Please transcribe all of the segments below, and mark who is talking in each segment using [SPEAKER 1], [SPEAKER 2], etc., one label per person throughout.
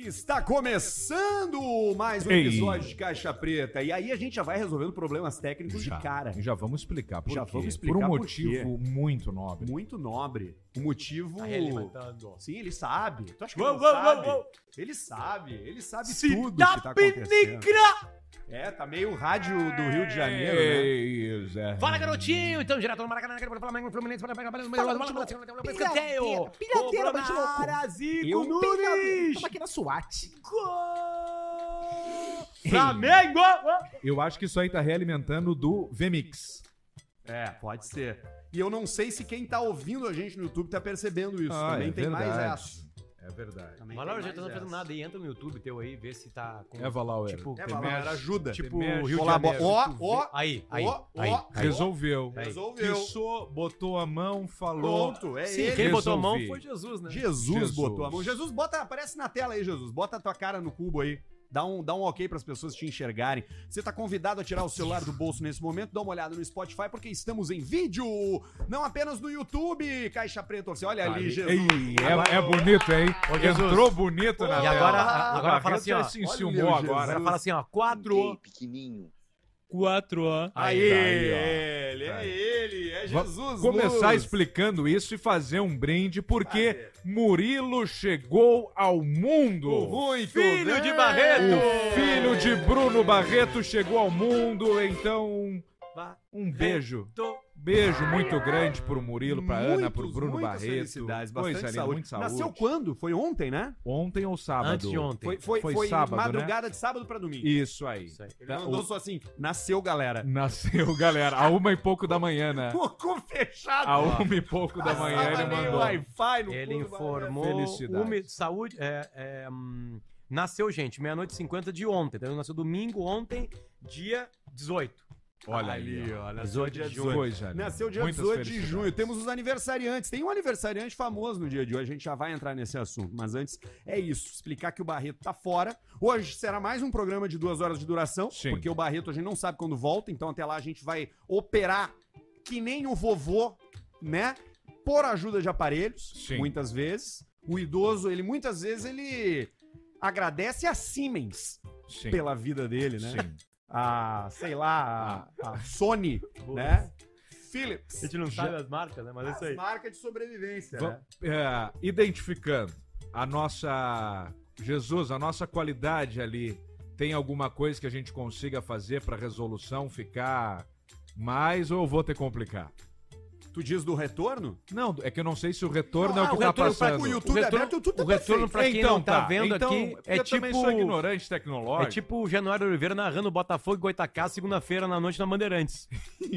[SPEAKER 1] Está começando mais um
[SPEAKER 2] Ei.
[SPEAKER 1] episódio de Caixa Preta. E aí a gente já vai resolvendo problemas técnicos de cara.
[SPEAKER 2] Já vamos explicar por
[SPEAKER 1] Já
[SPEAKER 2] quê.
[SPEAKER 1] vamos explicar
[SPEAKER 2] Por um
[SPEAKER 1] por
[SPEAKER 2] motivo muito nobre.
[SPEAKER 1] Muito nobre. O motivo.
[SPEAKER 3] Tá
[SPEAKER 1] Sim, ele sabe. Tu acha que
[SPEAKER 3] Uou,
[SPEAKER 1] ele não
[SPEAKER 3] uou,
[SPEAKER 1] sabe?
[SPEAKER 3] uou, uou.
[SPEAKER 1] Ele sabe, ele sabe
[SPEAKER 3] Se
[SPEAKER 1] tudo
[SPEAKER 3] tá
[SPEAKER 1] que tá acontecendo.
[SPEAKER 3] pinicra!
[SPEAKER 1] É, tá meio rádio do Rio de Janeiro, né?
[SPEAKER 2] Ei, Zé.
[SPEAKER 3] Fala, garotinho! Então, direto no Maracanã, quero falar mais um Fluminense, para pegar um escanteio!
[SPEAKER 4] Pirateira, bate louco.
[SPEAKER 1] Eu
[SPEAKER 4] com
[SPEAKER 1] Nunes!
[SPEAKER 4] Tamo aqui na SWAT.
[SPEAKER 3] Flamengo!
[SPEAKER 2] Eu acho que isso aí tá realimentando do VMix.
[SPEAKER 1] É, pode ser. E eu não sei se quem tá ouvindo a gente no YouTube tá percebendo isso.
[SPEAKER 2] Ah,
[SPEAKER 1] Também
[SPEAKER 2] é
[SPEAKER 1] tem mais
[SPEAKER 2] verdade.
[SPEAKER 1] essa.
[SPEAKER 2] É verdade.
[SPEAKER 1] Também tem
[SPEAKER 3] Mas Laura, já
[SPEAKER 1] mais
[SPEAKER 3] tá não fazendo
[SPEAKER 1] essa.
[SPEAKER 3] nada aí, entra no YouTube teu aí, vê se tá com...
[SPEAKER 2] É Valauer.
[SPEAKER 3] Tipo,
[SPEAKER 1] É, Valério, ajuda.
[SPEAKER 3] tipo
[SPEAKER 2] Temer,
[SPEAKER 3] Rio de
[SPEAKER 1] colabora.
[SPEAKER 3] Janeiro.
[SPEAKER 1] Ó, ó,
[SPEAKER 3] Aí, aí,
[SPEAKER 1] ó,
[SPEAKER 3] aí.
[SPEAKER 1] ó.
[SPEAKER 2] Resolveu.
[SPEAKER 1] Resolveu.
[SPEAKER 2] Pensou, botou a mão, falou.
[SPEAKER 1] Pronto, é
[SPEAKER 3] Sim,
[SPEAKER 1] ele.
[SPEAKER 3] quem botou a mão
[SPEAKER 2] Resolvi.
[SPEAKER 3] foi Jesus, né?
[SPEAKER 1] Jesus,
[SPEAKER 2] Jesus.
[SPEAKER 1] botou a mão. Jesus, bota, aparece na tela aí, Jesus. Bota a tua cara no cubo aí. Dá um, dá um ok para as pessoas te enxergarem. Você tá convidado a tirar o celular do bolso nesse momento, dá uma olhada no Spotify, porque estamos em vídeo, não apenas no YouTube. Caixa Preta Oficial. Olha ali, Jesus.
[SPEAKER 2] Ei, é, é bonito, hein? Entrou bonito na
[SPEAKER 3] E
[SPEAKER 2] tela.
[SPEAKER 3] agora,
[SPEAKER 1] Ah,
[SPEAKER 3] agora fala assim, ó.
[SPEAKER 2] se
[SPEAKER 1] Olha,
[SPEAKER 2] enciumou
[SPEAKER 1] meu
[SPEAKER 2] agora.
[SPEAKER 3] Agora fala assim, ó.
[SPEAKER 5] Quatro.
[SPEAKER 3] Quatro...
[SPEAKER 5] pequenininho.
[SPEAKER 3] Quatro...
[SPEAKER 1] Aí,
[SPEAKER 2] Aí,
[SPEAKER 1] ele, é
[SPEAKER 2] Vai.
[SPEAKER 1] ele, é
[SPEAKER 2] Va-
[SPEAKER 1] Jesus.
[SPEAKER 2] Começar
[SPEAKER 1] Luz.
[SPEAKER 2] explicando isso e fazer um brinde, porque
[SPEAKER 1] Fazer.
[SPEAKER 2] Murilo chegou ao mundo.
[SPEAKER 1] Muito
[SPEAKER 3] Filho
[SPEAKER 1] bem.
[SPEAKER 3] de Barreto.
[SPEAKER 2] O filho de Bruno Barreto chegou ao mundo, então um beijo. Beijo muito grande pro Murilo, pra Ana,
[SPEAKER 1] Muitos,
[SPEAKER 2] pro Bruno
[SPEAKER 1] muitas
[SPEAKER 2] Barreto.
[SPEAKER 1] felicidades,
[SPEAKER 2] Coisa
[SPEAKER 1] bastante
[SPEAKER 2] linda,
[SPEAKER 1] saúde.
[SPEAKER 2] muito saúde.
[SPEAKER 1] Nasceu quando? Foi ontem, né?
[SPEAKER 2] ontem ou sábado?
[SPEAKER 3] Antes de ontem.
[SPEAKER 1] Foi, foi,
[SPEAKER 2] Foi
[SPEAKER 1] foi,
[SPEAKER 2] sábado, né?
[SPEAKER 1] madrugada de sábado para domingo.
[SPEAKER 2] Isso aí.
[SPEAKER 3] Isso aí.
[SPEAKER 1] Ele mandou só assim, nasceu, galera.
[SPEAKER 2] Nasceu, galera, a uma e pouco da manhã, né?
[SPEAKER 1] Cocô fechado.
[SPEAKER 2] A uma e pouco da manhã
[SPEAKER 1] Passava
[SPEAKER 2] ele
[SPEAKER 1] nem
[SPEAKER 2] mandou.
[SPEAKER 1] Wi-Fi no
[SPEAKER 3] Ele
[SPEAKER 1] cu do
[SPEAKER 3] informou.
[SPEAKER 2] Felicidades.
[SPEAKER 3] Ume- saúde. é, é, hum, nasceu, gente, meia-noite e 50 de ontem. Então, ele nasceu domingo ontem, dia 18.
[SPEAKER 2] Olha ali, ó.
[SPEAKER 1] Barreto. Nasceu
[SPEAKER 3] 18
[SPEAKER 1] dia
[SPEAKER 3] de
[SPEAKER 1] 18.
[SPEAKER 2] Coisa linda.
[SPEAKER 1] Nasceu dia
[SPEAKER 2] Muitas
[SPEAKER 1] 18 de
[SPEAKER 2] felicidades.
[SPEAKER 1] junho. Temos os aniversariantes. Tem um aniversariante famoso no dia de hoje. A gente já vai entrar nesse assunto. Mas antes, é isso. Explicar que o Barreto tá fora. Hoje será mais um programa de duas horas de duração.
[SPEAKER 2] Sim.
[SPEAKER 1] Porque o Barreto a gente não sabe quando volta. Então até lá a gente vai operar que nem o vovô, né? Por ajuda de aparelhos.
[SPEAKER 2] Sim.
[SPEAKER 1] Muitas vezes. O idoso, ele muitas vezes, ele agradece a Siemens
[SPEAKER 2] Sim,
[SPEAKER 1] pela vida dele, né?
[SPEAKER 2] sim.
[SPEAKER 1] a, sei lá, a, a Sony, né? Philips.
[SPEAKER 3] A gente não sabe as marcas, né? Mas é isso aí.
[SPEAKER 1] marca de sobrevivência.
[SPEAKER 2] Va- é, identificando a nossa Jesus, a nossa qualidade ali, tem alguma coisa que a gente consiga fazer pra resolução ficar mais ou eu vou ter que complicar?
[SPEAKER 1] Tu diz do retorno?
[SPEAKER 2] Não, é que eu não sei se o retorno é o que tá
[SPEAKER 3] pra,
[SPEAKER 2] passando.
[SPEAKER 3] ah, o
[SPEAKER 1] O YouTube
[SPEAKER 3] YouTube
[SPEAKER 1] aberto, o
[SPEAKER 3] retorno,
[SPEAKER 1] YouTube tá
[SPEAKER 3] o
[SPEAKER 1] perfeito.
[SPEAKER 3] retorno pra quem não tá vendo
[SPEAKER 2] então,
[SPEAKER 3] aqui
[SPEAKER 2] é
[SPEAKER 3] é
[SPEAKER 2] eu também sou
[SPEAKER 3] tipo,
[SPEAKER 2] ignorante
[SPEAKER 3] é
[SPEAKER 2] tecnológico.
[SPEAKER 3] tipo o Januário Oliveira narrando Botafogo e Goitacá segunda-feira na noite na Bandeirantes.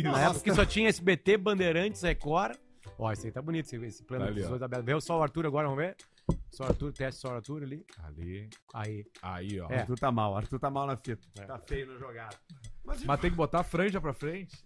[SPEAKER 3] Na época que só tinha SBT, Bandeirantes, Record. Ó, esse aí tá bonito, esse, esse plano
[SPEAKER 2] Tá ali,
[SPEAKER 3] dos
[SPEAKER 2] ó.
[SPEAKER 3] dois abertos. Vê o Sol Arthur agora, vamos ver. Sol Arthur, teste Sol Arthur ali.
[SPEAKER 2] Ali,
[SPEAKER 3] Aí.
[SPEAKER 2] aí, ó.
[SPEAKER 3] É.
[SPEAKER 1] Arthur tá mal, Arthur tá mal na fita. Tá feio na jogada. Mas,
[SPEAKER 2] Mas tem que botar a franja pra frente.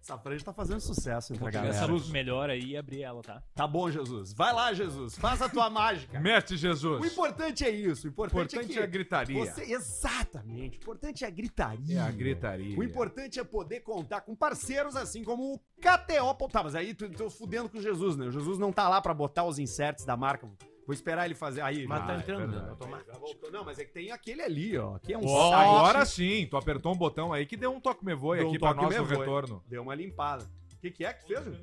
[SPEAKER 1] essa franja tá fazendo sucesso entre a
[SPEAKER 6] Pegar essa
[SPEAKER 1] galera.
[SPEAKER 6] luz melhor aí e abrir ela, tá?
[SPEAKER 1] Tá bom, Jesus. Vai lá, Jesus. Faz a tua mágica.
[SPEAKER 2] Mete,
[SPEAKER 1] O
[SPEAKER 2] Jesus. O
[SPEAKER 1] importante é isso. O importante,
[SPEAKER 2] importante é
[SPEAKER 1] é
[SPEAKER 2] a
[SPEAKER 1] que
[SPEAKER 2] gritaria.
[SPEAKER 1] você... Exatamente. O importante é a gritaria.
[SPEAKER 2] É a gritaria.
[SPEAKER 1] O importante é poder contar com parceiros assim como o KTO. Pô, Tá, mas aí tu tô fudendo com o Jesus, né? O Jesus não tá lá pra botar os inserts da marca. Vou esperar ele fazer. Aí,
[SPEAKER 3] Mas tá
[SPEAKER 1] já-
[SPEAKER 3] entrando,
[SPEAKER 2] verdade.
[SPEAKER 3] né? Automático.
[SPEAKER 1] já voltou. Não, mas é que tem aquele ali, ó. Que é um
[SPEAKER 2] Ó,
[SPEAKER 1] site.
[SPEAKER 2] agora sim, tu apertou um botão aí que deu um toque me voe
[SPEAKER 1] Deu um
[SPEAKER 2] aqui pra
[SPEAKER 1] toque
[SPEAKER 2] nós
[SPEAKER 1] me
[SPEAKER 2] no
[SPEAKER 1] voe.
[SPEAKER 2] retorno.
[SPEAKER 1] Deu uma limpada. O que, que é que tu fez? Jesus?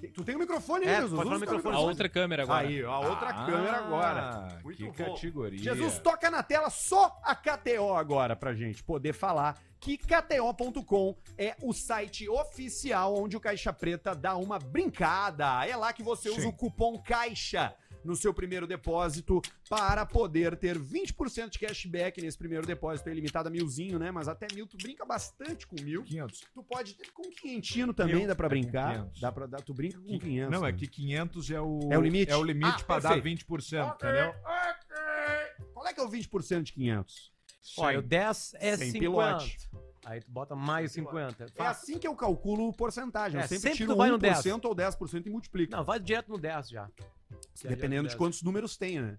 [SPEAKER 1] Que- Tu tem o microfone aí,
[SPEAKER 3] É,
[SPEAKER 1] Jesus.
[SPEAKER 3] pode falar
[SPEAKER 1] Usa
[SPEAKER 3] no
[SPEAKER 1] teu
[SPEAKER 3] microfone.
[SPEAKER 6] A outra câmera agora.
[SPEAKER 1] Aí, ó, a outra
[SPEAKER 2] Ah,
[SPEAKER 1] câmera agora. Muito
[SPEAKER 2] que
[SPEAKER 1] bom.
[SPEAKER 2] categoria.
[SPEAKER 1] Jesus, toca na tela só a KTO agora pra gente poder falar que KTO.com é o site oficial onde o Caixa Preta dá uma brincada. É lá que você usa
[SPEAKER 2] Sim.
[SPEAKER 1] o cupom CAIXA no seu primeiro depósito para poder ter 20% de cashback nesse primeiro depósito. É limitado a milzinho, né? Mas até mil, tu brinca bastante com mil.
[SPEAKER 2] 500.
[SPEAKER 1] Tu pode ter com quinhentino também, dá pra brincar.
[SPEAKER 2] 500.
[SPEAKER 1] Dá pra dar, tu brinca com 500.
[SPEAKER 2] é Não, é
[SPEAKER 1] né?
[SPEAKER 2] que 500 é o
[SPEAKER 1] É o limite?
[SPEAKER 2] é o limite
[SPEAKER 1] Ah,
[SPEAKER 2] pra dar
[SPEAKER 1] perfeito.
[SPEAKER 2] 20%, entendeu?
[SPEAKER 1] Qual é que é o 20% de 500?
[SPEAKER 3] Olha, o 10 é
[SPEAKER 1] Sem
[SPEAKER 3] 50.
[SPEAKER 1] pilote.
[SPEAKER 3] Aí tu bota mais 50.
[SPEAKER 1] É
[SPEAKER 3] Faz.
[SPEAKER 1] assim que eu calculo porcentagem. eu
[SPEAKER 3] É,
[SPEAKER 1] sempre,
[SPEAKER 3] sempre
[SPEAKER 1] tiro
[SPEAKER 3] tu vai no
[SPEAKER 1] 1% ou 10% e multiplico.
[SPEAKER 3] Não, vai direto no 10 já. se
[SPEAKER 1] Dependendo de
[SPEAKER 3] quanto.
[SPEAKER 1] quantos números tem, né?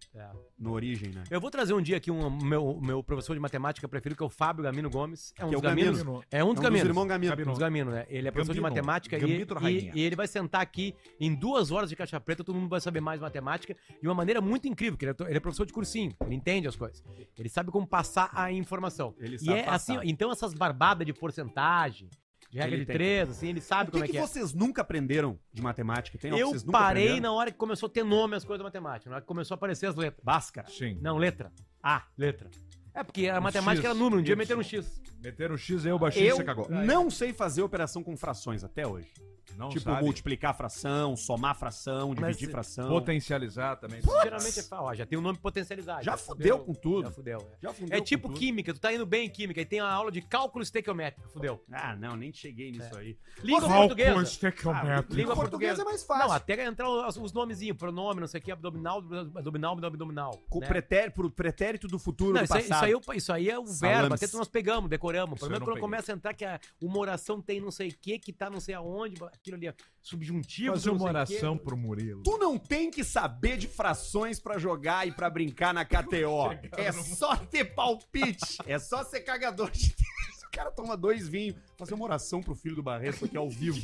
[SPEAKER 1] No origem, né?
[SPEAKER 3] Eu vou trazer um dia aqui um meu, meu professor de matemática preferido, que é o Fábio Gamino Gomes. É um
[SPEAKER 1] Que é o
[SPEAKER 3] dos gaminos.
[SPEAKER 1] Gamino.
[SPEAKER 3] É um dos
[SPEAKER 1] é um dos
[SPEAKER 3] gaminos.
[SPEAKER 1] irmãos Gamino.
[SPEAKER 3] Um dos gaminos, né? Ele é professor de
[SPEAKER 2] Gambino.
[SPEAKER 3] matemática e,
[SPEAKER 2] Gambito da rainha.
[SPEAKER 3] e, e ele vai sentar aqui em duas horas de caixa preta, todo mundo vai saber mais matemática de uma maneira muito incrível, porque ele é, to- ele é professor de cursinho, ele entende as coisas. Ele sabe como passar a informação.
[SPEAKER 1] Ele
[SPEAKER 3] E
[SPEAKER 1] sabe
[SPEAKER 3] é
[SPEAKER 1] passar.
[SPEAKER 3] assim, ó, então essas barbadas de porcentagem, de regra
[SPEAKER 1] Ele
[SPEAKER 3] de
[SPEAKER 1] tem.
[SPEAKER 3] três, assim, ele sabe
[SPEAKER 1] O que,
[SPEAKER 3] como é
[SPEAKER 1] que
[SPEAKER 3] que é.
[SPEAKER 1] vocês nunca aprenderam de matemática? Tem algo que
[SPEAKER 3] Eu
[SPEAKER 1] vocês nunca
[SPEAKER 3] parei
[SPEAKER 1] aprenderam?
[SPEAKER 3] na hora que começou a ter nome as coisas da matemática, na hora que começou a aparecer as letras.
[SPEAKER 1] Basca.
[SPEAKER 2] Sim.
[SPEAKER 3] Não, letra. A, letra. É porque a
[SPEAKER 2] Um
[SPEAKER 3] matemática
[SPEAKER 2] X,
[SPEAKER 3] era número, um dia
[SPEAKER 2] Y.
[SPEAKER 3] meteram um X.
[SPEAKER 2] Meteram o X aí, o baixinho
[SPEAKER 1] Eu
[SPEAKER 2] você cagou.
[SPEAKER 1] não sei fazer operação com frações até hoje.
[SPEAKER 2] Não
[SPEAKER 1] tipo,
[SPEAKER 2] sabe.
[SPEAKER 1] multiplicar fração, somar fração,
[SPEAKER 3] Mas
[SPEAKER 1] dividir fração.
[SPEAKER 2] Potencializar também.
[SPEAKER 3] Geralmente é, ó, já tem o nome potencializado.
[SPEAKER 1] Já fudeu com tudo.
[SPEAKER 3] Já fudeu, é.
[SPEAKER 1] Já fundeu
[SPEAKER 3] É
[SPEAKER 1] com
[SPEAKER 3] tipo
[SPEAKER 1] tudo.
[SPEAKER 3] química, tu tá indo bem em química e tem uma aula de cálculo estequiométrico, fudeu.
[SPEAKER 1] Ah, não, nem cheguei nisso aí.
[SPEAKER 3] Língua portuguesa.
[SPEAKER 2] é
[SPEAKER 1] Ah, língua
[SPEAKER 3] É. Língua
[SPEAKER 1] portuguesa
[SPEAKER 3] portuguesa.
[SPEAKER 1] é mais
[SPEAKER 3] Não,
[SPEAKER 1] fácil.
[SPEAKER 3] até entrar os, os nomezinhos, pronome, não sei o que, abdominal, abdominal, abdominal.
[SPEAKER 1] Com
[SPEAKER 3] né?
[SPEAKER 1] pretérito, pro pretérito do futuro
[SPEAKER 3] Não,
[SPEAKER 1] do
[SPEAKER 3] isso, aí, isso, aí,
[SPEAKER 1] passado.
[SPEAKER 3] eu- isso aí é o
[SPEAKER 1] Salames.
[SPEAKER 3] verbo, até tu nós pegamos, decoramos.
[SPEAKER 2] Isso
[SPEAKER 3] Pelo
[SPEAKER 2] eu
[SPEAKER 3] menos
[SPEAKER 2] não
[SPEAKER 3] quando
[SPEAKER 2] peguei.
[SPEAKER 3] começa a entrar que a, uma oração tem não sei o que, que tá não sei aonde, aquilo ali é subjuntivo.
[SPEAKER 2] Fazer
[SPEAKER 3] não
[SPEAKER 2] uma
[SPEAKER 3] sei o quê.
[SPEAKER 2] oração pro Murilo.
[SPEAKER 1] Tu não tem que saber de frações pra jogar e pra brincar na KTO. É só ter palpite. É só ser cagador de texto. O cara toma dois vinhos. Fazer uma oração pro filho do Barreto aqui ao vivo.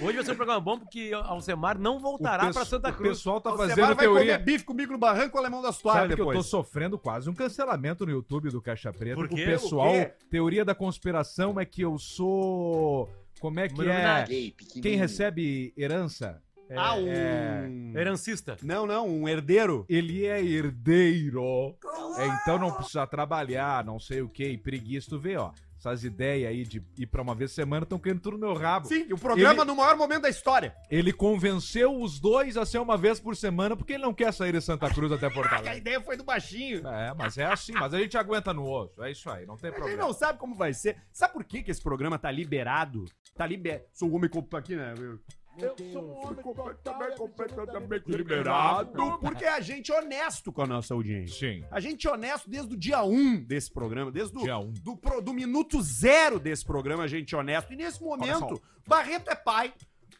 [SPEAKER 3] Hoje vai ser um programa bom porque Alcemar não voltará
[SPEAKER 2] O
[SPEAKER 3] pra
[SPEAKER 2] pesso-
[SPEAKER 3] Santa
[SPEAKER 2] O
[SPEAKER 3] Cruz.
[SPEAKER 2] pessoal tá
[SPEAKER 1] Você
[SPEAKER 2] fazendo
[SPEAKER 1] vai comer
[SPEAKER 2] teoria.
[SPEAKER 1] bife comigo no barranco o alemão das toalhas
[SPEAKER 2] Sabe que eu tô
[SPEAKER 1] depois.
[SPEAKER 2] sofrendo quase um cancelamento no YouTube do Caixa Preta.
[SPEAKER 3] Por
[SPEAKER 2] porque
[SPEAKER 3] quê?
[SPEAKER 2] O pessoal,
[SPEAKER 1] O quê?
[SPEAKER 2] teoria da conspiração é que eu sou... Como é que é?
[SPEAKER 3] Iluminati.
[SPEAKER 5] Gay,
[SPEAKER 2] Quem
[SPEAKER 5] pequenininho.
[SPEAKER 2] recebe herança, É,
[SPEAKER 1] Ah, um...
[SPEAKER 3] Herancista.
[SPEAKER 1] Não, não, um herdeiro.
[SPEAKER 2] ele é herdeiro. É, então não precisa trabalhar, não sei o que, preguiça, tu vê, ó. Essas ideias aí de ir pra uma vez semana estão querendo tudo no meu rabo.
[SPEAKER 1] Sim, e o programa
[SPEAKER 2] Ele-
[SPEAKER 1] no maior momento da história.
[SPEAKER 2] Ele convenceu os dois a ser uma vez por semana porque ele não quer sair de Santa Cruz até Porto
[SPEAKER 1] Ah, que a
[SPEAKER 2] Alegre.
[SPEAKER 1] ideia foi do baixinho.
[SPEAKER 2] É, mas é assim, mas a gente aguenta no osso. É isso aí, não tem
[SPEAKER 1] A gente
[SPEAKER 2] problema.
[SPEAKER 1] não sabe como vai ser. Sabe por que, que esse programa tá liberado? Tá liberado. Sou o homem comp- aqui, né? Eu, eu sou um homem completamente, completamente liberado. Porque é a gente honesto com a nossa audiência.
[SPEAKER 2] Sim.
[SPEAKER 1] A gente é honesto desde o dia 1 desse programa, desde o.
[SPEAKER 2] Dia 1.
[SPEAKER 1] Do, pro- do minuto zero desse programa, a gente é honesto. E nesse momento, Barreto é pai.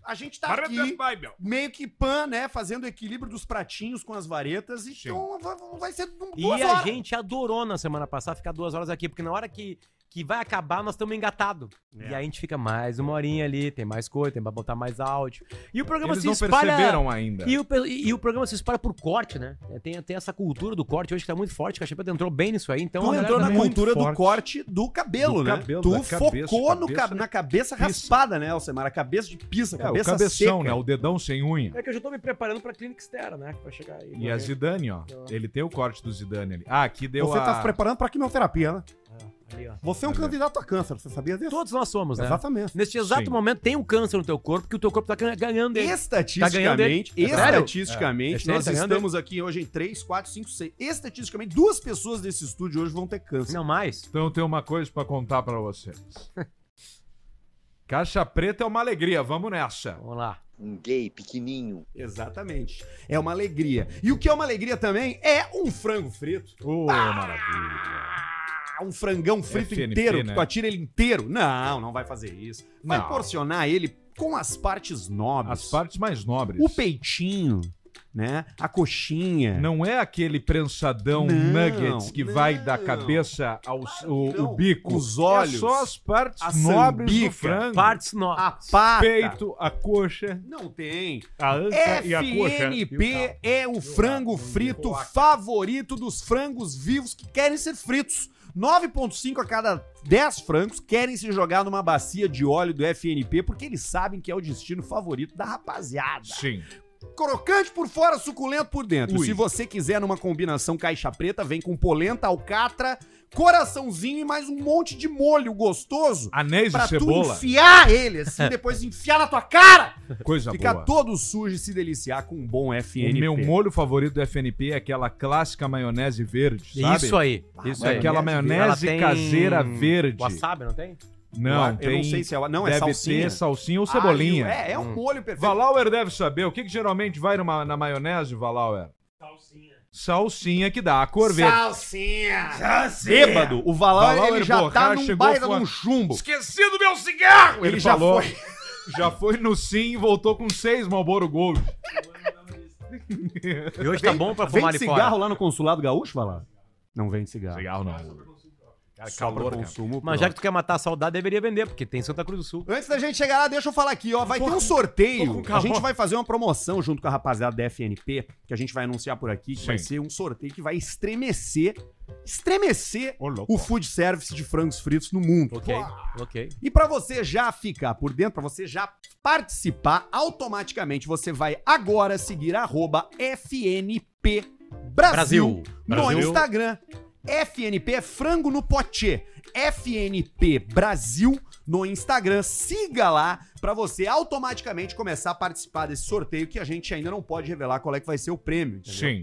[SPEAKER 1] A gente tá
[SPEAKER 2] é
[SPEAKER 1] aqui. Meio que pan, né? Fazendo o equilíbrio dos pratinhos com as varetas. E
[SPEAKER 2] Sim.
[SPEAKER 1] então vai, vai ser du-
[SPEAKER 3] E
[SPEAKER 1] duas
[SPEAKER 3] a
[SPEAKER 1] horas.
[SPEAKER 3] gente adorou na semana passada ficar duas horas aqui, porque na hora que, que vai acabar, nós estamos engatados.
[SPEAKER 1] É.
[SPEAKER 3] E aí a gente fica mais uma horinha ali, tem mais coisa, tem pra botar mais áudio. E o programa
[SPEAKER 2] Eles
[SPEAKER 3] se
[SPEAKER 2] não
[SPEAKER 3] espalha.
[SPEAKER 2] perceberam ainda.
[SPEAKER 3] E o, pe- e o programa se espalha por corte, né? É, Tem, tem essa cultura do corte hoje que tá muito forte, que a Chapeta entrou bem nisso aí,
[SPEAKER 2] é
[SPEAKER 3] então.
[SPEAKER 1] Tu
[SPEAKER 3] a galera
[SPEAKER 1] entrou
[SPEAKER 3] tá
[SPEAKER 1] na
[SPEAKER 3] muito
[SPEAKER 1] cultura do
[SPEAKER 3] forte.
[SPEAKER 1] corte do cabelo,
[SPEAKER 2] Do
[SPEAKER 1] né?
[SPEAKER 2] cabelo,
[SPEAKER 1] tu
[SPEAKER 2] da cabeça,
[SPEAKER 1] focou no
[SPEAKER 2] cabeça
[SPEAKER 1] ca- na cabeça raspada, né, Alcemar? A cabeça de pizza,
[SPEAKER 2] É,
[SPEAKER 1] cabeça
[SPEAKER 2] o cabeção,
[SPEAKER 1] seca.
[SPEAKER 2] né? O dedão sem unha.
[SPEAKER 3] É que eu já tô me preparando pra clínica externa, né? Que vai chegar aí.
[SPEAKER 2] E a Zidane, ó. Ele tem o corte do Zidane ali. Ah, aqui deu
[SPEAKER 7] Você
[SPEAKER 2] a...
[SPEAKER 1] tá
[SPEAKER 7] está se preparando para quimioterapia, né?
[SPEAKER 3] Ah, ali, ó.
[SPEAKER 7] Você é um candidato a câncer, você sabia disso?
[SPEAKER 3] Todos nós somos, né?
[SPEAKER 7] Exatamente.
[SPEAKER 3] Neste exato
[SPEAKER 2] Sim.
[SPEAKER 3] momento tem um câncer no teu corpo que o teu corpo tá gan- ganhando ele. Tá ganhando ele.
[SPEAKER 1] Estatisticamente,
[SPEAKER 3] É sério? É
[SPEAKER 1] estatisticamente,
[SPEAKER 3] sério,
[SPEAKER 1] nós
[SPEAKER 3] tá ganhando
[SPEAKER 1] estamos aqui hoje em 3, 4, 5, 6. Estatisticamente, duas pessoas desse estúdio hoje vão ter câncer.
[SPEAKER 3] Não mais.
[SPEAKER 2] Então eu tenho uma coisa pra contar pra vocês. Caixa preta é uma alegria, vamos nessa.
[SPEAKER 3] Vamos lá.
[SPEAKER 5] Um gay, pequenininho.
[SPEAKER 1] Exatamente. É uma alegria. E o que é uma alegria também é um frango frito.
[SPEAKER 2] Ô, maravilha.
[SPEAKER 1] Ah, um
[SPEAKER 3] É
[SPEAKER 1] frangão frito
[SPEAKER 2] FNP,
[SPEAKER 1] inteiro, que
[SPEAKER 2] né?
[SPEAKER 1] tu atira ele inteiro. Não, não vai fazer isso. Vai
[SPEAKER 2] Não.
[SPEAKER 1] porcionar ele com as partes nobres.
[SPEAKER 2] As partes mais nobres.
[SPEAKER 1] o peitinho, né? A coxinha.
[SPEAKER 2] Não é aquele prensadão
[SPEAKER 1] Não,
[SPEAKER 2] nuggets que vai da
[SPEAKER 1] não.
[SPEAKER 2] cabeça ao o,
[SPEAKER 1] Não,
[SPEAKER 2] o bico.
[SPEAKER 1] Os olhos.
[SPEAKER 2] É só as partes
[SPEAKER 1] a
[SPEAKER 2] nobres
[SPEAKER 1] sambica,
[SPEAKER 2] do frango. Ah,
[SPEAKER 3] Partes no...
[SPEAKER 1] A pata.
[SPEAKER 2] peito, a coxa,
[SPEAKER 1] Não tem.
[SPEAKER 2] a anca e a coxa.
[SPEAKER 1] FNP é o é frango frito favorito dos frangos vivos que querem ser fritos. 9,5 a cada 10 frangos querem se jogar numa bacia de óleo do FNP porque eles sabem que é o destino favorito da rapaziada.
[SPEAKER 2] Sim.
[SPEAKER 1] Crocante por fora, suculento por dentro.
[SPEAKER 2] Ui.
[SPEAKER 1] Se você quiser numa combinação caixa preta, vem com polenta, alcatra, coraçãozinho e mais um monte de molho gostoso
[SPEAKER 2] Anéis
[SPEAKER 1] pra
[SPEAKER 2] de
[SPEAKER 1] tu
[SPEAKER 2] cebola,
[SPEAKER 1] enfiar ele assim, depois enfiar na tua cara.
[SPEAKER 2] coisa
[SPEAKER 1] Ficar
[SPEAKER 2] Tá boa.
[SPEAKER 1] todo sujo e se deliciar com um bom
[SPEAKER 2] O
[SPEAKER 1] FNP.
[SPEAKER 2] meu molho favorito do FNP é aquela clássica maionese verde, sabe?
[SPEAKER 3] Isso aí.
[SPEAKER 1] Ah,
[SPEAKER 3] Isso
[SPEAKER 2] É
[SPEAKER 3] aí.
[SPEAKER 2] aquela maionese
[SPEAKER 3] Ela tem
[SPEAKER 2] caseira verde.
[SPEAKER 3] Wasabi, não tem?
[SPEAKER 2] Não,
[SPEAKER 1] Ah, eu
[SPEAKER 2] tem.
[SPEAKER 1] não sei se é, não, é
[SPEAKER 2] deve
[SPEAKER 1] salsinha.
[SPEAKER 2] ter salsinha ou cebolinha.
[SPEAKER 1] Alho, é, é um molho perfeito.
[SPEAKER 2] Valauer deve saber. O que, que geralmente vai numa- na maionese, Valauer? Salsinha. Salsinha que dá a cor verde.
[SPEAKER 1] Salsinha. Bêbado. O Valar,
[SPEAKER 2] Valauer
[SPEAKER 1] ele já tá
[SPEAKER 2] Borrá
[SPEAKER 1] num
[SPEAKER 2] chegou
[SPEAKER 1] baita
[SPEAKER 2] com a-
[SPEAKER 1] num chumbo.
[SPEAKER 2] Esqueci do meu cigarro! Ele,
[SPEAKER 1] Ele já
[SPEAKER 2] falou. Já foi... no sim e voltou com seis Malboro Gold.
[SPEAKER 3] E hoje tá bom pra fumar
[SPEAKER 1] Vende
[SPEAKER 3] ali
[SPEAKER 1] cigarro
[SPEAKER 3] fora.
[SPEAKER 1] lá no consulado gaúcho, vai lá. Não vende cigarro.
[SPEAKER 2] Legal, não. Cara,
[SPEAKER 1] Só pra
[SPEAKER 2] calor, cara.
[SPEAKER 1] consumo.
[SPEAKER 3] Mas já que tu quer matar a saudade, deveria vender, porque tem em Santa Cruz do Sul.
[SPEAKER 1] Antes da gente chegar lá, deixa eu falar aqui, ó. Vai ter um
[SPEAKER 3] tô com
[SPEAKER 1] sorteio. A
[SPEAKER 3] calor.
[SPEAKER 1] gente vai fazer uma promoção junto com a rapaziada da FNP, que a gente vai anunciar por aqui, que vai
[SPEAKER 2] Sim.
[SPEAKER 1] ser um sorteio que vai estremecer, estremecer
[SPEAKER 2] Ô, louco.
[SPEAKER 1] o food service de frangos fritos no mundo.
[SPEAKER 3] Ok, ok.
[SPEAKER 1] E pra você já ficar por dentro, pra você já participar, automaticamente você vai agora seguir arroba FNP Brasil,
[SPEAKER 3] Brasil.
[SPEAKER 1] no
[SPEAKER 2] Brasil.
[SPEAKER 1] Instagram. FNP é frango no pote. FNP Brasil no Instagram. Siga lá pra você automaticamente começar a participar desse sorteio que a gente ainda não pode revelar qual é que vai ser o prêmio. entendeu?
[SPEAKER 2] Sim.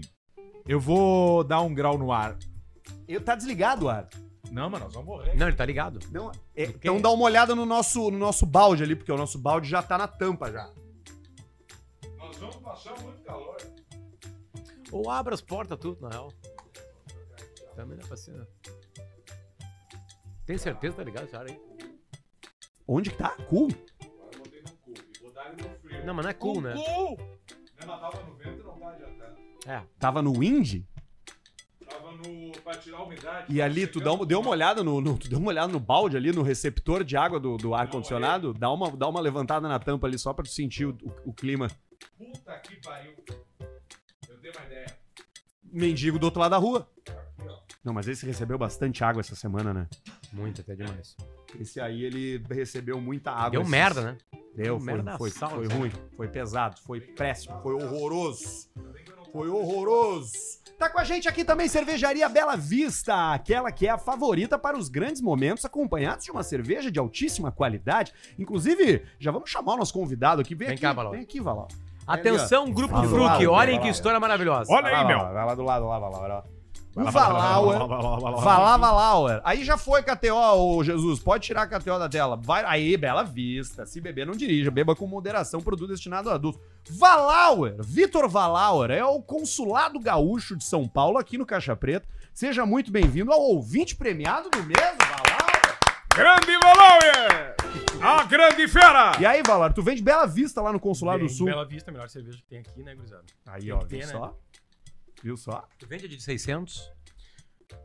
[SPEAKER 2] Eu vou dar um grau no ar.
[SPEAKER 1] Eu, tá desligado, Ar.
[SPEAKER 2] Não, mano, nós vamos morrer.
[SPEAKER 3] Não, ele tá ligado.
[SPEAKER 1] Não, é, então dá uma olhada no nosso, no nosso balde ali, porque o nosso balde já tá na tampa já.
[SPEAKER 2] Nós vamos passar muito calor.
[SPEAKER 3] Ou abre as portas tudo, na real. Também dá pra ser, né? Tem certeza que tá ligado esse ar aí?
[SPEAKER 1] Onde que tá? Cu?
[SPEAKER 3] Não, mas não é cool, né?
[SPEAKER 2] Ela tava no vento, não tá, já tá.
[SPEAKER 3] É.
[SPEAKER 1] Tava no Wind?
[SPEAKER 2] Tava no. pra tirar a umidade.
[SPEAKER 1] E ali, tu dá um- deu uma olhada no, no- tu deu uma olhada no balde ali, no receptor de água do, do ar-condicionado, dá uma, dá uma levantada na tampa ali só pra tu sentir o, o- o clima.
[SPEAKER 2] Puta que pariu. Eu dei uma ideia.
[SPEAKER 1] Mendigo do outro lado da rua. Não, mas esse recebeu bastante água essa semana, né?
[SPEAKER 3] Muito, até demais.
[SPEAKER 1] Esse aí, ele recebeu muita água.
[SPEAKER 3] Deu
[SPEAKER 1] esses-
[SPEAKER 3] merda, né?
[SPEAKER 1] Deu,
[SPEAKER 3] Deu merda
[SPEAKER 1] merda
[SPEAKER 3] na
[SPEAKER 1] foi,
[SPEAKER 3] sala,
[SPEAKER 1] foi
[SPEAKER 3] cara.
[SPEAKER 1] ruim, foi pesado, foi péssimo, foi horroroso. Foi horroroso. Tá com a gente aqui também Cervejaria Bela Vista, aquela que é a favorita para os grandes momentos, acompanhados de uma cerveja de altíssima qualidade. Inclusive, já vamos chamar o nosso convidado aqui. Vem,
[SPEAKER 3] Vem
[SPEAKER 1] aqui,
[SPEAKER 3] cá, Valor.
[SPEAKER 1] Vem aqui, Valor.
[SPEAKER 3] Atenção, grupo de
[SPEAKER 1] Vai lá, vai
[SPEAKER 3] Fruc.
[SPEAKER 1] lá,
[SPEAKER 3] Olhem
[SPEAKER 1] vai
[SPEAKER 3] que
[SPEAKER 1] lá.
[SPEAKER 3] história maravilhosa.
[SPEAKER 2] Olha aí,
[SPEAKER 1] Vai
[SPEAKER 2] meu.
[SPEAKER 1] lá, Vai lá do lado, lá, lá, lá, lá. O
[SPEAKER 2] Valauer.
[SPEAKER 1] Valauer. Valavalauer. Aí já foi KTO, ô Jesus. Pode tirar a KTO da tela. Vai, aí, Bela Vista. Se beber, não dirija. Beba com moderação. Produto destinado a adultos. Valauer. Vitor Valauer é o consulado gaúcho de São Paulo, aqui no Caixa Preta. Seja muito bem-vindo ao ouvinte premiado do mesmo, Valauer.
[SPEAKER 2] Grande Valauer! A grande fera!
[SPEAKER 1] E aí, Valauer, tu vende Bela Vista lá no Consulado do Sul.
[SPEAKER 6] Bela Vista, a melhor cerveja que tem aqui, né, gurizada?
[SPEAKER 1] Aí,
[SPEAKER 6] Tem
[SPEAKER 1] ó,
[SPEAKER 6] que ter,
[SPEAKER 1] viu
[SPEAKER 6] né?
[SPEAKER 1] só? Viu só?
[SPEAKER 3] Tu vende a de 600,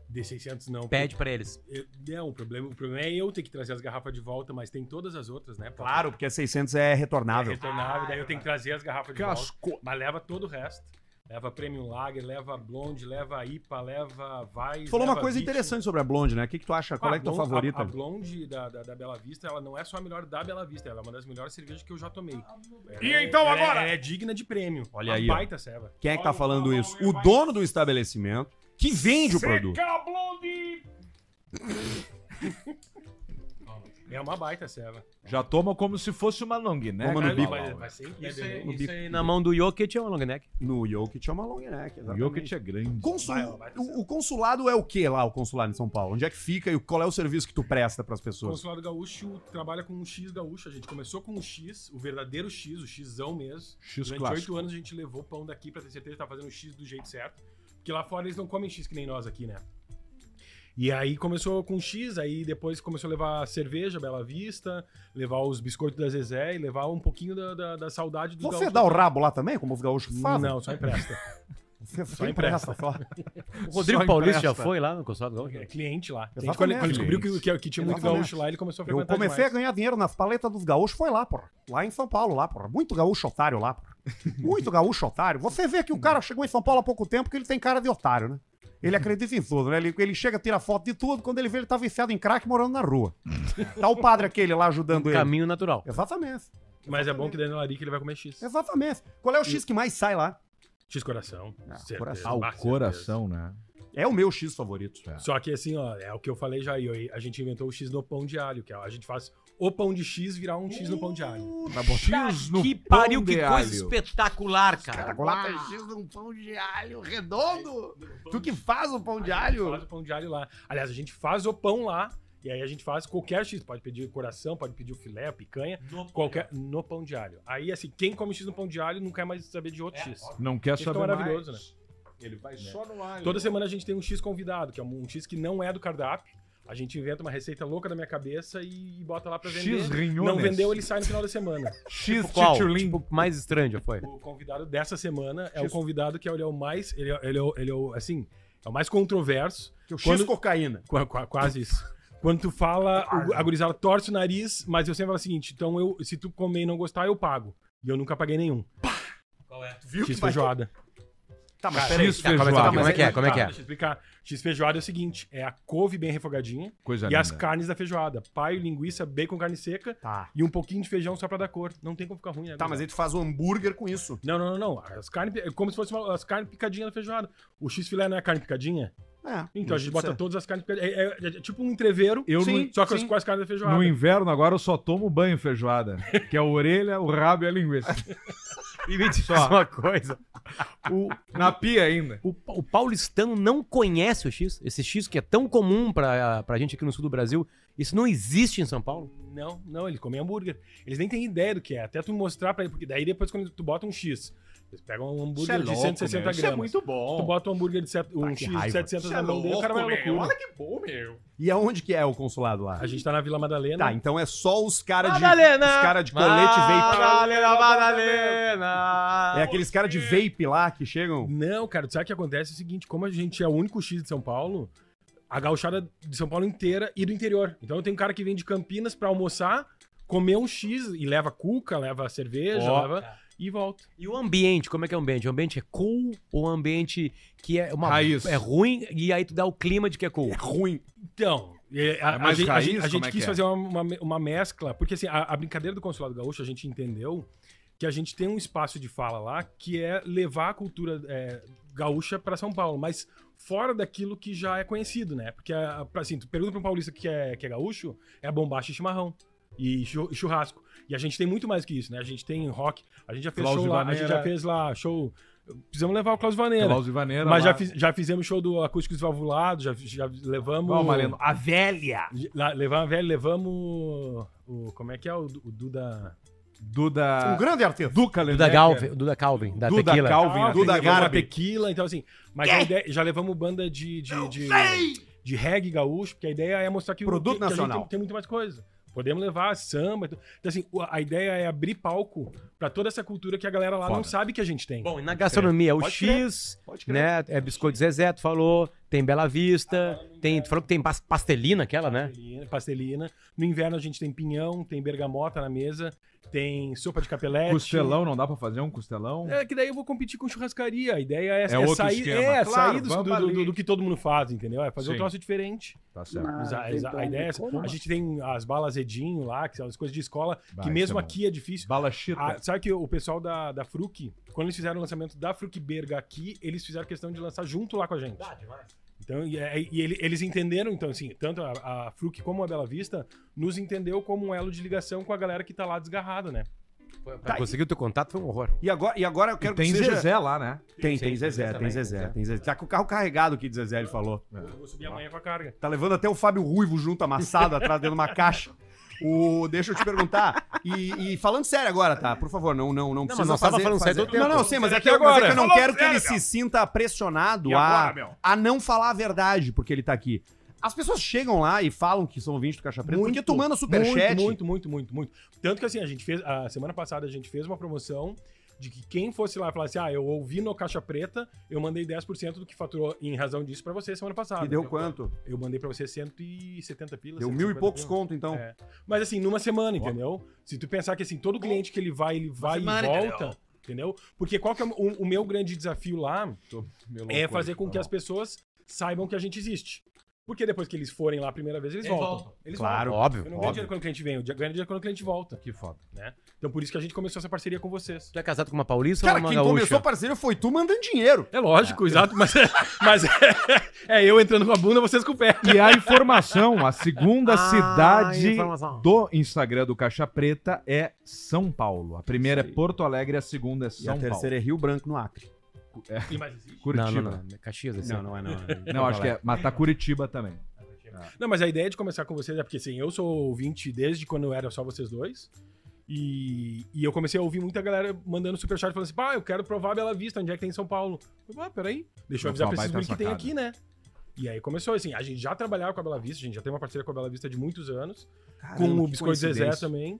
[SPEAKER 6] De 600 não.
[SPEAKER 3] pede pra eles.
[SPEAKER 6] Eu- Não, o problema, o problema é eu ter que trazer as garrafas de volta, mas tem todas as outras, né?
[SPEAKER 1] Claro, porque 600 é
[SPEAKER 6] É
[SPEAKER 1] retornável.
[SPEAKER 6] retornável, daí eu tenho que trazer as garrafas de volta.
[SPEAKER 2] Casco.
[SPEAKER 6] Mas leva todo o resto. Leva Premium Lager, leva Blonde, leva IPA, leva Vai.
[SPEAKER 1] Tu falou uma coisa interessante sobre a Blonde, né? O que, que tu acha? Qual é que é tua favorita?
[SPEAKER 6] A, a Blonde da, da, da Bela Vista, ela não é só a melhor da Bela Vista, ela é uma das melhores cervejas que eu já tomei.
[SPEAKER 2] E
[SPEAKER 6] Ela é-
[SPEAKER 2] então
[SPEAKER 6] ela é-
[SPEAKER 2] agora?
[SPEAKER 6] Ela é digna de prêmio.
[SPEAKER 1] Olha
[SPEAKER 6] Uma
[SPEAKER 1] aí, ó.
[SPEAKER 6] baita serva.
[SPEAKER 1] Quem é que tá falando isso? O dono do estabelecimento que vende o produto.
[SPEAKER 2] Seca é blonde!
[SPEAKER 6] É uma baita serva.
[SPEAKER 2] Já toma como se fosse uma long, né?
[SPEAKER 1] Toma no
[SPEAKER 6] Vai-
[SPEAKER 1] bico.
[SPEAKER 6] vai- vai ser incrível,
[SPEAKER 3] Isso
[SPEAKER 6] hein?
[SPEAKER 3] aí,
[SPEAKER 1] No bico.
[SPEAKER 3] na mão do Jokic é uma long neck.
[SPEAKER 1] No Jokic é uma long neck,
[SPEAKER 2] O
[SPEAKER 1] exatamente.
[SPEAKER 2] Jokic é grande.
[SPEAKER 1] Consul-
[SPEAKER 6] Vai, vai, vai.
[SPEAKER 1] o, o consulado é o que lá, o consulado em São Paulo? Onde é que fica e qual é o serviço que tu presta pras
[SPEAKER 6] O
[SPEAKER 1] pessoas?
[SPEAKER 6] Consulado Gaúcho trabalha com um X gaúcho. A gente começou com um X, o verdadeiro X, o Xzão mesmo.
[SPEAKER 2] X
[SPEAKER 6] Durante
[SPEAKER 2] clássico.
[SPEAKER 6] oito anos a gente levou o pão daqui pra ter certeza que tá fazendo o X do jeito certo. Porque lá fora eles não comem X que nem nós aqui, né? E aí começou com X, aí depois começou a levar cerveja, Bela Vista, levar os biscoitos da Zezé e levar um pouquinho da, da- da saudade do
[SPEAKER 1] Você é dá o rabo lá também, como os gaúchos fazem?
[SPEAKER 6] Não, só empresta.
[SPEAKER 1] Você
[SPEAKER 6] só empresta.
[SPEAKER 1] só.
[SPEAKER 3] O Rodrigo
[SPEAKER 2] Só
[SPEAKER 3] Paulista
[SPEAKER 2] empresta.
[SPEAKER 3] já foi lá no consulado do
[SPEAKER 6] É
[SPEAKER 3] Gaúcho?
[SPEAKER 6] cliente lá. A gente,
[SPEAKER 1] Exatamente.
[SPEAKER 6] quando ele quando descobriu que, que- que tinha muito
[SPEAKER 1] Exatamente.
[SPEAKER 6] gaúcho lá, ele começou a
[SPEAKER 1] Eu
[SPEAKER 6] frequentar
[SPEAKER 1] comecei a
[SPEAKER 6] demais.
[SPEAKER 1] ganhar dinheiro nas paletas dos gaúchos, foi lá, porra. Lá em São Paulo, lá, porra. Muito gaúcho otário lá, porra. Muito gaúcho otário. Você vê que o cara chegou em São Paulo há pouco tempo que ele tem cara de otário, né? Ele acredita em tudo, né? Ele, ele chega, tira foto de tudo, quando ele vê ele tá viciado em crack morando na rua. Tá o padre aquele lá ajudando ele.
[SPEAKER 3] Um Caminho natural.
[SPEAKER 1] Exatamente.
[SPEAKER 6] Mas é bom que daí na larica ele vai comer X.
[SPEAKER 1] Exatamente. Qual é o X que mais sai lá?
[SPEAKER 6] X coração. certeza,
[SPEAKER 1] coração.
[SPEAKER 2] Ao
[SPEAKER 6] bah, certeza.
[SPEAKER 2] Ah, coração, né?
[SPEAKER 1] É o meu X favorito.
[SPEAKER 6] Só que assim, ó, é o que eu falei já aí. ó, A gente inventou o X no pão de alho, que é, a gente faz o pão de X virar um X no pão de alho.
[SPEAKER 2] Tá bom. X no
[SPEAKER 3] que
[SPEAKER 2] pão
[SPEAKER 3] pariu,
[SPEAKER 2] de
[SPEAKER 3] que coisa
[SPEAKER 2] alho.
[SPEAKER 3] espetacular, cara.
[SPEAKER 1] Bota X num pão de alho redondo. Tu que faz o pão de
[SPEAKER 6] Faz o pão de alho lá. Aliás, a gente faz o pão lá. E aí a gente faz qualquer X. Pode pedir coração, pode pedir o filé, a picanha. qualquer, no pão de alho. Aí, assim, quem come X no pão de alho não quer mais saber de outro X.
[SPEAKER 2] Não quer
[SPEAKER 6] Isso que é
[SPEAKER 2] saber Né.
[SPEAKER 6] maravilhoso,
[SPEAKER 2] mais. Ele vai só no alho.
[SPEAKER 6] Toda semana a gente tem um X convidado, que é um X que um não é do cardápio, A gente inventa uma receita louca da minha cabeça e, e bota lá pra vender.
[SPEAKER 2] X rinhones.
[SPEAKER 6] Não vendeu, ele sai no final da semana.
[SPEAKER 2] X
[SPEAKER 3] Tipo qual?
[SPEAKER 2] titulin.
[SPEAKER 3] Tipo, mais estranho já foi.
[SPEAKER 6] O convidado dessa semana é o convidado que ele é o mais. Ele é, ele é o- ele é o, assim, é o mais controverso.
[SPEAKER 1] é
[SPEAKER 7] Que eu X
[SPEAKER 6] Quando-
[SPEAKER 7] cocaína.
[SPEAKER 6] Qua- qua- quase isso. Quando tu fala, o- a gurizada torce o nariz, mas eu sempre falo o seguinte: então eu, se tu comer e não gostar, eu pago. E eu nunca paguei nenhum.
[SPEAKER 1] Viu
[SPEAKER 6] X
[SPEAKER 1] vai-
[SPEAKER 6] feijoada.
[SPEAKER 7] Tá, mas
[SPEAKER 2] X
[SPEAKER 3] Tá,
[SPEAKER 2] feijoada.
[SPEAKER 3] como é que é? Como é que
[SPEAKER 6] Tá,
[SPEAKER 3] é?
[SPEAKER 6] Deixa eu explicar. X feijoada é o seguinte: é a couve bem refogadinha
[SPEAKER 3] Tá
[SPEAKER 2] Coisa
[SPEAKER 6] e as
[SPEAKER 2] linda.
[SPEAKER 6] carnes da feijoada. Paio, linguiça, bacon, carne seca
[SPEAKER 7] Tá.
[SPEAKER 6] e um pouquinho de feijão só pra dar cor. Não tem como ficar ruim, né?
[SPEAKER 1] Tá,
[SPEAKER 6] gurizada?
[SPEAKER 1] mas aí tu faz o hambúrguer com isso.
[SPEAKER 6] Não, não, não, não. As carnes, é como se fosse uma- as carnes picadinhas da feijoada. O X-filé não é carne picadinha?
[SPEAKER 1] É.
[SPEAKER 6] Então a gente bota todas as carnes picadinhas. É, é- é tipo um entreveiro,
[SPEAKER 2] Eu
[SPEAKER 1] Sim,
[SPEAKER 2] no,
[SPEAKER 6] só que as-
[SPEAKER 1] sim.
[SPEAKER 6] com as carnes da feijoada.
[SPEAKER 2] no inverno agora eu só tomo banho em feijoada, que é a orelha, o rabo e a linguiça.
[SPEAKER 3] E me diz uma coisa.
[SPEAKER 2] O- na pia ainda.
[SPEAKER 3] O, pa- o paulistano não conhece o X? Esse X que é tão comum pra, pra gente aqui no sul do Brasil, isso não existe em São Paulo?
[SPEAKER 6] Não, não, eles comem hambúrguer. Eles nem têm ideia do que é. Até tu mostrar pra ele, porque daí depois quando tu bota um X, eles pegam um hambúrguer de 160
[SPEAKER 1] meu. Isso é
[SPEAKER 6] gramas.
[SPEAKER 1] muito
[SPEAKER 6] Tu
[SPEAKER 1] bom.
[SPEAKER 6] bota um hambúrguer de set- um X de 700
[SPEAKER 1] Isso é
[SPEAKER 6] na mão dele, o
[SPEAKER 1] louco,
[SPEAKER 6] cara vai à
[SPEAKER 1] meu.
[SPEAKER 6] loucura.
[SPEAKER 1] Olha que bom, meu. E aonde que é o consulado lá?
[SPEAKER 6] A gente tá na Vila Madalena.
[SPEAKER 1] Tá, então é só os caras de
[SPEAKER 3] Madalena!
[SPEAKER 1] os cara de colete vape.
[SPEAKER 3] Madalena, Madalena!
[SPEAKER 1] É aqueles caras de vape lá que
[SPEAKER 2] Tipo,
[SPEAKER 1] chegam.
[SPEAKER 6] Não, cara, tu sabe o que acontece? É o seguinte, como a gente é o único X de São Paulo, a gauchada de São Paulo inteira e do interior. Então eu tenho um cara que vem de Campinas pra almoçar, comer um X e leva cuca, leva cerveja,
[SPEAKER 2] Ó,
[SPEAKER 6] leva...
[SPEAKER 3] É.
[SPEAKER 6] E volta.
[SPEAKER 3] E o ambiente, como é que é o ambiente? O ambiente é cool ou o ambiente que é uma
[SPEAKER 2] Raiz.
[SPEAKER 3] é ruim e aí tu dá o clima de que é cool?
[SPEAKER 1] É ruim.
[SPEAKER 6] Então, é, a,
[SPEAKER 2] É
[SPEAKER 6] a
[SPEAKER 2] mais
[SPEAKER 6] gente, a
[SPEAKER 2] raiz?
[SPEAKER 6] gente- a
[SPEAKER 2] Como
[SPEAKER 6] gente
[SPEAKER 2] é que
[SPEAKER 6] quis
[SPEAKER 2] é?
[SPEAKER 6] fazer uma, uma, uma mescla, porque assim, a, a brincadeira do Consulado Gaúcho, a gente entendeu que a gente tem um espaço de fala lá que é levar a cultura é, gaúcha para São Paulo, mas fora daquilo que já é conhecido, né? Porque, a- pra- assim, tu pergunta pra um paulista que é, que é gaúcho, é bombacha e chimarrão. E chu- e churrasco. E a gente tem muito mais que isso, né? A gente tem rock, a gente já fez
[SPEAKER 2] Klaus
[SPEAKER 6] show lá, a
[SPEAKER 2] Ivaneira.
[SPEAKER 6] gente já fez lá show. Precisamos levar o Klaus Vaneira.
[SPEAKER 2] Klaus Ivaneira
[SPEAKER 6] Mas já,
[SPEAKER 2] lá.
[SPEAKER 6] fiz- já fizemos show do Acústicos Valvulados, já, já levamos.
[SPEAKER 2] Ó, Maleno, a velha.
[SPEAKER 6] Lá, levamos, velho, levamos. o- o- como é que é o, du- o Duda.
[SPEAKER 2] Duda.
[SPEAKER 7] Um grande artista.
[SPEAKER 2] Duca
[SPEAKER 3] Duda
[SPEAKER 2] Lendecker.
[SPEAKER 3] Galvin, Duda Calvin, da
[SPEAKER 2] É, Duda
[SPEAKER 3] tequila.
[SPEAKER 2] Calvin.
[SPEAKER 6] Ah,
[SPEAKER 2] né?
[SPEAKER 1] Duda
[SPEAKER 6] levamos
[SPEAKER 1] Garbi.
[SPEAKER 6] a Tequila, então assim. Mas a ideia- já levamos banda de. de, de, de reggae gaúcho, porque a ideia é mostrar que o
[SPEAKER 1] Produto
[SPEAKER 6] que- que a gente
[SPEAKER 1] nacional.
[SPEAKER 6] tem, tem muito mais coisa. Podemos levar samba. e tudo. Então, assim, o- a ideia é abrir palco pra toda essa cultura que a galera lá não sabe que a gente tem.
[SPEAKER 3] Bom, e na gastronomia, o X, né? É biscoito Zezé, tu falou, tem Bela Vista, tem, tu falou que tem pas- pastelina aquela, né?
[SPEAKER 6] Pastelina, pastelina. No inverno a gente tem pinhão, tem bergamota na mesa, tem sopa de capelete.
[SPEAKER 2] é Costelão, não dá pra fazer um costelão?
[SPEAKER 6] É que daí eu vou competir com churrascaria. A ideia é, é,
[SPEAKER 2] outro
[SPEAKER 6] sair,
[SPEAKER 2] esquema.
[SPEAKER 6] é,
[SPEAKER 2] Claro,
[SPEAKER 6] sair do,
[SPEAKER 2] vamos
[SPEAKER 6] do- do-
[SPEAKER 2] ali.
[SPEAKER 6] do que todo mundo faz, entendeu? É fazer
[SPEAKER 2] Sim.
[SPEAKER 6] um troço diferente.
[SPEAKER 2] Tá certo.
[SPEAKER 6] Mas a, a- a ideia é essa. A gente tem as balas Edinho lá, que são as coisas de escola,
[SPEAKER 2] Bah,
[SPEAKER 6] que
[SPEAKER 2] isso
[SPEAKER 6] mesmo
[SPEAKER 2] é bom.
[SPEAKER 6] aqui é difícil.
[SPEAKER 2] Bala chita.
[SPEAKER 6] Ah, sabe que o pessoal da, da Fruc, quando eles fizeram o lançamento da Fruc Berga aqui, eles fizeram questão de lançar junto lá com a gente. Então, e, é- e ele- eles entenderam, então, assim, tanto a, a Fruc como a Bela Vista, nos entendeu como um elo de ligação com a galera que tá lá desgarrada, né?
[SPEAKER 3] Pra conseguir o teu contato foi um horror.
[SPEAKER 1] E agora, e agora eu quero
[SPEAKER 2] Tem
[SPEAKER 1] que seja...
[SPEAKER 2] Zezé lá, né?
[SPEAKER 1] Tem,
[SPEAKER 3] Sim,
[SPEAKER 1] tem Zezé, tem
[SPEAKER 3] também,
[SPEAKER 1] Zezé,
[SPEAKER 3] Zezé.
[SPEAKER 1] tem Zezé. Tá com o carro carregado aqui de Zezé, ele falou.
[SPEAKER 6] Eu vou subir amanhã com a carga.
[SPEAKER 1] Tá levando até o Fábio Ruivo junto, amassado, atrás dentro de uma caixa. O, deixa eu te perguntar. E, e falando sério agora, tá? Por favor, não, não, não precisa
[SPEAKER 3] nós tava
[SPEAKER 1] fazer,
[SPEAKER 3] falando sério
[SPEAKER 1] fazer-
[SPEAKER 3] todo
[SPEAKER 1] Não,
[SPEAKER 3] tempo.
[SPEAKER 1] não, sim, mas é que,
[SPEAKER 6] Sério
[SPEAKER 1] eu- mas é
[SPEAKER 6] agora.
[SPEAKER 1] que eu não
[SPEAKER 6] Falou
[SPEAKER 1] quero que
[SPEAKER 6] sério,
[SPEAKER 1] ele se
[SPEAKER 6] meu.
[SPEAKER 1] sinta pressionado
[SPEAKER 6] E
[SPEAKER 1] a,
[SPEAKER 6] agora, meu?
[SPEAKER 1] a não falar a verdade, porque ele tá aqui. As pessoas chegam lá e falam que são ouvintes do Caixa Preta, porque tu manda superchat.
[SPEAKER 6] Muito, muito, muito, muito, muito. Tanto que assim, a gente fez. A semana passada a gente fez uma promoção de que quem fosse lá e falasse, ah, eu ouvi no Caixa Preta, eu mandei 10% do que faturou em razão disso pra você semana passada.
[SPEAKER 1] E deu
[SPEAKER 6] Eu-
[SPEAKER 1] quanto?
[SPEAKER 6] Eu mandei pra você 170 pilas.
[SPEAKER 1] Deu mil e
[SPEAKER 6] 150
[SPEAKER 1] poucos
[SPEAKER 6] pilas.
[SPEAKER 1] conto, então.
[SPEAKER 6] É. Mas assim, numa semana, entendeu? Se tu pensar que assim, todo cliente que ele vai, ele vai
[SPEAKER 2] semana,
[SPEAKER 6] e volta, entendeu? Porque qual que é o, o meu grande desafio lá? é fazer com que as pessoas saibam que a gente existe. Porque depois que eles forem lá a primeira vez, eles, voltam. Eles
[SPEAKER 1] Claro.
[SPEAKER 6] voltam. Eu
[SPEAKER 3] Óbvio,
[SPEAKER 6] não ganho
[SPEAKER 3] óbvio.
[SPEAKER 6] dinheiro quando o cliente vem, eu ganho dinheiro quando o cliente volta.
[SPEAKER 2] Que foda.
[SPEAKER 6] Então por isso que a gente começou essa parceria com vocês.
[SPEAKER 3] Tu é casado com uma paulista
[SPEAKER 1] Cara,
[SPEAKER 3] ou uma
[SPEAKER 1] quem
[SPEAKER 3] gaúcha?
[SPEAKER 1] começou a parceria foi tu mandando dinheiro.
[SPEAKER 6] É lógico, exato, mas, mas é, eu entrando com a bunda, vocês com o pé.
[SPEAKER 2] E a informação, a segunda
[SPEAKER 3] Ah,
[SPEAKER 2] cidade
[SPEAKER 3] informação.
[SPEAKER 2] do Instagram do Caixa Preta é São Paulo. A primeira é Porto Alegre, a segunda é
[SPEAKER 1] E a
[SPEAKER 2] São Paulo.
[SPEAKER 1] terceira é Rio Branco, no Acre.
[SPEAKER 2] Curitiba.
[SPEAKER 3] Não, não, não. Caxias, assim.
[SPEAKER 1] Não, não é não.
[SPEAKER 2] não. acho que é matar Curitiba também.
[SPEAKER 6] Não, mas a ideia de começar com vocês é porque, assim, eu sou ouvinte desde quando eu era só vocês dois. E, e eu comecei a ouvir muita galera mandando superchat falando assim: pá, eu quero provar a Bela Vista, onde é que tem em São Paulo. Eu, ah, peraí, deixa eu
[SPEAKER 2] Uma
[SPEAKER 6] avisar pra esses
[SPEAKER 2] baita
[SPEAKER 6] guri que tem
[SPEAKER 2] sacada.
[SPEAKER 6] aqui, né? E aí começou assim, a gente já trabalhava com a Bela Vista, a gente já tem uma parceria com a Bela Vista de muitos anos, com o Biscoito Zezé também.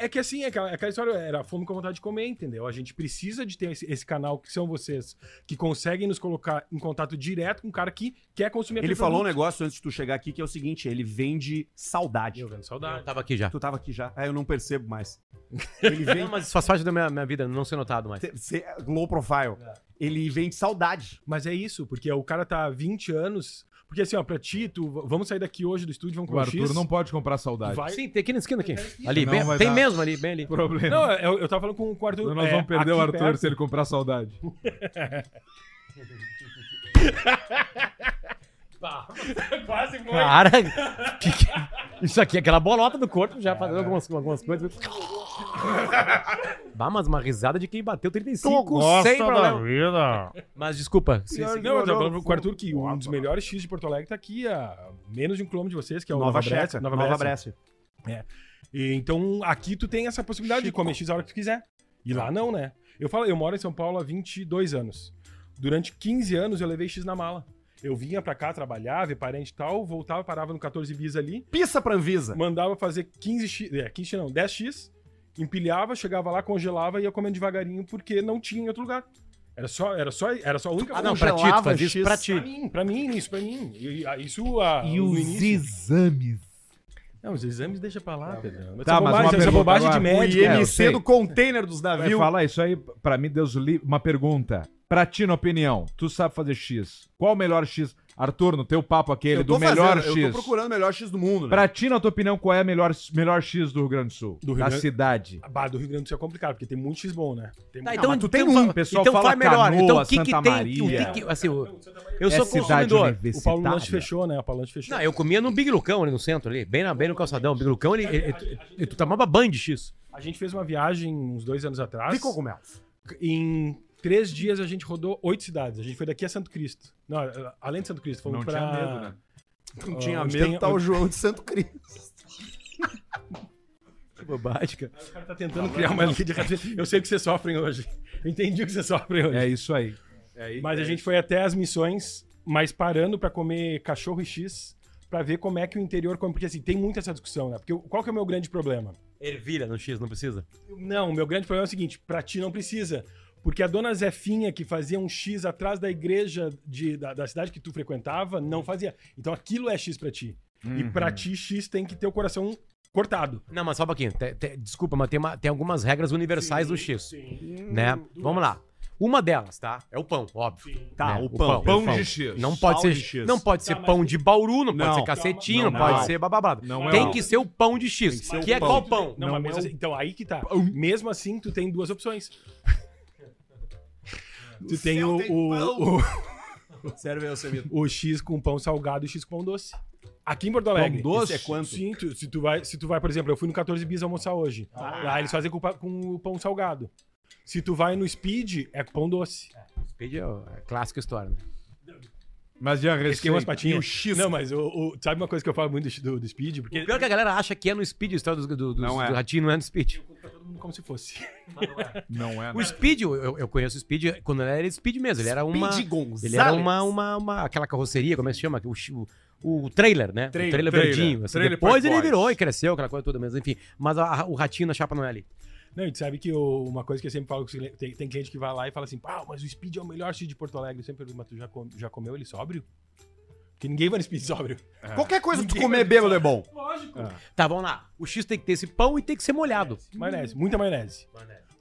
[SPEAKER 6] É que assim, é aquela, é aquela história era fome com vontade de comer, entendeu? A gente precisa de ter esse, esse canal que são vocês, que conseguem nos colocar em contato direto com o cara que quer consumir
[SPEAKER 1] Ele
[SPEAKER 6] aquele
[SPEAKER 1] falou um
[SPEAKER 6] produto.
[SPEAKER 1] negócio antes de tu chegar aqui que é o seguinte, ele vende saudade.
[SPEAKER 6] Eu vendo saudade.
[SPEAKER 3] Eu tava aqui já.
[SPEAKER 1] Tu tava aqui já. Ah, eu não percebo mais. Ele
[SPEAKER 3] Não,
[SPEAKER 1] vende
[SPEAKER 3] mas isso faz parte da minha, minha vida, não ser notado mais.
[SPEAKER 1] te- se- low profile. Ele vende saudade.
[SPEAKER 6] Mas é isso, porque o cara tá há 20 anos. Porque assim, ó, pra ti, tu, v- vamos sair daqui hoje do estúdio, vamos
[SPEAKER 2] O
[SPEAKER 6] comer um
[SPEAKER 2] Arthur
[SPEAKER 6] X.
[SPEAKER 2] não pode comprar saudade.
[SPEAKER 6] vai...
[SPEAKER 3] Sim, tem aqui na esquina aqui. Ali,
[SPEAKER 2] Não
[SPEAKER 3] bem-
[SPEAKER 2] vai
[SPEAKER 3] tem
[SPEAKER 2] dar.
[SPEAKER 3] mesmo ali, bem ali.
[SPEAKER 2] Problema.
[SPEAKER 6] Não, eu, eu tava falando com, com o Arthur.
[SPEAKER 2] Nós
[SPEAKER 6] é,
[SPEAKER 2] vamos perder o
[SPEAKER 6] aqui
[SPEAKER 2] Arthur
[SPEAKER 6] perto-
[SPEAKER 2] se ele comprar saudade.
[SPEAKER 6] Quase foi.
[SPEAKER 3] Cara, que que- isso aqui é aquela bolota do corpo já fazendo algumas, algumas coisas. Bah, mas uma risada de quem bateu 35 sem problema.
[SPEAKER 7] vida.
[SPEAKER 3] Mas desculpa. se- se-
[SPEAKER 6] Não, eu tava falando com o Arthur que um dos melhores X de Porto Alegre tá aqui a menos de um quilômetro de vocês, que é o Nova, Brecha.
[SPEAKER 1] Nova, Brécia.
[SPEAKER 6] E, então aqui tu tem essa possibilidade de comer X a hora que tu quiser. E lá não, né? Eu falo, eu moro em São Paulo há 22 anos. Durante 15 anos eu levei X na mala. Eu vinha pra cá trabalhar, ver parente e tal, voltava, parava no 14 bis ali,
[SPEAKER 1] Pissa pra Anvisa.
[SPEAKER 6] mandava fazer 15 X, é, 15 não, 10 X, empilhava, chegava lá, congelava e ia comendo devagarinho porque não tinha em outro lugar. Era só, era só, era só a única
[SPEAKER 3] Ah, não, pra ti, tu faz isso pra ti.
[SPEAKER 6] Pra mim, pra mim, isso, pra mim. E- e- Isso ah, no início-
[SPEAKER 2] exames?
[SPEAKER 6] Não, os exames deixa pra lá, Pedro. Mas
[SPEAKER 2] Tá, mas
[SPEAKER 6] essa bobagem,
[SPEAKER 2] uma
[SPEAKER 6] essa
[SPEAKER 2] pergunta
[SPEAKER 6] bobagem de
[SPEAKER 2] agora.
[SPEAKER 1] O
[SPEAKER 6] médico. né?
[SPEAKER 2] é, eu
[SPEAKER 1] IMC
[SPEAKER 2] sei.
[SPEAKER 1] do container dos
[SPEAKER 2] Vai
[SPEAKER 1] navios.
[SPEAKER 2] falar É, isso aí, pra mim, Deus o livre. Uma pergunta. Pra ti, na opinião, tu sabe fazer X. Qual o melhor X? Arthur, no teu papo aquele, do melhor
[SPEAKER 1] fazendo, Eu tô
[SPEAKER 2] X.
[SPEAKER 1] procurando o melhor X do mundo. né?
[SPEAKER 2] Pra ti, na tua opinião, qual é o melhor, melhor X do Rio Grande do Sul?
[SPEAKER 6] Do Rio
[SPEAKER 2] da
[SPEAKER 6] Grande-
[SPEAKER 2] cidade.
[SPEAKER 6] A barra do Rio Grande do Sul é complicado, porque tem muito X bom, né? Tem
[SPEAKER 3] Tá,
[SPEAKER 6] muito-
[SPEAKER 3] então,
[SPEAKER 1] mas tu tem
[SPEAKER 3] então
[SPEAKER 1] um,
[SPEAKER 3] fala-
[SPEAKER 2] o pessoal
[SPEAKER 3] então
[SPEAKER 2] fala é
[SPEAKER 3] fala melhor.
[SPEAKER 2] Canoa,
[SPEAKER 3] então o que que
[SPEAKER 2] Santa
[SPEAKER 3] tem?
[SPEAKER 2] Maria. É
[SPEAKER 3] O que que, assim, o- eu sou
[SPEAKER 2] cidade
[SPEAKER 3] consumidor.
[SPEAKER 6] O Paulo Lanche
[SPEAKER 2] universitária.
[SPEAKER 6] fechou, né? O Paulo Lanche fechou.
[SPEAKER 3] Não, eu comia no Big Lucão ali no centro ali, bem, na, bem no calçadão. Big Lucão, ele, ele- ele- ele- tu tomava banho de X.
[SPEAKER 6] A gente fez uma viagem uns dois anos atrás.
[SPEAKER 1] De cogumelo.
[SPEAKER 6] Em três dias a gente rodou oito cidades. A gente foi daqui a Santo Cristo. Não, a- além de Santo Cristo, fomos
[SPEAKER 2] Não
[SPEAKER 6] pra...
[SPEAKER 2] tinha medo, né?
[SPEAKER 7] Ah,
[SPEAKER 1] Não tinha
[SPEAKER 6] onde
[SPEAKER 1] medo,
[SPEAKER 6] tem-
[SPEAKER 1] tá o João de Santo Cristo.
[SPEAKER 3] Que bobagem, cara.
[SPEAKER 6] O cara tá Tipo, tentando criar uma linha de raciocínio. Eu sei o que vocês sofrem hoje. Eu entendi o que vocês sofrem hoje.
[SPEAKER 2] É isso aí. É
[SPEAKER 6] Mas a
[SPEAKER 2] é
[SPEAKER 6] gente foi até as missões, mas parando pra comer cachorro e X, pra ver como é que o interior come. Porque assim, tem muita essa discussão, né? Porque o- qual que é o meu grande problema?
[SPEAKER 3] Ervilha no X, não precisa?
[SPEAKER 6] Não, o meu grande problema é o seguinte, pra ti não precisa. Porque a dona Zefinha, que fazia um X atrás da igreja de- da, da cidade que tu frequentava, não fazia. Então aquilo é X pra ti. E pra ti, X tem que ter o coração cortado.
[SPEAKER 3] Não, mas só um pouquinho. Te- te- desculpa, mas tem, uma- tem algumas regras universais do X. Né? Vamos lá. Uma delas, tá? É o pão, óbvio.
[SPEAKER 1] Tá,
[SPEAKER 3] Né?
[SPEAKER 1] o pão.
[SPEAKER 2] Pão de X.
[SPEAKER 3] Não pode
[SPEAKER 1] Pau
[SPEAKER 3] ser
[SPEAKER 1] de X.
[SPEAKER 3] Não pode ser
[SPEAKER 6] mas-
[SPEAKER 3] pão de bauru, não,
[SPEAKER 1] Não.
[SPEAKER 3] pode ser cacetinho, não,
[SPEAKER 1] Não,
[SPEAKER 3] pode
[SPEAKER 1] não.
[SPEAKER 3] ser bababado.
[SPEAKER 2] Não é
[SPEAKER 3] tem
[SPEAKER 2] o-
[SPEAKER 3] que ser o pão de X.
[SPEAKER 1] ser
[SPEAKER 3] Que,
[SPEAKER 1] o
[SPEAKER 3] é um
[SPEAKER 1] pão.
[SPEAKER 3] qual pão?
[SPEAKER 6] Não, mas mesmo assim, então aí que tá. Mesmo assim, tu tem duas opções. tu tem
[SPEAKER 1] céu
[SPEAKER 6] o,
[SPEAKER 1] tem
[SPEAKER 6] o, o,
[SPEAKER 1] Sério, meu, você me...
[SPEAKER 6] o X com pão salgado e o X com pão doce. Aqui em Porto Alegre.
[SPEAKER 1] doce? Isso é quanto?
[SPEAKER 6] Sim, tu- se, tu vai, se tu vai, por exemplo, eu fui no 14 bis almoçar hoje.
[SPEAKER 1] Ah.
[SPEAKER 6] Lá eles fazem com, pa- com o pão salgado. Se tu vai no Speed, é com pão doce.
[SPEAKER 3] Speed é o- é a clássica história, né?
[SPEAKER 2] Mas já
[SPEAKER 6] Esquema
[SPEAKER 2] receita.
[SPEAKER 6] as patinhas.
[SPEAKER 1] E o X.
[SPEAKER 6] Não, mas o, o- sabe uma coisa que eu falo muito do, do- do Speed? Porque
[SPEAKER 3] O pior é que a galera acha que é no Speed, a história do, do, do,
[SPEAKER 1] Não é.
[SPEAKER 3] do ratinho não é no Speed.
[SPEAKER 6] todo mundo como se fosse.
[SPEAKER 2] Não é,
[SPEAKER 3] O Speed, eu, eu conheço o Speed quando ele era Speed mesmo. Ele era uma.
[SPEAKER 1] Speed Gonzales.
[SPEAKER 3] Ele era uma, uma, uma- Aquela carroceria, como é que se chama? O, chi- o, o trailer,
[SPEAKER 1] Trailer,
[SPEAKER 3] né? o trailer,
[SPEAKER 2] trailer.
[SPEAKER 3] verdinho. assim.
[SPEAKER 2] Trailer
[SPEAKER 3] Depois
[SPEAKER 2] Park
[SPEAKER 3] ele
[SPEAKER 2] Boys.
[SPEAKER 3] virou e cresceu, aquela coisa toda, mas enfim. Mas a- a- o ratinho na chapa não é ali.
[SPEAKER 6] Não, e tu sabe que eu- uma coisa que eu sempre falo, com os clientes- tem, tem cliente que vai lá e fala assim, pau, mas o Speed é o melhor X de Porto Alegre. Eu sempre pergunto, mas tu já, com- já comeu ele sóbrio? Porque ninguém vai no Speed sóbrio.
[SPEAKER 7] É.
[SPEAKER 6] Ah.
[SPEAKER 1] Qualquer coisa que tu comer bêbado é bom.
[SPEAKER 6] Lógico.
[SPEAKER 3] Tá, vamos lá. O X tem que ter esse pão e tem que ser molhado.
[SPEAKER 6] Maionese, muita maionese.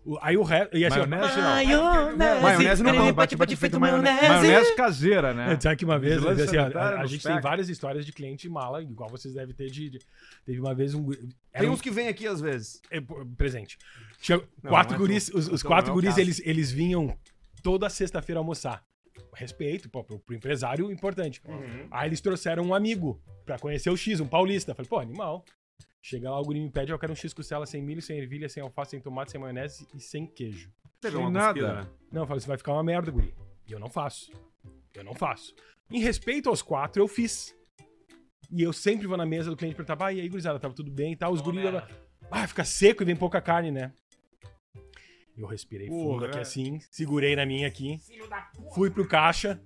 [SPEAKER 6] O- aí o resto... E assim, ó,
[SPEAKER 2] Maionese não.
[SPEAKER 3] Maionese, é
[SPEAKER 1] Maionese não,
[SPEAKER 3] piriri,
[SPEAKER 1] não,
[SPEAKER 2] bate, bate feito maionese. caseira, né?
[SPEAKER 6] Sabe que uma vez,
[SPEAKER 2] Vigilância
[SPEAKER 6] assim, ó,
[SPEAKER 2] sanitária
[SPEAKER 6] a, a
[SPEAKER 2] nos
[SPEAKER 6] gente tem
[SPEAKER 2] pega.
[SPEAKER 6] várias histórias de cliente mala, igual vocês devem ter de... de- teve uma vez um... era
[SPEAKER 1] Tem
[SPEAKER 6] um-
[SPEAKER 1] uns que vêm aqui às vezes.
[SPEAKER 6] é, pô, presente. Tinha quatro
[SPEAKER 1] não é
[SPEAKER 6] guris, os, os
[SPEAKER 1] então não
[SPEAKER 6] quatro
[SPEAKER 1] é o
[SPEAKER 6] guris,
[SPEAKER 1] caso.
[SPEAKER 6] eles, eles vinham toda sexta-feira almoçar. Respeito, pô, pro, pro empresário, importante. Aí eles trouxeram um amigo pra conhecer o X, um paulista. Falei, pô, animal. Chega lá, o guri me pede, eu quero um X costela sem milho, sem ervilha, sem alface, sem tomate, sem maionese e sem queijo.
[SPEAKER 1] Teve
[SPEAKER 2] Sem
[SPEAKER 1] uma
[SPEAKER 2] nada.
[SPEAKER 1] cuspida, né?
[SPEAKER 6] Não, eu falei, isso vai ficar uma merda, guri. E eu não faço. Eu não faço. Em respeito aos quatro, eu fiz. E eu sempre vou na mesa do cliente perguntar, ah, e aí, gurizada, tava tudo bem e tal. Os guris, ah, fica seco e vem pouca carne, né? Eu respirei fundo
[SPEAKER 1] Porra.
[SPEAKER 6] aqui assim, segurei na minha aqui, fui pro caixa,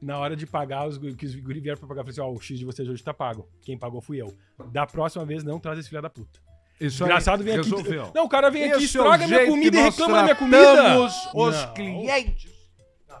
[SPEAKER 6] Na hora de pagar, os guri, que os guri vieram pra pagar, eu falei assim, ó, o X de vocês hoje tá pago. Quem pagou fui eu. Da próxima vez, não traz esse filho da puta.
[SPEAKER 2] Isso
[SPEAKER 6] Engraçado vem aqui...
[SPEAKER 2] resolveu.
[SPEAKER 6] Não, o cara vem aqui,
[SPEAKER 2] Esse é o
[SPEAKER 6] estraga minha
[SPEAKER 2] jeito
[SPEAKER 6] comida
[SPEAKER 2] que
[SPEAKER 6] e
[SPEAKER 2] nós
[SPEAKER 6] reclama da minha comida.
[SPEAKER 2] tratamos os
[SPEAKER 6] Não.
[SPEAKER 2] clientes.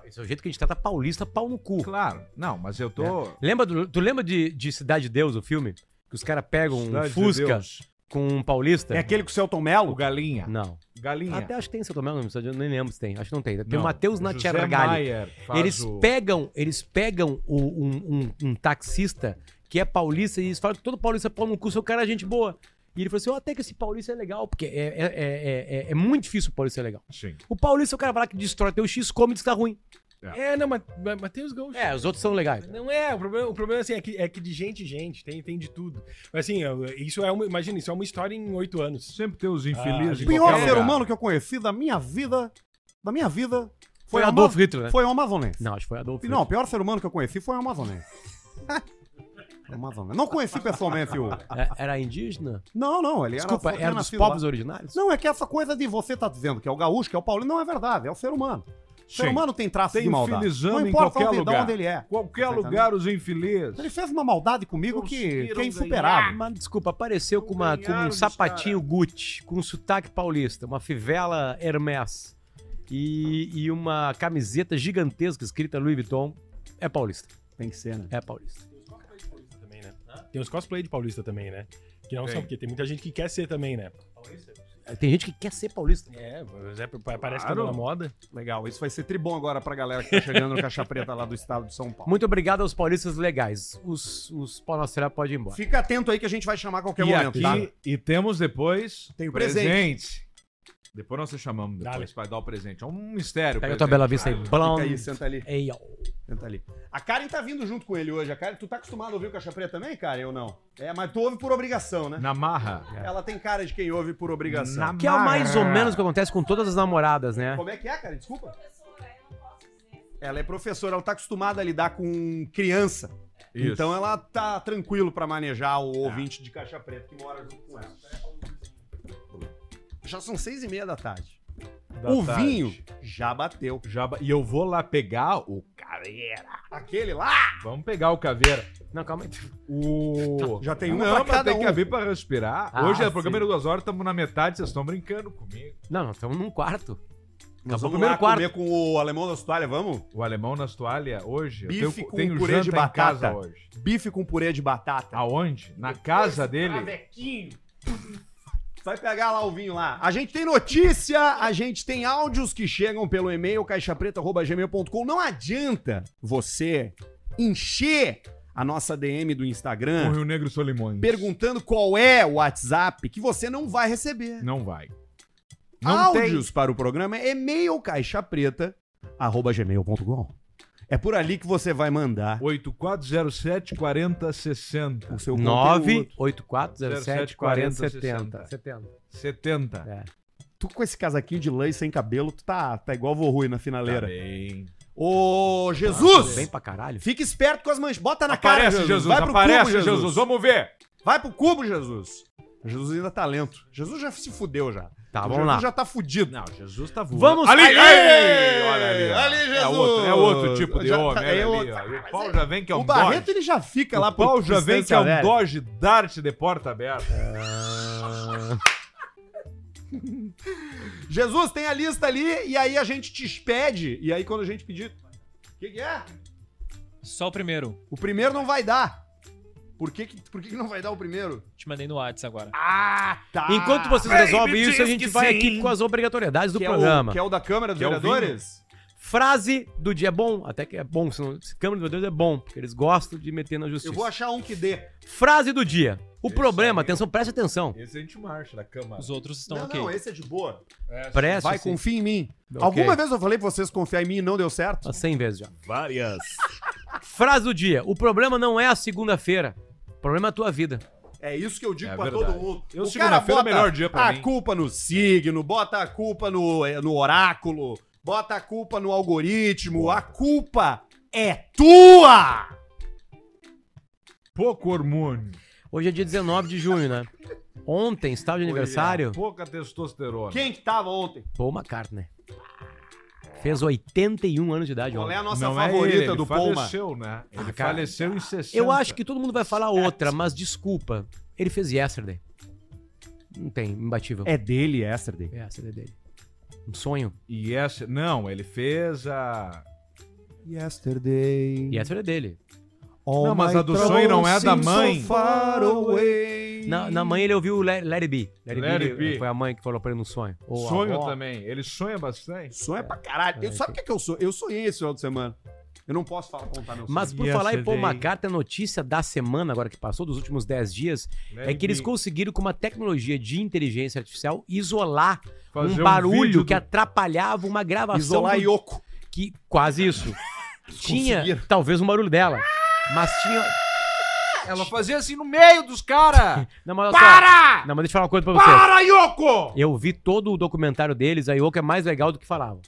[SPEAKER 3] Esse é o jeito que a gente trata paulista pau no cu.
[SPEAKER 2] Claro, não, mas eu tô.
[SPEAKER 6] É.
[SPEAKER 3] Lembra do, tu lembra de, de Cidade de Deus, o filme? Que os caras pegam um
[SPEAKER 2] Cidade de
[SPEAKER 3] Fusca
[SPEAKER 2] Deus.
[SPEAKER 3] com um paulista?
[SPEAKER 1] É aquele com o Celton
[SPEAKER 2] O
[SPEAKER 1] Mello?
[SPEAKER 2] Galinha.
[SPEAKER 3] Não.
[SPEAKER 2] Galinha.
[SPEAKER 3] Até acho que tem em São Tomé, não, eu nem lembro se tem. Acho que não tem. Tem
[SPEAKER 2] É. Não.
[SPEAKER 3] o Matheus
[SPEAKER 2] José
[SPEAKER 3] Natchergali.
[SPEAKER 2] Maier faz
[SPEAKER 3] Eles
[SPEAKER 2] o-
[SPEAKER 3] pegam, eles pegam o- um, um- um taxista que é paulista e eles falam que todo paulista é pau no cu, seu cara é gente boa. E ele falou assim, ó, até que esse paulista é legal, porque é, é, é, é- é muito difícil o paulista ser legal.
[SPEAKER 2] Sim.
[SPEAKER 3] O paulista é o cara vai lá que destrói teu X, come e diz que tá ruim.
[SPEAKER 6] É, não, mas, mas, mas tem os gaúchos.
[SPEAKER 3] É, os outros são legais.
[SPEAKER 6] Não é, o problema, o problema assim, é, que, é que de gente, gente, tem, tem de tudo. Mas assim, eu- isso é uma, imagina, isso é uma história em oito anos.
[SPEAKER 2] Sempre tem os infelizes.
[SPEAKER 6] Ah,
[SPEAKER 2] em
[SPEAKER 7] O
[SPEAKER 1] um
[SPEAKER 7] pior
[SPEAKER 2] qualquer
[SPEAKER 7] ser
[SPEAKER 2] lugar.
[SPEAKER 7] humano que eu conheci da minha vida, da minha vida,
[SPEAKER 3] Foi
[SPEAKER 7] o
[SPEAKER 3] Adolf
[SPEAKER 7] Ama-
[SPEAKER 3] Hitler, né?
[SPEAKER 7] Foi o amazonense.
[SPEAKER 3] Não, acho que foi Adolf
[SPEAKER 7] Não, o pior ser humano que eu conheci foi o amazonense. O amazonense. Não conheci pessoalmente o...
[SPEAKER 3] É, Era indígena?
[SPEAKER 7] Não, não, ele
[SPEAKER 3] Desculpa,
[SPEAKER 7] era...
[SPEAKER 3] era dos
[SPEAKER 7] nascido
[SPEAKER 3] povos
[SPEAKER 7] lá.
[SPEAKER 3] originários?
[SPEAKER 7] Não, é que essa coisa de você tá dizendo que é o gaúcho, que é o paulino, não é verdade, é o ser humano. O ser
[SPEAKER 2] Sim.
[SPEAKER 7] humano tem traço
[SPEAKER 2] Tem
[SPEAKER 7] de maldade.
[SPEAKER 2] infelizando
[SPEAKER 7] Não
[SPEAKER 2] em
[SPEAKER 7] importa
[SPEAKER 2] qualquer
[SPEAKER 7] onde, de
[SPEAKER 2] lugar.
[SPEAKER 7] onde ele é.
[SPEAKER 2] Qualquer
[SPEAKER 7] Tá
[SPEAKER 2] lugar, os infelizes.
[SPEAKER 7] Ele fez uma maldade comigo que, que é
[SPEAKER 2] Conseguiram
[SPEAKER 1] Ah,
[SPEAKER 7] insuperável.
[SPEAKER 3] Ah, Mas desculpa, apareceu com, uma, com
[SPEAKER 2] ganharam
[SPEAKER 3] um
[SPEAKER 2] dos
[SPEAKER 3] sapatinho Gucci, com um sotaque paulista, uma fivela Hermès e, e uma camiseta gigantesca escrita Louis Vuitton. É paulista,
[SPEAKER 1] Tem que ser, né?
[SPEAKER 3] é paulista.
[SPEAKER 6] Também, né? Tem os cosplay de paulista também, né? Que não
[SPEAKER 2] Tem.
[SPEAKER 6] são, porque tem muita gente que quer ser também, né?
[SPEAKER 3] Tem gente que quer ser paulista.
[SPEAKER 6] É, mas é, pa- parece que
[SPEAKER 2] Claro.
[SPEAKER 6] tá na moda.
[SPEAKER 1] Legal, isso vai ser tribom agora pra galera que tá chegando no Caixa Preta lá do estado de São Paulo.
[SPEAKER 3] Muito obrigado aos paulistas legais. Os, os pau na será podem ir embora.
[SPEAKER 1] Fica atento aí que a gente vai chamar a qualquer
[SPEAKER 2] E
[SPEAKER 1] momento,
[SPEAKER 2] aqui,
[SPEAKER 1] tá?
[SPEAKER 2] e temos depois
[SPEAKER 1] Tem o
[SPEAKER 2] Depois nós te chamamos depois
[SPEAKER 6] Dale.
[SPEAKER 2] para dar o presente. É um mistério.
[SPEAKER 3] Pega a
[SPEAKER 2] o
[SPEAKER 3] tua
[SPEAKER 2] presente.
[SPEAKER 3] bela vista aí.
[SPEAKER 1] Fica aí,
[SPEAKER 3] Blonde.
[SPEAKER 1] senta ali,
[SPEAKER 3] Ei, ó.
[SPEAKER 1] senta ali. A Karen tá vindo junto com ele hoje. A Karen, tu tá acostumado a ouvir o Caixa Preta também, Karen, ou não? É, mas tu ouve por obrigação, né?
[SPEAKER 2] Na marra.
[SPEAKER 1] Ela tem cara de quem ouve por obrigação.
[SPEAKER 2] Na
[SPEAKER 3] Que é o mais ou
[SPEAKER 2] marra.
[SPEAKER 3] menos que acontece com todas as namoradas, né?
[SPEAKER 1] Como é que é, cara? Desculpa. Ela é professora, ela tá acostumada a lidar com criança.
[SPEAKER 2] Isso. Tá.
[SPEAKER 1] Então ela tá tranquilo pra manejar o ouvinte de caixa preta que mora junto com ela. Já são seis e meia da tarde.
[SPEAKER 2] Da
[SPEAKER 1] o
[SPEAKER 2] tarde.
[SPEAKER 1] vinho já bateu.
[SPEAKER 2] Já ba- E eu vou lá pegar o caveira.
[SPEAKER 1] Aquele lá
[SPEAKER 2] Vamos pegar o caveira.
[SPEAKER 3] Não, calma aí.
[SPEAKER 2] O...
[SPEAKER 1] já tem um
[SPEAKER 2] Não,
[SPEAKER 1] pra
[SPEAKER 2] mas
[SPEAKER 1] cada
[SPEAKER 2] tem que
[SPEAKER 1] um.
[SPEAKER 2] abrir pra respirar.
[SPEAKER 3] Ah,
[SPEAKER 2] Hoje é
[SPEAKER 3] sim.
[SPEAKER 2] o programa de duas horas, estamos na metade, vocês estão brincando comigo.
[SPEAKER 3] Não, não, estamos num quarto.
[SPEAKER 1] Nós
[SPEAKER 3] Acabou o
[SPEAKER 1] vamos
[SPEAKER 3] primeiro
[SPEAKER 1] lá
[SPEAKER 3] quarto.
[SPEAKER 1] comer com o alemão da Austrália, vamos?
[SPEAKER 2] O alemão nas toalhas hoje.
[SPEAKER 1] Bife com purê
[SPEAKER 2] janta
[SPEAKER 1] de
[SPEAKER 2] em
[SPEAKER 1] batata.
[SPEAKER 2] casa hoje.
[SPEAKER 1] Bife com purê de batata.
[SPEAKER 2] Aonde? Na casa dele.
[SPEAKER 1] Vai pegar lá o vinho lá. A gente tem notícia, a gente tem áudios que chegam pelo e-mail caixapreta.gmail.com. Não adianta você encher a nossa DM do
[SPEAKER 2] O
[SPEAKER 1] Instagram
[SPEAKER 2] Rio Negro Solimões.
[SPEAKER 1] perguntando qual é o WhatsApp que você não vai receber.
[SPEAKER 2] Não vai. Não tem.
[SPEAKER 1] áudios para o programa é e-mail caixapreta.gmail.com. É por ali que você vai mandar
[SPEAKER 2] 8407 4060.
[SPEAKER 1] o seu conteúdo.
[SPEAKER 3] 984074070. 70.
[SPEAKER 2] 70.
[SPEAKER 3] É.
[SPEAKER 1] Tu com esse casaquinho de lã e sem cabelo, tu tá, tá igual vovô na
[SPEAKER 2] Tá
[SPEAKER 1] finaleira.
[SPEAKER 2] bem.
[SPEAKER 1] Ô,
[SPEAKER 3] Tá
[SPEAKER 1] Jesus!
[SPEAKER 3] Bem pra caralho.
[SPEAKER 1] Fica esperto com as manchas. Bota na cara,
[SPEAKER 2] Aparece, Jesus.
[SPEAKER 1] Vai pro
[SPEAKER 2] Aparece,
[SPEAKER 1] cubo, Jesus.
[SPEAKER 2] Jesus. Vamos ver.
[SPEAKER 1] Vai pro cubo, Jesus. Jesus ainda tá lento. Jesus já se fudeu já.
[SPEAKER 3] Tá,
[SPEAKER 1] Jesus
[SPEAKER 3] vamos lá.
[SPEAKER 1] já tá fudido.
[SPEAKER 2] Não, Jesus tá voando.
[SPEAKER 3] Vamos
[SPEAKER 2] Ali!
[SPEAKER 3] ali,
[SPEAKER 2] Ei, olha ali. ó.
[SPEAKER 1] Ali,
[SPEAKER 2] É
[SPEAKER 1] Jesus.
[SPEAKER 2] outro, é outro tipo de
[SPEAKER 1] Já tá-
[SPEAKER 2] homem. olha
[SPEAKER 1] é
[SPEAKER 2] ali,
[SPEAKER 1] outro.
[SPEAKER 2] ó. E O Paulo já vem que é um
[SPEAKER 1] o Barreto
[SPEAKER 2] Dodge.
[SPEAKER 1] ele já fica lá
[SPEAKER 2] O Paulo já vem que é um
[SPEAKER 1] dó.
[SPEAKER 2] Dodge Dart de porta aberta.
[SPEAKER 1] Jesus, tem a lista ali e aí a gente te expede. E aí quando a gente pedir... O que, que é?
[SPEAKER 5] Só o primeiro.
[SPEAKER 1] O primeiro não vai dar. Por que, que, por que, que não vai dar o primeiro?
[SPEAKER 5] Te mandei no Whats agora.
[SPEAKER 1] Ah, tá.
[SPEAKER 3] Enquanto vocês resolvem isso, a gente vai aqui com as obrigatoriedades do
[SPEAKER 1] que é
[SPEAKER 3] programa.
[SPEAKER 1] O, que é o da Câmara dos
[SPEAKER 2] Que é o
[SPEAKER 1] Vereadores?
[SPEAKER 3] Frase do dia bom, até que é bom, se, não, se Câmara dos Vereadores é bom, porque eles gostam de meter na justiça.
[SPEAKER 1] Eu vou achar um que dê.
[SPEAKER 3] Frase do dia. O
[SPEAKER 2] Esse
[SPEAKER 1] é
[SPEAKER 3] problema,
[SPEAKER 2] aí.
[SPEAKER 3] atenção, preste atenção.
[SPEAKER 2] Esse a gente marcha da câmara.
[SPEAKER 5] Os outros estão
[SPEAKER 1] não,
[SPEAKER 5] ok.
[SPEAKER 1] não, esse é de boa.
[SPEAKER 3] Preste
[SPEAKER 1] Vai,
[SPEAKER 3] assim,
[SPEAKER 1] confia em mim.
[SPEAKER 3] Ok.
[SPEAKER 1] Alguma vez eu falei pra vocês confiar em mim e não deu certo?
[SPEAKER 3] umas 100 Tá vezes já.
[SPEAKER 8] Várias.
[SPEAKER 3] Frase do dia. O problema não é a segunda-feira. O problema é a tua vida.
[SPEAKER 1] É isso que eu digo
[SPEAKER 2] É
[SPEAKER 1] pra
[SPEAKER 2] verdade.
[SPEAKER 1] todo mundo.
[SPEAKER 2] Eu,
[SPEAKER 1] O
[SPEAKER 2] segunda-feira é o
[SPEAKER 1] bota
[SPEAKER 2] melhor dia pra
[SPEAKER 1] a
[SPEAKER 2] mim.
[SPEAKER 1] culpa no signo, bota a culpa no, eh, no oráculo, bota a culpa no algoritmo. A culpa é tua!
[SPEAKER 2] Pouco hormônio.
[SPEAKER 3] Hoje é dia 19 de junho, né? Ontem, estava de aniversário,
[SPEAKER 1] é
[SPEAKER 2] Pouca testosterona.
[SPEAKER 1] Quem que tava ontem?
[SPEAKER 3] Paul McCartney. Fez 81 anos de idade
[SPEAKER 1] Qual é
[SPEAKER 3] ontem.
[SPEAKER 1] a nossa
[SPEAKER 2] é
[SPEAKER 1] favorita
[SPEAKER 2] ele, ele
[SPEAKER 1] do Poma?
[SPEAKER 2] faleceu, né? Ele
[SPEAKER 3] Ah, cara.
[SPEAKER 2] faleceu em 60.
[SPEAKER 3] Eu acho que todo mundo vai falar outra, mas desculpa. Ele fez Yesterday. Não tem, imbatível.
[SPEAKER 1] É dele, Yesterday.
[SPEAKER 3] Yesterday dele. Um sonho.
[SPEAKER 2] E essa... Não, ele fez a...
[SPEAKER 1] Hum.
[SPEAKER 7] Yesterday.
[SPEAKER 3] Yesterday dele.
[SPEAKER 7] all
[SPEAKER 2] Não, mas a
[SPEAKER 7] my
[SPEAKER 2] do sonho não é
[SPEAKER 7] troubles
[SPEAKER 2] da
[SPEAKER 7] seem
[SPEAKER 2] mãe.
[SPEAKER 7] So far away.
[SPEAKER 3] Na, na mãe ele ouviu o Let, Let It Be. Let It,
[SPEAKER 2] Let
[SPEAKER 3] be,
[SPEAKER 2] It Be.
[SPEAKER 3] Foi a mãe que falou pra ele no sonho. Ou a
[SPEAKER 2] sonho
[SPEAKER 3] avó.
[SPEAKER 2] também. Ele sonha bastante.
[SPEAKER 1] Sonho é pra caralho. Eu, sabe o que, que eu sou? Eu sonhei esse final de semana. Eu não posso falar, contar meu sonho.
[SPEAKER 3] Mas por
[SPEAKER 2] Yesterday.
[SPEAKER 3] falar em Paul McCartney, a notícia da semana agora que passou, dos últimos 10 dias,
[SPEAKER 2] Né,
[SPEAKER 3] é que eles conseguiram com uma tecnologia de inteligência artificial isolar um barulho que atrapalhava uma gravação
[SPEAKER 1] isolar
[SPEAKER 3] do-
[SPEAKER 1] Yoko.
[SPEAKER 3] que quase isso. tinha
[SPEAKER 1] conseguiram.
[SPEAKER 3] talvez um barulho dela, mas tinha
[SPEAKER 2] Ela fazia assim no meio dos caras.
[SPEAKER 3] Não, mas olha só.
[SPEAKER 2] Para!
[SPEAKER 3] assim, Não, mas deixa eu falar uma coisa pra você.
[SPEAKER 2] Para, Yoko!
[SPEAKER 3] Eu vi todo o documentário deles, a Yoko é mais legal do que falava.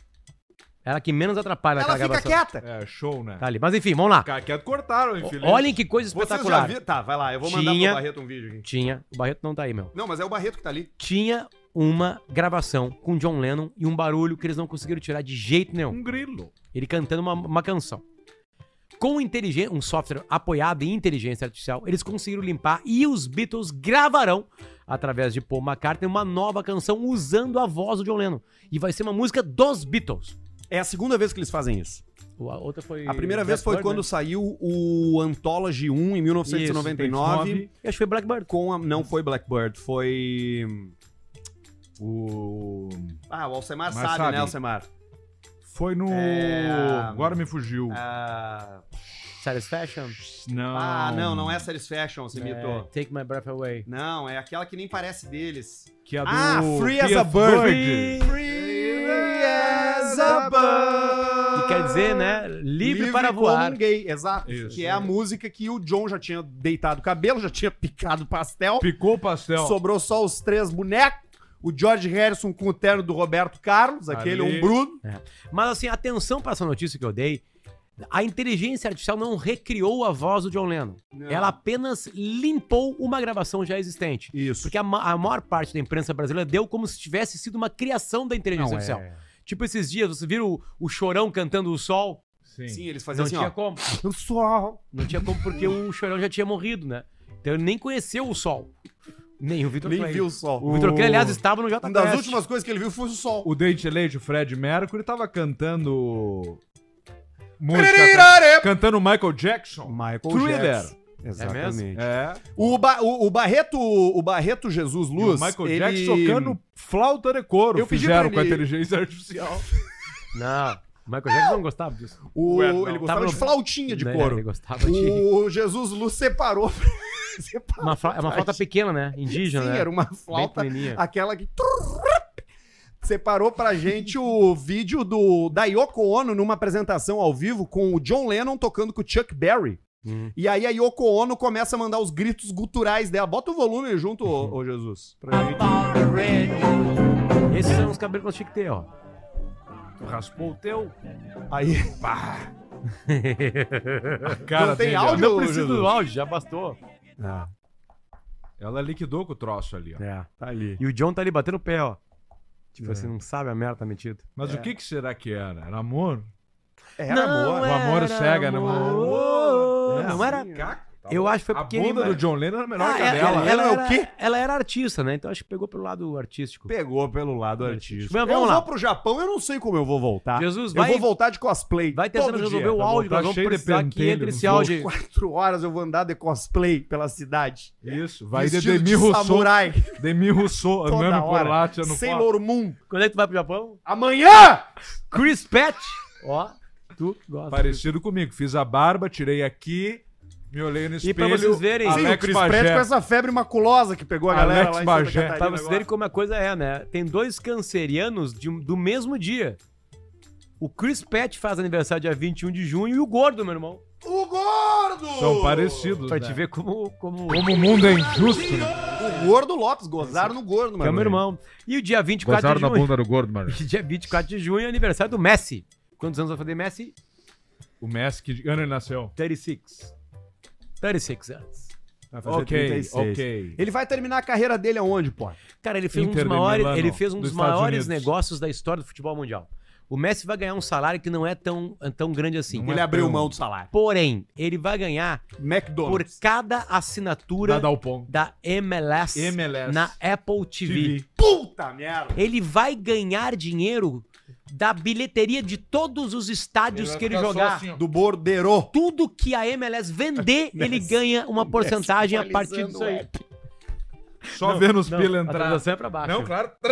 [SPEAKER 3] Ela que menos atrapalha
[SPEAKER 1] Ela tá
[SPEAKER 3] naquela
[SPEAKER 1] fica
[SPEAKER 3] gravação.
[SPEAKER 1] quieta.
[SPEAKER 2] É, show, né?
[SPEAKER 3] Tá ali. Mas enfim, vamos lá.
[SPEAKER 2] Ficar quieto, cortaram, infeliz.
[SPEAKER 3] Olhem que coisa
[SPEAKER 1] Você já
[SPEAKER 3] espetacular.
[SPEAKER 1] viu? Tá, vai lá. Eu vou mandar
[SPEAKER 3] Tinha-
[SPEAKER 1] pro Barreto um vídeo aqui.
[SPEAKER 3] Tinha. O Barreto não tá aí, meu.
[SPEAKER 1] Não, mas é o Barreto que tá ali.
[SPEAKER 3] Tinha uma gravação com John Lennon e um barulho que eles não conseguiram tirar de jeito nenhum.
[SPEAKER 2] Um grilo.
[SPEAKER 3] Ele cantando uma, uma canção. Com inteligência, um software apoiado em inteligência artificial, eles conseguiram limpar e os Beatles gravarão, através de Paul McCartney, uma nova canção usando a voz do John Lennon. E vai ser uma música dos Beatles.
[SPEAKER 1] É a segunda vez que eles fazem isso.
[SPEAKER 3] O- A outra foi.
[SPEAKER 1] A primeira vez foi
[SPEAKER 3] Blackbird,
[SPEAKER 1] quando
[SPEAKER 3] né?
[SPEAKER 1] saiu o Anthology 1 em 1999.
[SPEAKER 2] 99.
[SPEAKER 3] Eu né? acho que foi Blackbird.
[SPEAKER 1] com a- não foi Blackbird, foi
[SPEAKER 2] O...
[SPEAKER 1] ah, o Alcemar
[SPEAKER 2] Mas
[SPEAKER 1] sabe,
[SPEAKER 2] sabe.
[SPEAKER 1] né, Alcemar?
[SPEAKER 2] Foi no...
[SPEAKER 1] É,
[SPEAKER 2] Agora me fugiu.
[SPEAKER 1] Ah,
[SPEAKER 3] Satisfaction.
[SPEAKER 2] Não.
[SPEAKER 1] ah, não, não é Satisfaction, se
[SPEAKER 3] É,
[SPEAKER 1] imitou.
[SPEAKER 3] Take My Breath Away.
[SPEAKER 1] Não, é aquela que nem parece deles.
[SPEAKER 2] Que é do...
[SPEAKER 1] Ah, Free as
[SPEAKER 2] P.F.
[SPEAKER 1] a Bird.
[SPEAKER 2] Bird.
[SPEAKER 1] Free as a bird.
[SPEAKER 3] Que quer dizer, né? Livre, para voar.
[SPEAKER 1] Ah, como um gay, exato.
[SPEAKER 2] Isso,
[SPEAKER 1] que é a
[SPEAKER 2] é.
[SPEAKER 1] música que o John já tinha deitado o cabelo, já tinha picado o pastel.
[SPEAKER 2] Picou o pastel.
[SPEAKER 1] Sobrou só os três bonecos. O George Harrison com o terno do Roberto Carlos, aquele um
[SPEAKER 2] Ali.
[SPEAKER 1] ombrudo.
[SPEAKER 3] Mas assim, atenção para essa notícia que eu dei. A inteligência artificial não recriou a voz do John Lennon.
[SPEAKER 1] É.
[SPEAKER 3] Ela apenas limpou uma gravação já existente.
[SPEAKER 1] Isso.
[SPEAKER 3] Porque a, ma- a maior parte da imprensa brasileira deu como se tivesse sido uma criação da inteligência
[SPEAKER 2] é.
[SPEAKER 3] artificial.
[SPEAKER 1] é.
[SPEAKER 3] Tipo esses dias, vocês viram o, o Chorão cantando o sol?
[SPEAKER 2] Sim.
[SPEAKER 1] Sim, eles
[SPEAKER 3] não
[SPEAKER 1] faziam assim,
[SPEAKER 3] tinha
[SPEAKER 1] ó.
[SPEAKER 3] como.
[SPEAKER 1] Eu sou
[SPEAKER 3] Não tinha como porque o Chorão já tinha morrido, né? Então ele nem conheceu o sol. Nem o
[SPEAKER 2] Então
[SPEAKER 3] Vitor
[SPEAKER 2] tá
[SPEAKER 1] Nem
[SPEAKER 3] Clay.
[SPEAKER 1] viu o sol.
[SPEAKER 3] O Vitor Clay, aliás, estava no Jota
[SPEAKER 1] Uma das
[SPEAKER 3] Quest.
[SPEAKER 1] últimas coisas que ele viu foi o sol.
[SPEAKER 2] O Date Leite, o Fred Mercury, tava cantando. Música. cantando Michael Jackson.
[SPEAKER 1] Michael
[SPEAKER 2] Thriller.
[SPEAKER 1] Exatamente.
[SPEAKER 2] É.
[SPEAKER 1] O, Ba- o- o Barreto, o Barreto Jesus
[SPEAKER 2] E
[SPEAKER 1] Luz,
[SPEAKER 2] o Michael
[SPEAKER 1] ele-
[SPEAKER 2] Jackson tocando flauta de couro.
[SPEAKER 1] Eu pedi
[SPEAKER 2] fizeram
[SPEAKER 1] pra
[SPEAKER 2] com a
[SPEAKER 1] ele-
[SPEAKER 2] inteligência artificial.
[SPEAKER 3] Não, o Michael Jackson não gostava disso.
[SPEAKER 1] o-
[SPEAKER 2] Ué, não.
[SPEAKER 1] ele
[SPEAKER 3] Tava
[SPEAKER 1] gostava
[SPEAKER 3] no-
[SPEAKER 1] de flautinha de
[SPEAKER 3] Não, Ele
[SPEAKER 1] couro.
[SPEAKER 3] gostava de...
[SPEAKER 1] O Jesus Luz separou. separou
[SPEAKER 3] Uma fla- É uma flauta pequena, né? Indígena,
[SPEAKER 1] Sim,
[SPEAKER 3] né?
[SPEAKER 1] era uma flauta,
[SPEAKER 3] pequenininha.
[SPEAKER 1] aquela que separou pra gente o vídeo do da Yoko Ono numa apresentação ao vivo com o John Lennon tocando com o Chuck Berry.
[SPEAKER 3] Hum.
[SPEAKER 1] E aí a Yoko Ono começa a mandar os gritos guturais dela. Bota o volume junto, ô, ô Jesus. Pra gente. um-
[SPEAKER 3] Esses são os cabelos que nós tinha que ter, ó.
[SPEAKER 2] Tu raspou o teu?
[SPEAKER 1] Aí
[SPEAKER 2] Cara
[SPEAKER 1] Não tem
[SPEAKER 2] dele, ó.
[SPEAKER 1] áudio?
[SPEAKER 3] Não preciso do áudio, já bastou.
[SPEAKER 2] Ela liquidou com o troço ali, ó.
[SPEAKER 3] É.
[SPEAKER 1] tá ali.
[SPEAKER 3] E o John tá ali batendo o pé, ó. Tipo
[SPEAKER 2] É.
[SPEAKER 3] assim, não sabe a merda tá metido.
[SPEAKER 2] Mas
[SPEAKER 1] É.
[SPEAKER 2] o que, que será que era? Era amor?
[SPEAKER 3] É
[SPEAKER 1] Era
[SPEAKER 2] amor. O amor cega, né, mano?
[SPEAKER 3] Não, não era. Eu acho que foi
[SPEAKER 2] assim, A
[SPEAKER 3] porque.
[SPEAKER 2] bunda do John Lennon era melhor
[SPEAKER 3] Ah,
[SPEAKER 2] que a
[SPEAKER 3] ela,
[SPEAKER 2] dela.
[SPEAKER 3] ela,
[SPEAKER 1] Ela é o
[SPEAKER 3] era,
[SPEAKER 1] quê?
[SPEAKER 3] ela era artista, né? Então acho que pegou pelo lado artístico.
[SPEAKER 1] Pegou pelo lado artístico.
[SPEAKER 3] Mas
[SPEAKER 1] eu
[SPEAKER 3] vamos lá.
[SPEAKER 1] vou pro Japão, eu não sei como eu vou voltar.
[SPEAKER 3] Jesus,
[SPEAKER 1] eu
[SPEAKER 3] vai-
[SPEAKER 1] vou voltar de cosplay.
[SPEAKER 3] Vai tentando
[SPEAKER 1] todo
[SPEAKER 3] resolver
[SPEAKER 1] dia.
[SPEAKER 3] o
[SPEAKER 2] tá
[SPEAKER 3] áudio,
[SPEAKER 2] bom, tá
[SPEAKER 3] nós vamos
[SPEAKER 2] cheio de
[SPEAKER 3] precisar que
[SPEAKER 2] pentelho
[SPEAKER 3] entre
[SPEAKER 2] no
[SPEAKER 3] esse
[SPEAKER 2] jogo.
[SPEAKER 3] áudio.
[SPEAKER 1] Quatro horas eu vou andar de cosplay pela cidade.
[SPEAKER 2] Isso. Vai de
[SPEAKER 1] é. Vestido
[SPEAKER 2] Demi Rousseau.
[SPEAKER 1] samurai.
[SPEAKER 2] Demi Rousseau
[SPEAKER 1] Toda
[SPEAKER 2] andando por
[SPEAKER 1] hora.
[SPEAKER 2] lá, tirando foto.
[SPEAKER 1] Sailor Moon.
[SPEAKER 3] Quando é que tu vai pro Japão?
[SPEAKER 1] Amanhã!
[SPEAKER 3] Chris Pet! Ó, tu gosta.
[SPEAKER 2] Parecido comigo. Fiz a barba, tirei aqui, me olhei no espelho.
[SPEAKER 3] pra vocês verem-
[SPEAKER 1] Sim, o
[SPEAKER 2] Alex
[SPEAKER 1] Chris Pratt com
[SPEAKER 2] Pagé.
[SPEAKER 1] essa febre maculosa que pegou a galera
[SPEAKER 2] Alex
[SPEAKER 1] lá em
[SPEAKER 2] Bagé.
[SPEAKER 1] Santa Catarina
[SPEAKER 3] Pra vocês
[SPEAKER 1] agora.
[SPEAKER 3] verem como a coisa é, né? Tem dois cancerianos de um- do mesmo dia. O Chris Pett faz aniversário dia 21 de junho e o gordo, meu irmão.
[SPEAKER 1] O gordo!
[SPEAKER 2] São parecidos,
[SPEAKER 3] Pra
[SPEAKER 2] né?
[SPEAKER 3] te ver como. como...
[SPEAKER 2] Como o mundo é injusto, né?
[SPEAKER 1] O gordo Lopes, gozaram no gordo,
[SPEAKER 3] que
[SPEAKER 1] mano.
[SPEAKER 3] é o meu irmão. E o dia 24 de junho.
[SPEAKER 2] do gordo, mano.
[SPEAKER 3] E dia 24 de junho é aniversário do Messi. Quantos anos vai fazer Messi?
[SPEAKER 2] O Messi, que ano ele nasceu?
[SPEAKER 3] 36. 36 anos.
[SPEAKER 1] Vai fazer
[SPEAKER 2] Ok,
[SPEAKER 1] 36.
[SPEAKER 2] ok.
[SPEAKER 1] Ele vai terminar a carreira dele aonde, pô?
[SPEAKER 3] Cara, ele fez um
[SPEAKER 2] Inter
[SPEAKER 3] dos
[SPEAKER 2] de
[SPEAKER 3] maiores,
[SPEAKER 2] Milano,
[SPEAKER 3] ele fez um dos
[SPEAKER 2] dos Estados Unidos.
[SPEAKER 3] maiores negócios da história do futebol mundial. O Messi vai ganhar um salário que não é tão, tão grande assim.
[SPEAKER 2] Não
[SPEAKER 1] Ele
[SPEAKER 2] é
[SPEAKER 1] abriu
[SPEAKER 2] tão-
[SPEAKER 1] mão do salário.
[SPEAKER 3] Porém, ele vai ganhar por
[SPEAKER 1] McDonald's.
[SPEAKER 3] cada assinatura
[SPEAKER 2] Dá um- o ponto.
[SPEAKER 3] da MLS,
[SPEAKER 2] MLS.
[SPEAKER 3] na Apple TV.
[SPEAKER 1] Puta merda.
[SPEAKER 3] Ele vai ganhar dinheiro da bilheteria de todos os estádios que ele jogar.
[SPEAKER 2] assim,
[SPEAKER 1] Do Bordeiro.
[SPEAKER 3] Tudo que a MLS vender, ele ganha uma porcentagem a partir disso aí.
[SPEAKER 2] Só vendo os pila
[SPEAKER 3] a
[SPEAKER 2] entrar.
[SPEAKER 3] transação é pra baixo.
[SPEAKER 2] Não, claro.
[SPEAKER 3] Pra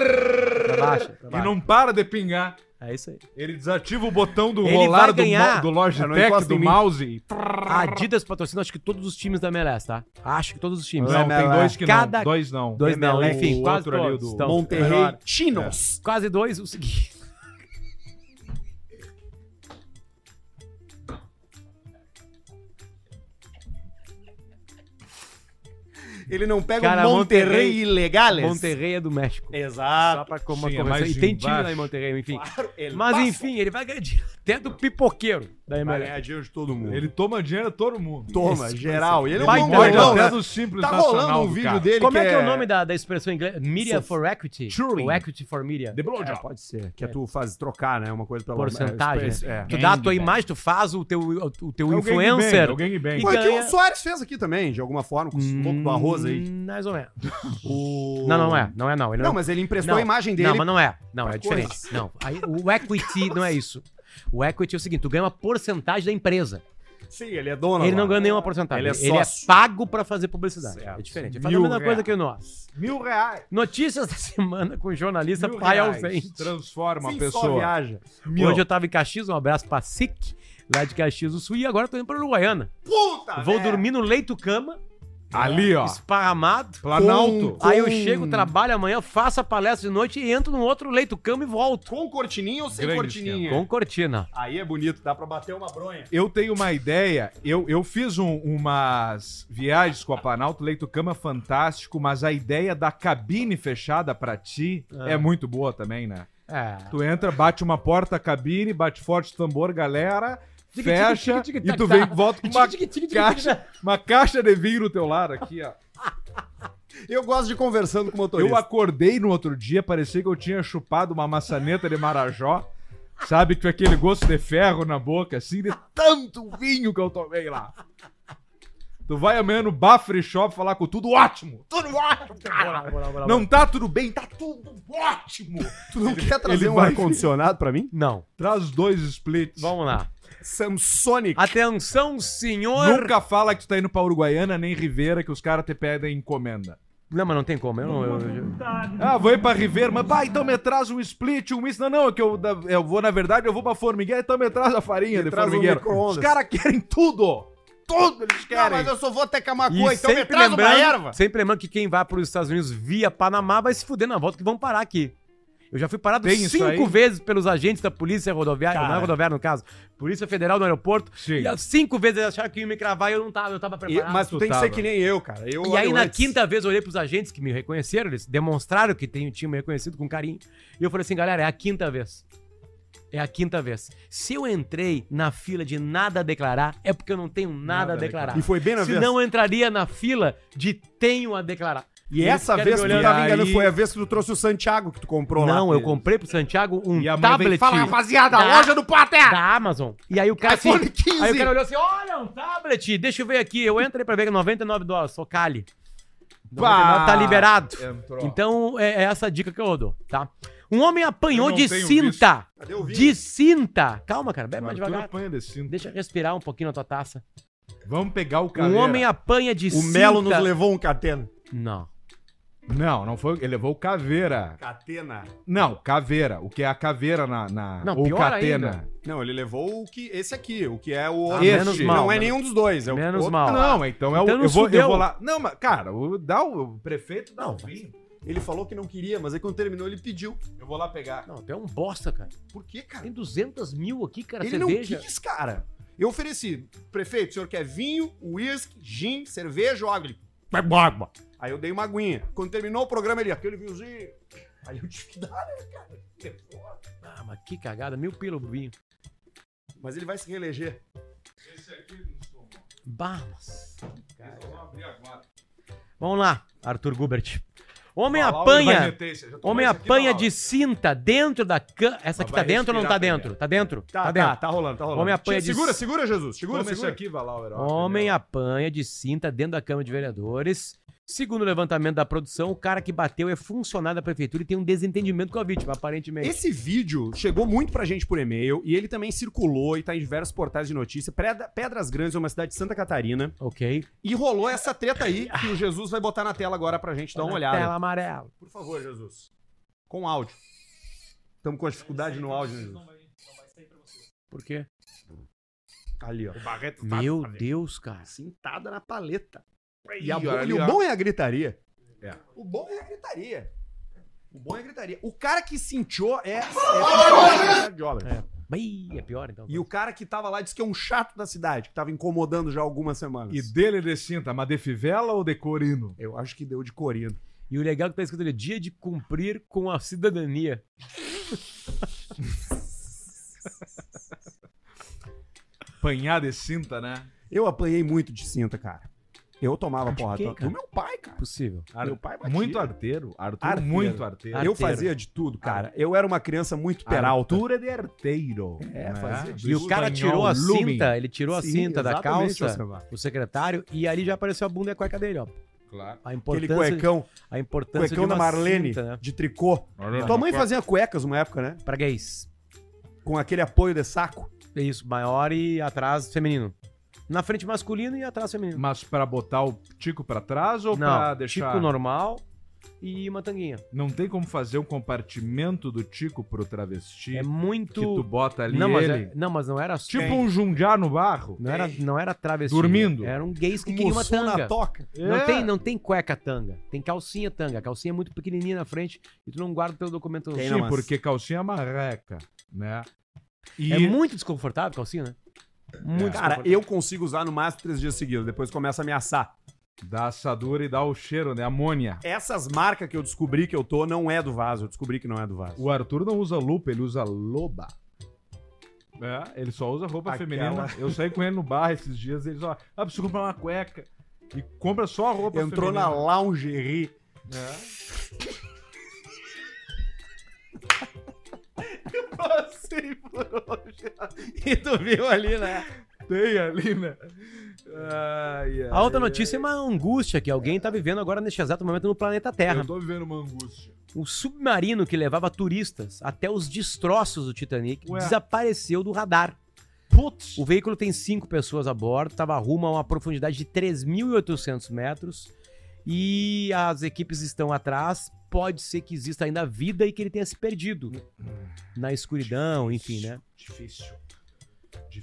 [SPEAKER 3] baixo, pra
[SPEAKER 2] E
[SPEAKER 3] baixo.
[SPEAKER 2] não para de pingar.
[SPEAKER 3] É isso aí.
[SPEAKER 2] Ele desativa o botão do
[SPEAKER 3] Ele
[SPEAKER 2] rolar
[SPEAKER 3] vai
[SPEAKER 2] do,
[SPEAKER 3] ganhar.
[SPEAKER 2] mo- do
[SPEAKER 1] Eu não
[SPEAKER 2] Logitech,
[SPEAKER 1] encosto em
[SPEAKER 2] do
[SPEAKER 1] mim.
[SPEAKER 2] mouse. e-
[SPEAKER 3] A Adidas patrocina acho que todos os times da MLS, tá? Acho que todos os times.
[SPEAKER 2] Não, tem dois que
[SPEAKER 3] é. Cada-
[SPEAKER 2] não. Dois não.
[SPEAKER 3] Dois não,
[SPEAKER 2] MLS,
[SPEAKER 3] enfim,
[SPEAKER 2] o
[SPEAKER 3] quase
[SPEAKER 2] outro ali,
[SPEAKER 3] todos.
[SPEAKER 2] o do-
[SPEAKER 3] Então,
[SPEAKER 1] Monterrey
[SPEAKER 3] melhor.
[SPEAKER 1] Chinos.
[SPEAKER 3] Quase dois, o seguinte.
[SPEAKER 1] Ele não pega
[SPEAKER 3] É. Cara,
[SPEAKER 1] o Monterrey,
[SPEAKER 3] Monterrey-
[SPEAKER 1] Ilegales.
[SPEAKER 3] Monterrey é do México. Só
[SPEAKER 1] Exato.
[SPEAKER 3] pra como
[SPEAKER 2] Sim, é
[SPEAKER 3] correção.
[SPEAKER 2] mais
[SPEAKER 3] E tem time
[SPEAKER 2] embaixo.
[SPEAKER 3] lá em Monterrey, enfim.
[SPEAKER 1] Ele
[SPEAKER 3] Mas
[SPEAKER 1] passa-
[SPEAKER 3] enfim, é ele vai ganhar dinheiro até do pipoqueiro da
[SPEAKER 1] Vai
[SPEAKER 3] MLS.
[SPEAKER 1] ganhar dinheiro de todo mundo.
[SPEAKER 2] Ele toma dinheiro de todo mundo.
[SPEAKER 1] toma, geral. Ele é um
[SPEAKER 3] Vai
[SPEAKER 2] Ele morde
[SPEAKER 1] mongolão,
[SPEAKER 2] até
[SPEAKER 1] né?
[SPEAKER 2] do simples
[SPEAKER 1] Tá
[SPEAKER 2] nacional
[SPEAKER 1] rolando um
[SPEAKER 2] do
[SPEAKER 1] vídeo
[SPEAKER 2] cara.
[SPEAKER 1] dele
[SPEAKER 3] Como é
[SPEAKER 1] que
[SPEAKER 3] que é o nome da, da expressão em inglês? Media for Equity?
[SPEAKER 1] Turing.
[SPEAKER 3] Ou Equity for Media?
[SPEAKER 2] The Blowjob.
[SPEAKER 1] pode ser. Que é tu faz trocar, né? Uma coisa pela
[SPEAKER 3] Porcentagem.
[SPEAKER 1] É,
[SPEAKER 3] né?
[SPEAKER 1] é.
[SPEAKER 3] Tu dá a tua
[SPEAKER 5] Gangbang.
[SPEAKER 3] imagem, tu faz o teu, o
[SPEAKER 1] um
[SPEAKER 3] teu
[SPEAKER 2] É o gangbang,
[SPEAKER 3] influencer.
[SPEAKER 2] é o gangbang.
[SPEAKER 3] E
[SPEAKER 1] Foi o que
[SPEAKER 3] ganha-
[SPEAKER 1] o Soares fez aqui também, de alguma forma, com o pouco do arroz aí. tipo,
[SPEAKER 3] Hum, Mais ou menos.
[SPEAKER 1] O-
[SPEAKER 3] Não, não é. Não é não. Ele
[SPEAKER 1] Não, mas ele emprestou
[SPEAKER 3] Não,
[SPEAKER 1] a imagem dele.
[SPEAKER 3] Não, mas não é. Não,
[SPEAKER 1] pra
[SPEAKER 3] é diferente.
[SPEAKER 1] coisas.
[SPEAKER 3] Não. Aí, o equity não é isso. O equity é o seguinte: tu ganha uma porcentagem da empresa.
[SPEAKER 1] Sim, ele é dono.
[SPEAKER 3] ele não
[SPEAKER 1] agora.
[SPEAKER 3] ganha nenhuma porcentagem.
[SPEAKER 1] Ele é
[SPEAKER 3] Ele é,
[SPEAKER 1] sócio.
[SPEAKER 3] pago pra fazer publicidade.
[SPEAKER 1] Certo.
[SPEAKER 3] É diferente.
[SPEAKER 2] Mil
[SPEAKER 3] Ele faz a mesma
[SPEAKER 2] reais.
[SPEAKER 3] coisa que nós.
[SPEAKER 2] Mil reais.
[SPEAKER 3] Notícias da semana com o jornalista
[SPEAKER 2] Mil
[SPEAKER 3] pai
[SPEAKER 2] reais.
[SPEAKER 3] ausente.
[SPEAKER 1] Sim,
[SPEAKER 2] Transforma
[SPEAKER 1] ah,
[SPEAKER 2] a
[SPEAKER 1] Só
[SPEAKER 2] pessoa.
[SPEAKER 1] viaja.
[SPEAKER 2] Mil.
[SPEAKER 3] Hoje eu tava em Caxias, um abraço pra SIC, lá de Caxias do Sul, e agora eu tô indo pra Uruguaiana.
[SPEAKER 1] Puta,
[SPEAKER 3] Vou
[SPEAKER 1] velho.
[SPEAKER 3] dormir no leito-cama,
[SPEAKER 2] Ali, ó.
[SPEAKER 3] esparramado.
[SPEAKER 2] Planalto.
[SPEAKER 3] Aí eu chego, trabalho amanhã, faço a palestra de noite e entro no outro leito-cama e volto.
[SPEAKER 1] Com cortininha ou sem
[SPEAKER 2] Grande
[SPEAKER 1] cortininha?
[SPEAKER 3] Com cortina.
[SPEAKER 1] Aí é bonito, dá pra bater uma bronha.
[SPEAKER 2] Eu tenho uma ideia. Eu, eu fiz um- umas viagens com a Planalto, Leito Cama fantástico, mas a ideia da cabine fechada pra ti
[SPEAKER 1] Ah.
[SPEAKER 2] é muito boa também, né?
[SPEAKER 3] É.
[SPEAKER 2] Tu entra, bate uma porta, cabine, bate forte o tambor, galera,
[SPEAKER 3] Tic, tic,
[SPEAKER 2] fecha
[SPEAKER 3] tic, tic,
[SPEAKER 2] e
[SPEAKER 3] tac,
[SPEAKER 2] tu vem
[SPEAKER 3] tac.
[SPEAKER 2] volta com uma
[SPEAKER 3] Tic, tic, tic, tic,
[SPEAKER 2] caixa, uma caixa de vinho no teu lado aqui, ó.
[SPEAKER 1] Eu gosto de conversando com o motorista.
[SPEAKER 2] Eu acordei no outro dia, parecia que eu tinha chupado uma maçaneta de Marajó. Sabe que foi aquele gosto de ferro na boca, assim, de tanto vinho que eu tomei lá. Tu vai amanhã no Bafre Shop falar com tudo ótimo. Tudo ótimo,
[SPEAKER 3] Ah!
[SPEAKER 2] cara. Não tá tudo bem, tá tudo ótimo.
[SPEAKER 1] Tu não quer trazer
[SPEAKER 2] ele
[SPEAKER 1] um
[SPEAKER 2] vai-
[SPEAKER 1] ar-condicionado pra mim?
[SPEAKER 3] Não.
[SPEAKER 2] Traz dois splits.
[SPEAKER 3] Vamos lá.
[SPEAKER 1] Samsonic.
[SPEAKER 3] Ah, Atenção, senhor.
[SPEAKER 2] Nunca fala que tu tá indo pra Uruguaiana nem Rivera que os caras te pedem encomenda.
[SPEAKER 3] Não, mas não tem como. Eu não. eu- eu-
[SPEAKER 2] Ah, vou ir pra Rivera, mas pá, então me traz um split, um isso. Não, não, é que eu, da- eu vou, na verdade, eu vou pra Formigueira, então me traz a farinha de
[SPEAKER 1] traz um
[SPEAKER 2] Formigueira.
[SPEAKER 1] micro-ondas.
[SPEAKER 2] Os caras querem tudo! Tudo eles
[SPEAKER 1] Não,
[SPEAKER 2] querem!
[SPEAKER 1] mas eu só vou até
[SPEAKER 3] E
[SPEAKER 1] Camacuã, então me
[SPEAKER 3] sempre,
[SPEAKER 1] traz uma erva.
[SPEAKER 3] lembrando, sempre lembrando que quem vai para os Estados Unidos via Panamá vai se fuder na volta que vão parar aqui. Eu já fui parado
[SPEAKER 2] Tem isso
[SPEAKER 3] cinco
[SPEAKER 2] aí?
[SPEAKER 3] vezes pelos agentes da polícia rodoviária,
[SPEAKER 1] Cara.
[SPEAKER 3] não é rodoviária no caso, polícia federal no aeroporto.
[SPEAKER 2] Sim.
[SPEAKER 3] E as cinco vezes eles acharam que iam me cravar e eu não tava, eu tava
[SPEAKER 1] E-
[SPEAKER 3] preparado.
[SPEAKER 1] mas tu tem que
[SPEAKER 2] tava.
[SPEAKER 1] ser que nem eu, cara. Eu
[SPEAKER 3] E
[SPEAKER 1] olho
[SPEAKER 3] aí, na
[SPEAKER 1] antes.
[SPEAKER 3] quinta vez, eu olhei pros agentes que me reconheceram, eles demonstraram que tem, tinham me reconhecido com carinho. E eu falei assim, galera, é a quinta vez. É a quinta vez. Se eu entrei na fila de nada a declarar, é porque eu não tenho nada, a declarar.
[SPEAKER 1] E foi bem na
[SPEAKER 3] Se
[SPEAKER 1] vez.
[SPEAKER 3] não, é eu entraria na fila de tenho a declarar.
[SPEAKER 1] E
[SPEAKER 3] Eles
[SPEAKER 1] essa
[SPEAKER 3] ficaram
[SPEAKER 1] vez
[SPEAKER 3] me
[SPEAKER 1] que tu
[SPEAKER 3] olhando.
[SPEAKER 1] tava enganando
[SPEAKER 2] Aí-
[SPEAKER 1] foi a vez que tu trouxe o Santiago que tu comprou lá.
[SPEAKER 3] Não, eu comprei pro Santiago um
[SPEAKER 2] E a mãe
[SPEAKER 3] tablet
[SPEAKER 2] vem, fala,
[SPEAKER 3] rapaziada, da, loja do Paté! Da Amazon. E aí o cara assim,
[SPEAKER 1] "Ah!" iPhone 15.
[SPEAKER 3] Aí o cara olhou assim, olha um tablet, deixa eu ver aqui. Eu entrei pra ver 99 dólares, só cale. 99 tá liberado.
[SPEAKER 2] Entrou.
[SPEAKER 3] Então, é, é essa a dica que eu dou, tá? Um homem apanhou
[SPEAKER 2] Eu não
[SPEAKER 3] de
[SPEAKER 2] tenho
[SPEAKER 3] cinta.
[SPEAKER 1] Cadê o vídeo?
[SPEAKER 3] De cinta. Calma, cara, bebe é mais
[SPEAKER 2] Arthur
[SPEAKER 3] devagar.
[SPEAKER 2] apanha desse cinto.
[SPEAKER 3] Deixa eu respirar um pouquinho na tua taça.
[SPEAKER 2] Vamos pegar o
[SPEAKER 3] Um
[SPEAKER 2] caveira.
[SPEAKER 3] homem apanha de
[SPEAKER 1] O
[SPEAKER 3] cinta.
[SPEAKER 1] Melo nos levou um catena.
[SPEAKER 3] Não.
[SPEAKER 2] Não, não foi. Ele levou o caveira.
[SPEAKER 1] Catena.
[SPEAKER 2] Não, caveira. O que é a caveira na. na
[SPEAKER 3] Não,
[SPEAKER 2] ou
[SPEAKER 3] pior
[SPEAKER 2] catena.
[SPEAKER 3] ainda.
[SPEAKER 1] Não, ele levou o que, esse aqui, o que é o
[SPEAKER 3] Ah,
[SPEAKER 1] outro.
[SPEAKER 2] Esse.
[SPEAKER 3] menos
[SPEAKER 1] não
[SPEAKER 3] mal.
[SPEAKER 1] é nenhum dos dois. É o
[SPEAKER 3] Menos
[SPEAKER 1] outro.
[SPEAKER 3] mal.
[SPEAKER 2] Não, então é o.
[SPEAKER 3] Então
[SPEAKER 2] eu,
[SPEAKER 3] nos
[SPEAKER 2] vou, eu
[SPEAKER 3] fudeu.
[SPEAKER 2] vou lá. Não, mas, cara, o, dá o, o prefeito dá
[SPEAKER 3] Não,
[SPEAKER 2] um
[SPEAKER 3] vai.
[SPEAKER 2] vinho.
[SPEAKER 1] Ele falou que não queria, mas aí quando terminou ele pediu.
[SPEAKER 2] Eu vou lá pegar.
[SPEAKER 3] Não, tu é um bosta, cara.
[SPEAKER 1] Por quê, cara?
[SPEAKER 3] Tem 200 mil aqui, cara,
[SPEAKER 1] Ele
[SPEAKER 3] cerveja.
[SPEAKER 1] não quis, cara. Eu ofereci, prefeito, o senhor quer vinho, uísque, gin, cerveja ou água? Ele, "Vai, água. Aí eu dei uma aguinha. Quando terminou o programa, ele, aquele vinhozinho. Aí eu tive que dar, né, cara? Levou.
[SPEAKER 3] Ah, mas que cagada, mil pelo vinho.
[SPEAKER 1] Mas ele vai se reeleger.
[SPEAKER 3] Balas. Vamos lá, Arthur Gubert. Homem
[SPEAKER 2] Falar, ele vai
[SPEAKER 3] apanha.
[SPEAKER 2] meter isso. Já tomou
[SPEAKER 3] Homem
[SPEAKER 2] isso aqui,
[SPEAKER 3] apanha
[SPEAKER 2] não.
[SPEAKER 3] de cinta dentro da cama. Essa
[SPEAKER 2] Mas
[SPEAKER 3] aqui tá
[SPEAKER 2] vai
[SPEAKER 3] dentro ou não tá
[SPEAKER 2] respirar
[SPEAKER 3] dentro? Tá dentro?
[SPEAKER 1] Tá,
[SPEAKER 3] Tá
[SPEAKER 1] tá,
[SPEAKER 3] dentro.
[SPEAKER 1] tá rolando, tá rolando.
[SPEAKER 3] Homem apanha de-
[SPEAKER 1] Segura, segura, Jesus. Segura,
[SPEAKER 2] Toma esse
[SPEAKER 1] segura.
[SPEAKER 2] aqui, vai lá, Herói.
[SPEAKER 3] Homem apanha de cinta dentro da Câmara de Vereadores. Segundo o levantamento da produção, o cara que bateu é funcionário da prefeitura e tem um desentendimento com a vítima, aparentemente.
[SPEAKER 1] Esse vídeo chegou muito pra gente por e-mail e ele também circulou e tá em diversos portais de notícia. Pedra- Pedras Grandes é uma cidade de Santa Catarina.
[SPEAKER 3] Ok.
[SPEAKER 1] E rolou essa treta aí que o Jesus vai botar na tela agora pra gente dar uma olhada.
[SPEAKER 3] Tela amarela.
[SPEAKER 1] Por favor, Jesus. Com áudio. Estamos com a dificuldade no áudio, né, Jesus.
[SPEAKER 3] Por quê?
[SPEAKER 1] Ali, ó.
[SPEAKER 3] Meu Deus, cara.
[SPEAKER 1] Cintada na paleta. E,
[SPEAKER 2] E,
[SPEAKER 1] a bo- e o bom é a gritaria. O bom é a gritaria. O bom é a gritaria. O cara que sentiu é. é- de obra.
[SPEAKER 3] Ih, é pior então.
[SPEAKER 1] E o cara que tava lá disse que é um chato da cidade, que tava incomodando já algumas semanas.
[SPEAKER 2] E dele de cinta, mas de fivela ou de corino?
[SPEAKER 1] Eu acho que deu de corino.
[SPEAKER 3] E o legal é que tá escrito ali, dia de cumprir com a cidadania.
[SPEAKER 2] Apanhar de cinta, né?
[SPEAKER 1] Eu apanhei muito de cinta, cara. Eu tomava porra
[SPEAKER 3] quem,
[SPEAKER 1] to-
[SPEAKER 3] cara?
[SPEAKER 1] do meu pai, cara.
[SPEAKER 3] Possível.
[SPEAKER 2] Ar-
[SPEAKER 1] Meu pai batia.
[SPEAKER 2] Muito arteiro. Arthur,
[SPEAKER 1] Arteiro.
[SPEAKER 2] muito arteiro.
[SPEAKER 3] Arteiro.
[SPEAKER 1] Eu fazia de tudo, cara. Eu era uma criança muito peralta.
[SPEAKER 2] Arthur é de arteiro. Né?
[SPEAKER 1] É, fazia
[SPEAKER 3] E o
[SPEAKER 2] tá
[SPEAKER 3] cara tirou a cinta, ele tirou a
[SPEAKER 1] Sim,
[SPEAKER 3] cinta da
[SPEAKER 1] exatamente,
[SPEAKER 3] calça,
[SPEAKER 1] Oscar.
[SPEAKER 3] o secretário, e ali já apareceu a bunda e a cueca dele, ó.
[SPEAKER 2] Claro.
[SPEAKER 3] A
[SPEAKER 1] Aquele
[SPEAKER 3] importância,
[SPEAKER 1] cuecão,
[SPEAKER 3] a importância
[SPEAKER 1] cuecão da
[SPEAKER 3] uma
[SPEAKER 1] Marlene,
[SPEAKER 3] cinta, né?
[SPEAKER 1] de tricô. Tua mãe fazia cuecas uma época, né?
[SPEAKER 3] Pra gays.
[SPEAKER 1] Com aquele apoio de saco.
[SPEAKER 3] É isso, maior e atrás feminino. Na frente masculino e atrás feminino.
[SPEAKER 2] Mas pra botar o tico pra trás ou pra
[SPEAKER 3] Não,
[SPEAKER 2] deixar...
[SPEAKER 3] tico normal e uma tanguinha.
[SPEAKER 2] Não tem como fazer um compartimento do tico pro travesti
[SPEAKER 3] É
[SPEAKER 2] que tu
[SPEAKER 3] muito...
[SPEAKER 2] bota ali
[SPEAKER 3] Não mas,
[SPEAKER 2] ele.
[SPEAKER 3] é- não, mas não era...
[SPEAKER 2] Tipo um jundiá no barro.
[SPEAKER 3] Não era, não era travesti.
[SPEAKER 2] Dormindo.
[SPEAKER 3] Era um gays que
[SPEAKER 1] Com
[SPEAKER 3] queria uma
[SPEAKER 1] moção
[SPEAKER 3] tanga.
[SPEAKER 1] na toca.
[SPEAKER 2] É.
[SPEAKER 3] Não, tem, não tem cueca tanga. Tem calcinha tanga. A calcinha é muito pequenininha na frente e tu não guarda o teu documento.
[SPEAKER 1] Tem,
[SPEAKER 2] Sim,
[SPEAKER 1] não, mas-
[SPEAKER 2] porque calcinha é marreca, né? E É.
[SPEAKER 3] É muito desconfortável calcinha, né? Muito
[SPEAKER 1] Cara,
[SPEAKER 3] desconfortável.
[SPEAKER 1] eu consigo usar no máximo três dias seguidos, depois começa a ameaçar.
[SPEAKER 2] dá assadura e dá o cheiro, né? Amônia.
[SPEAKER 1] Essas marcas que eu descobri que eu tô não é do vaso. Eu descobri que não é do vaso.
[SPEAKER 2] O Arthur não usa lupa, ele usa loba. É, ele só usa roupa
[SPEAKER 1] Aquela.
[SPEAKER 2] feminina. Eu saí com ele no bar esses dias, ele só, ah, preciso comprar uma cueca. E compra só a roupa
[SPEAKER 1] Entrou na
[SPEAKER 2] feminina.
[SPEAKER 1] lingerie. eu passei por hoje. E tu viu ali, né?
[SPEAKER 2] Tem ali, né? Ai, ai,
[SPEAKER 3] A outra
[SPEAKER 2] ai.
[SPEAKER 3] notícia é uma angústia que alguém tá vivendo agora neste exato momento no planeta Terra.
[SPEAKER 2] Eu tô vivendo uma angústia.
[SPEAKER 3] O submarino que levava turistas até os destroços do Titanic
[SPEAKER 2] Ué.
[SPEAKER 3] desapareceu do radar.
[SPEAKER 2] Putz!
[SPEAKER 3] O veículo tem cinco pessoas a bordo, estava rumo a uma profundidade de 3.800 metros e as equipes estão atrás. Pode ser que exista ainda vida e que ele tenha se perdido
[SPEAKER 2] Hum,
[SPEAKER 3] na escuridão, enfim, né?
[SPEAKER 2] Difícil.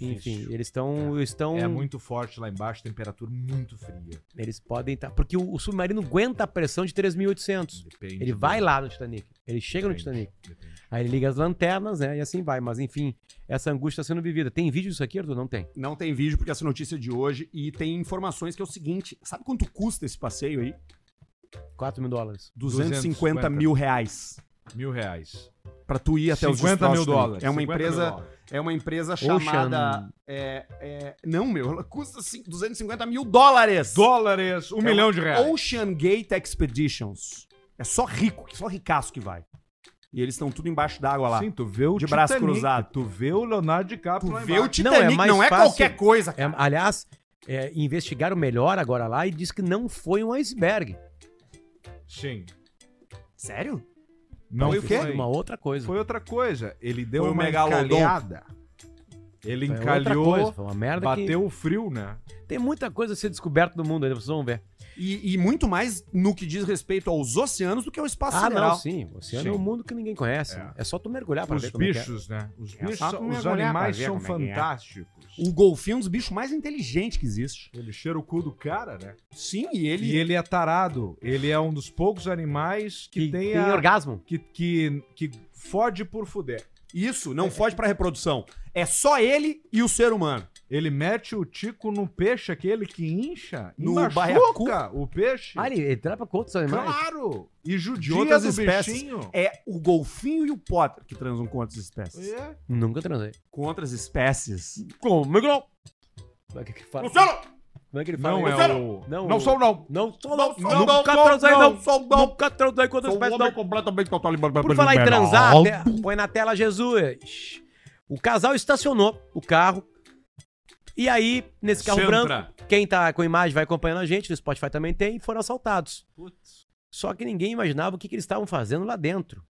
[SPEAKER 3] Enfim, um eles estão, estão,
[SPEAKER 2] É muito forte lá embaixo, temperatura muito fria.
[SPEAKER 3] eles podem estar, porque o, o submarino aguenta a pressão de 3.800.
[SPEAKER 2] Depende.
[SPEAKER 3] Ele
[SPEAKER 2] do-
[SPEAKER 3] vai lá no Titanic, ele chega no
[SPEAKER 2] Depende,
[SPEAKER 3] Titanic,
[SPEAKER 2] depende.
[SPEAKER 3] aí ele liga as lanternas, né? E assim vai. Mas enfim, essa angústia está sendo vivida. Tem vídeo disso aqui, Arthur? Não tem.
[SPEAKER 1] Não tem vídeo porque essa notícia é de hoje e tem informações que é o seguinte: sabe quanto custa esse passeio aí?
[SPEAKER 3] 4 mil dólares.
[SPEAKER 1] 250 mil reais.
[SPEAKER 2] Mil reais.
[SPEAKER 1] Pra tu ir até os
[SPEAKER 2] 50 mil
[SPEAKER 1] destroços também.
[SPEAKER 2] dólares.
[SPEAKER 1] É uma
[SPEAKER 2] 50 mil
[SPEAKER 1] empresa
[SPEAKER 2] dólares.
[SPEAKER 1] É uma empresa
[SPEAKER 3] Ocean.
[SPEAKER 1] chamada. é, é, não, meu, ela custa assim, 250 mil dólares.
[SPEAKER 2] Dólares, um
[SPEAKER 1] É
[SPEAKER 2] milhão
[SPEAKER 1] uma
[SPEAKER 2] de reais.
[SPEAKER 1] Ocean Gate Expeditions. É só rico, só ricaço que vai. E eles estão tudo embaixo d'água lá.
[SPEAKER 2] Sim, tu vê o
[SPEAKER 1] De braço
[SPEAKER 2] Titanic,
[SPEAKER 1] cruzado.
[SPEAKER 2] Tu vê o Leonardo DiCaprio
[SPEAKER 1] tu
[SPEAKER 2] lá
[SPEAKER 1] vê o
[SPEAKER 2] embaixo.
[SPEAKER 1] Titanic,
[SPEAKER 3] Não,
[SPEAKER 1] não
[SPEAKER 3] é
[SPEAKER 1] é,
[SPEAKER 3] mais fácil.
[SPEAKER 1] qualquer coisa.
[SPEAKER 3] É, aliás, é, investigaram melhor agora lá e diz que não foi um iceberg.
[SPEAKER 2] Sim.
[SPEAKER 1] Sério?
[SPEAKER 2] Não
[SPEAKER 1] Foi o quê?
[SPEAKER 2] Foi,
[SPEAKER 3] Uma outra coisa.
[SPEAKER 2] Foi outra coisa. Ele deu
[SPEAKER 1] Foi um
[SPEAKER 2] uma
[SPEAKER 1] megalodon.
[SPEAKER 2] encalhada. Ele
[SPEAKER 3] Foi
[SPEAKER 2] encalhou,
[SPEAKER 3] É Foi uma merda
[SPEAKER 2] bateu o frio, né?
[SPEAKER 3] que... Tem muita coisa a ser descoberta no mundo ainda, vocês vão ver.
[SPEAKER 1] E, e muito mais no que diz respeito aos oceanos do que ao espaço
[SPEAKER 3] Ah,
[SPEAKER 1] sideral.
[SPEAKER 3] não, sim. O oceano é
[SPEAKER 2] Tá Sim.
[SPEAKER 3] um mundo que ninguém conhece.
[SPEAKER 2] É.
[SPEAKER 3] né? É, só tu mergulhar pra
[SPEAKER 2] Os
[SPEAKER 3] ver como é que é.
[SPEAKER 2] bichos, né? Os bichos,
[SPEAKER 1] só
[SPEAKER 2] são-
[SPEAKER 1] tu
[SPEAKER 2] os
[SPEAKER 1] mergulhar pra
[SPEAKER 2] animais
[SPEAKER 1] ver
[SPEAKER 2] são
[SPEAKER 1] como é que é.
[SPEAKER 2] fantásticos.
[SPEAKER 1] O golfinho é um dos bichos mais inteligentes que existe.
[SPEAKER 2] Ele cheira o cu do cara, né?
[SPEAKER 1] Sim, e ele.
[SPEAKER 2] E ele é tarado. Ele é um dos poucos animais que,
[SPEAKER 3] Que
[SPEAKER 2] tem,
[SPEAKER 3] tem
[SPEAKER 2] a-
[SPEAKER 3] orgasmo.
[SPEAKER 2] que, que, que fode por fuder.
[SPEAKER 1] Isso, não foge pra reprodução. É só ele e o ser humano.
[SPEAKER 2] Ele mete o tico no peixe, aquele que incha, e
[SPEAKER 1] No
[SPEAKER 2] machuca
[SPEAKER 1] baiacu?
[SPEAKER 2] o peixe.
[SPEAKER 3] Ah, ele, ele trapa com outros animais.
[SPEAKER 2] claro! E judia
[SPEAKER 1] De outras
[SPEAKER 2] do
[SPEAKER 1] espécies.
[SPEAKER 2] bichinho.
[SPEAKER 1] é o golfinho e o Potter que transam com outras espécies.
[SPEAKER 2] É.
[SPEAKER 3] Nunca transei.
[SPEAKER 1] Com outras espécies.
[SPEAKER 3] Como é que não? Como é que fala? Como é que ele fala?
[SPEAKER 2] Não
[SPEAKER 3] Ele
[SPEAKER 2] é
[SPEAKER 3] fala,
[SPEAKER 2] o.
[SPEAKER 3] não,
[SPEAKER 2] Não
[SPEAKER 3] o-
[SPEAKER 2] sou o não.
[SPEAKER 3] Não, sou
[SPEAKER 2] Não,
[SPEAKER 3] não,
[SPEAKER 2] sou não,
[SPEAKER 3] nunca
[SPEAKER 2] sou
[SPEAKER 3] transei
[SPEAKER 2] não,
[SPEAKER 3] não.
[SPEAKER 2] sou não.
[SPEAKER 3] Nunca transei com outras
[SPEAKER 2] Sou um
[SPEAKER 3] pessoas
[SPEAKER 2] homem
[SPEAKER 3] não.
[SPEAKER 2] completamente total e
[SPEAKER 3] Por falar em transar, né? põe na tela Jesus. O casal estacionou o carro. E aí, nesse carro branco,
[SPEAKER 2] Centra.
[SPEAKER 3] quem tá com imagem vai acompanhando a gente, no Spotify também tem, e foram assaltados. Só que ninguém imaginava o que, que eles estavam fazendo lá dentro.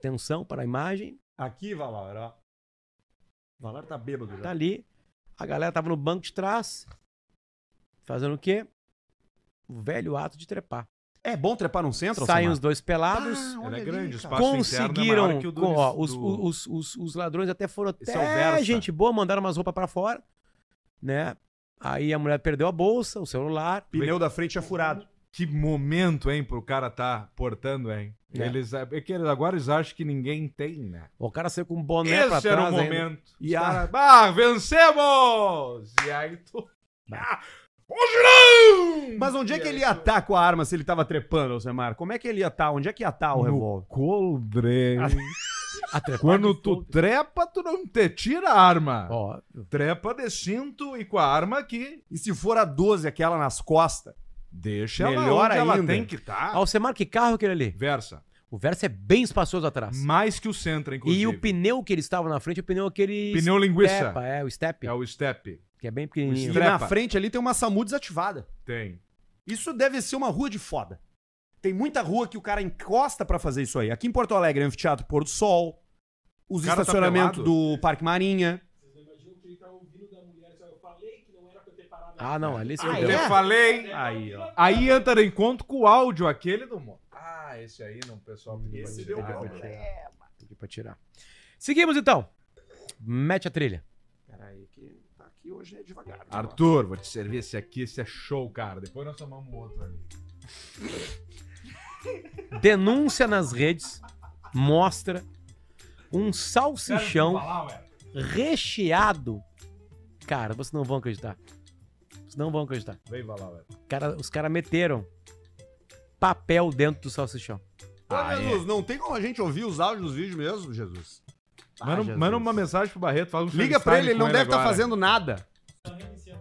[SPEAKER 3] Atenção para a imagem,
[SPEAKER 1] Aqui, Valar, ó. Valar tá bêbado já.
[SPEAKER 3] tá ali. A galera tava no banco de trás, fazendo o quê? O velho ato de trepar.
[SPEAKER 1] É bom trepar num centro,
[SPEAKER 3] Saem
[SPEAKER 1] Alcimar?
[SPEAKER 3] os dois pelados,
[SPEAKER 2] Ela é grande, o
[SPEAKER 1] cara.
[SPEAKER 2] espaço interno é
[SPEAKER 3] conseguiram.
[SPEAKER 2] maior que o do,
[SPEAKER 3] com- ó, os,
[SPEAKER 2] do-
[SPEAKER 3] os, os, os ladrões até foram
[SPEAKER 2] Esse é
[SPEAKER 3] até
[SPEAKER 2] o Versa.
[SPEAKER 3] gente boa, mandaram umas roupas pra fora, né? Aí a mulher perdeu a bolsa, o celular.
[SPEAKER 1] Pneu da frente é furado.
[SPEAKER 2] Que momento, hein, pro cara tá portando, hein?
[SPEAKER 3] É.
[SPEAKER 2] Eles, é que eles- agora eles acham que ninguém tem, né?
[SPEAKER 3] O cara saiu com um boné pra
[SPEAKER 2] Esse
[SPEAKER 3] trás.
[SPEAKER 2] era o
[SPEAKER 3] ainda.
[SPEAKER 2] momento.
[SPEAKER 1] E
[SPEAKER 2] Os
[SPEAKER 1] a-
[SPEAKER 2] caras, ah, vencemos! E aí tu... Ah, hoje não!
[SPEAKER 1] Mas onde é que ele ia estar com a arma se ele tava trepando, Alcimar? Como é que ele ia estar? Onde é que ia estar o revólver?
[SPEAKER 2] coldre.
[SPEAKER 3] A trepar
[SPEAKER 2] Quando
[SPEAKER 3] de
[SPEAKER 2] tu
[SPEAKER 3] fogo.
[SPEAKER 2] trepa, tu não te tira a arma.
[SPEAKER 3] Ó,
[SPEAKER 2] Trepa de cinto e com a arma aqui.
[SPEAKER 1] E se for a 12, aquela nas costas?
[SPEAKER 2] Deixa
[SPEAKER 1] Melhor
[SPEAKER 2] ela onde ela
[SPEAKER 1] ainda.
[SPEAKER 2] tem que estar.
[SPEAKER 3] Alcemar, que carro que ele ali?
[SPEAKER 2] Versa.
[SPEAKER 3] O Versa é bem espaçoso atrás.
[SPEAKER 2] Mais que o centro, inclusive.
[SPEAKER 3] E o pneu que ele estava na frente, o pneu aquele.
[SPEAKER 2] Pneu linguiça.
[SPEAKER 3] Stepa, é, o Step,
[SPEAKER 2] É o step.
[SPEAKER 3] que é bem
[SPEAKER 1] E
[SPEAKER 3] pequenininho.
[SPEAKER 2] Step. Trepa.
[SPEAKER 1] na frente ali tem uma SAMU desativada.
[SPEAKER 2] Tem.
[SPEAKER 1] Isso deve ser uma rua de foda. Tem muita rua que o cara encosta pra fazer isso aí. Aqui em Porto Alegre, é Anfiteatro Pôr do Sol, os
[SPEAKER 2] O cara tá
[SPEAKER 1] estacionamentos
[SPEAKER 2] pelado?
[SPEAKER 1] do Parque Marinha.
[SPEAKER 3] Ah, não, ali se
[SPEAKER 2] Eu
[SPEAKER 3] fudeu.
[SPEAKER 2] te falei.
[SPEAKER 1] é? Aí, ó.
[SPEAKER 2] Aí entra em conta com o áudio aquele do mo- Ah, esse aí não, pessoal. pediu pra tirar.
[SPEAKER 1] né?
[SPEAKER 3] Pedi pra tirar. Seguimos então. Mete a trilha.
[SPEAKER 1] Peraí, que tá aqui hoje é devagar.
[SPEAKER 2] Ah, Arthur, vou te servir esse aqui, esse é show, cara. Depois nós tomamos outro ali.
[SPEAKER 3] Denúncia nas redes mostra um salsichão recheado. Cara, vocês não vão acreditar. Vocês não vão acreditar.
[SPEAKER 2] Vem falar, velho.
[SPEAKER 3] Cara, os caras meteram papel dentro do salsichão.
[SPEAKER 1] Ô, Jesus, não tem como a gente ouvir os áudios dos vídeos mesmo, Ah, Jesus.
[SPEAKER 2] Manda, um-
[SPEAKER 3] Jesus.
[SPEAKER 2] manda uma mensagem pro Barreto, fala um
[SPEAKER 1] Liga pra ele, ele não deve estar
[SPEAKER 2] estar
[SPEAKER 1] fazendo nada.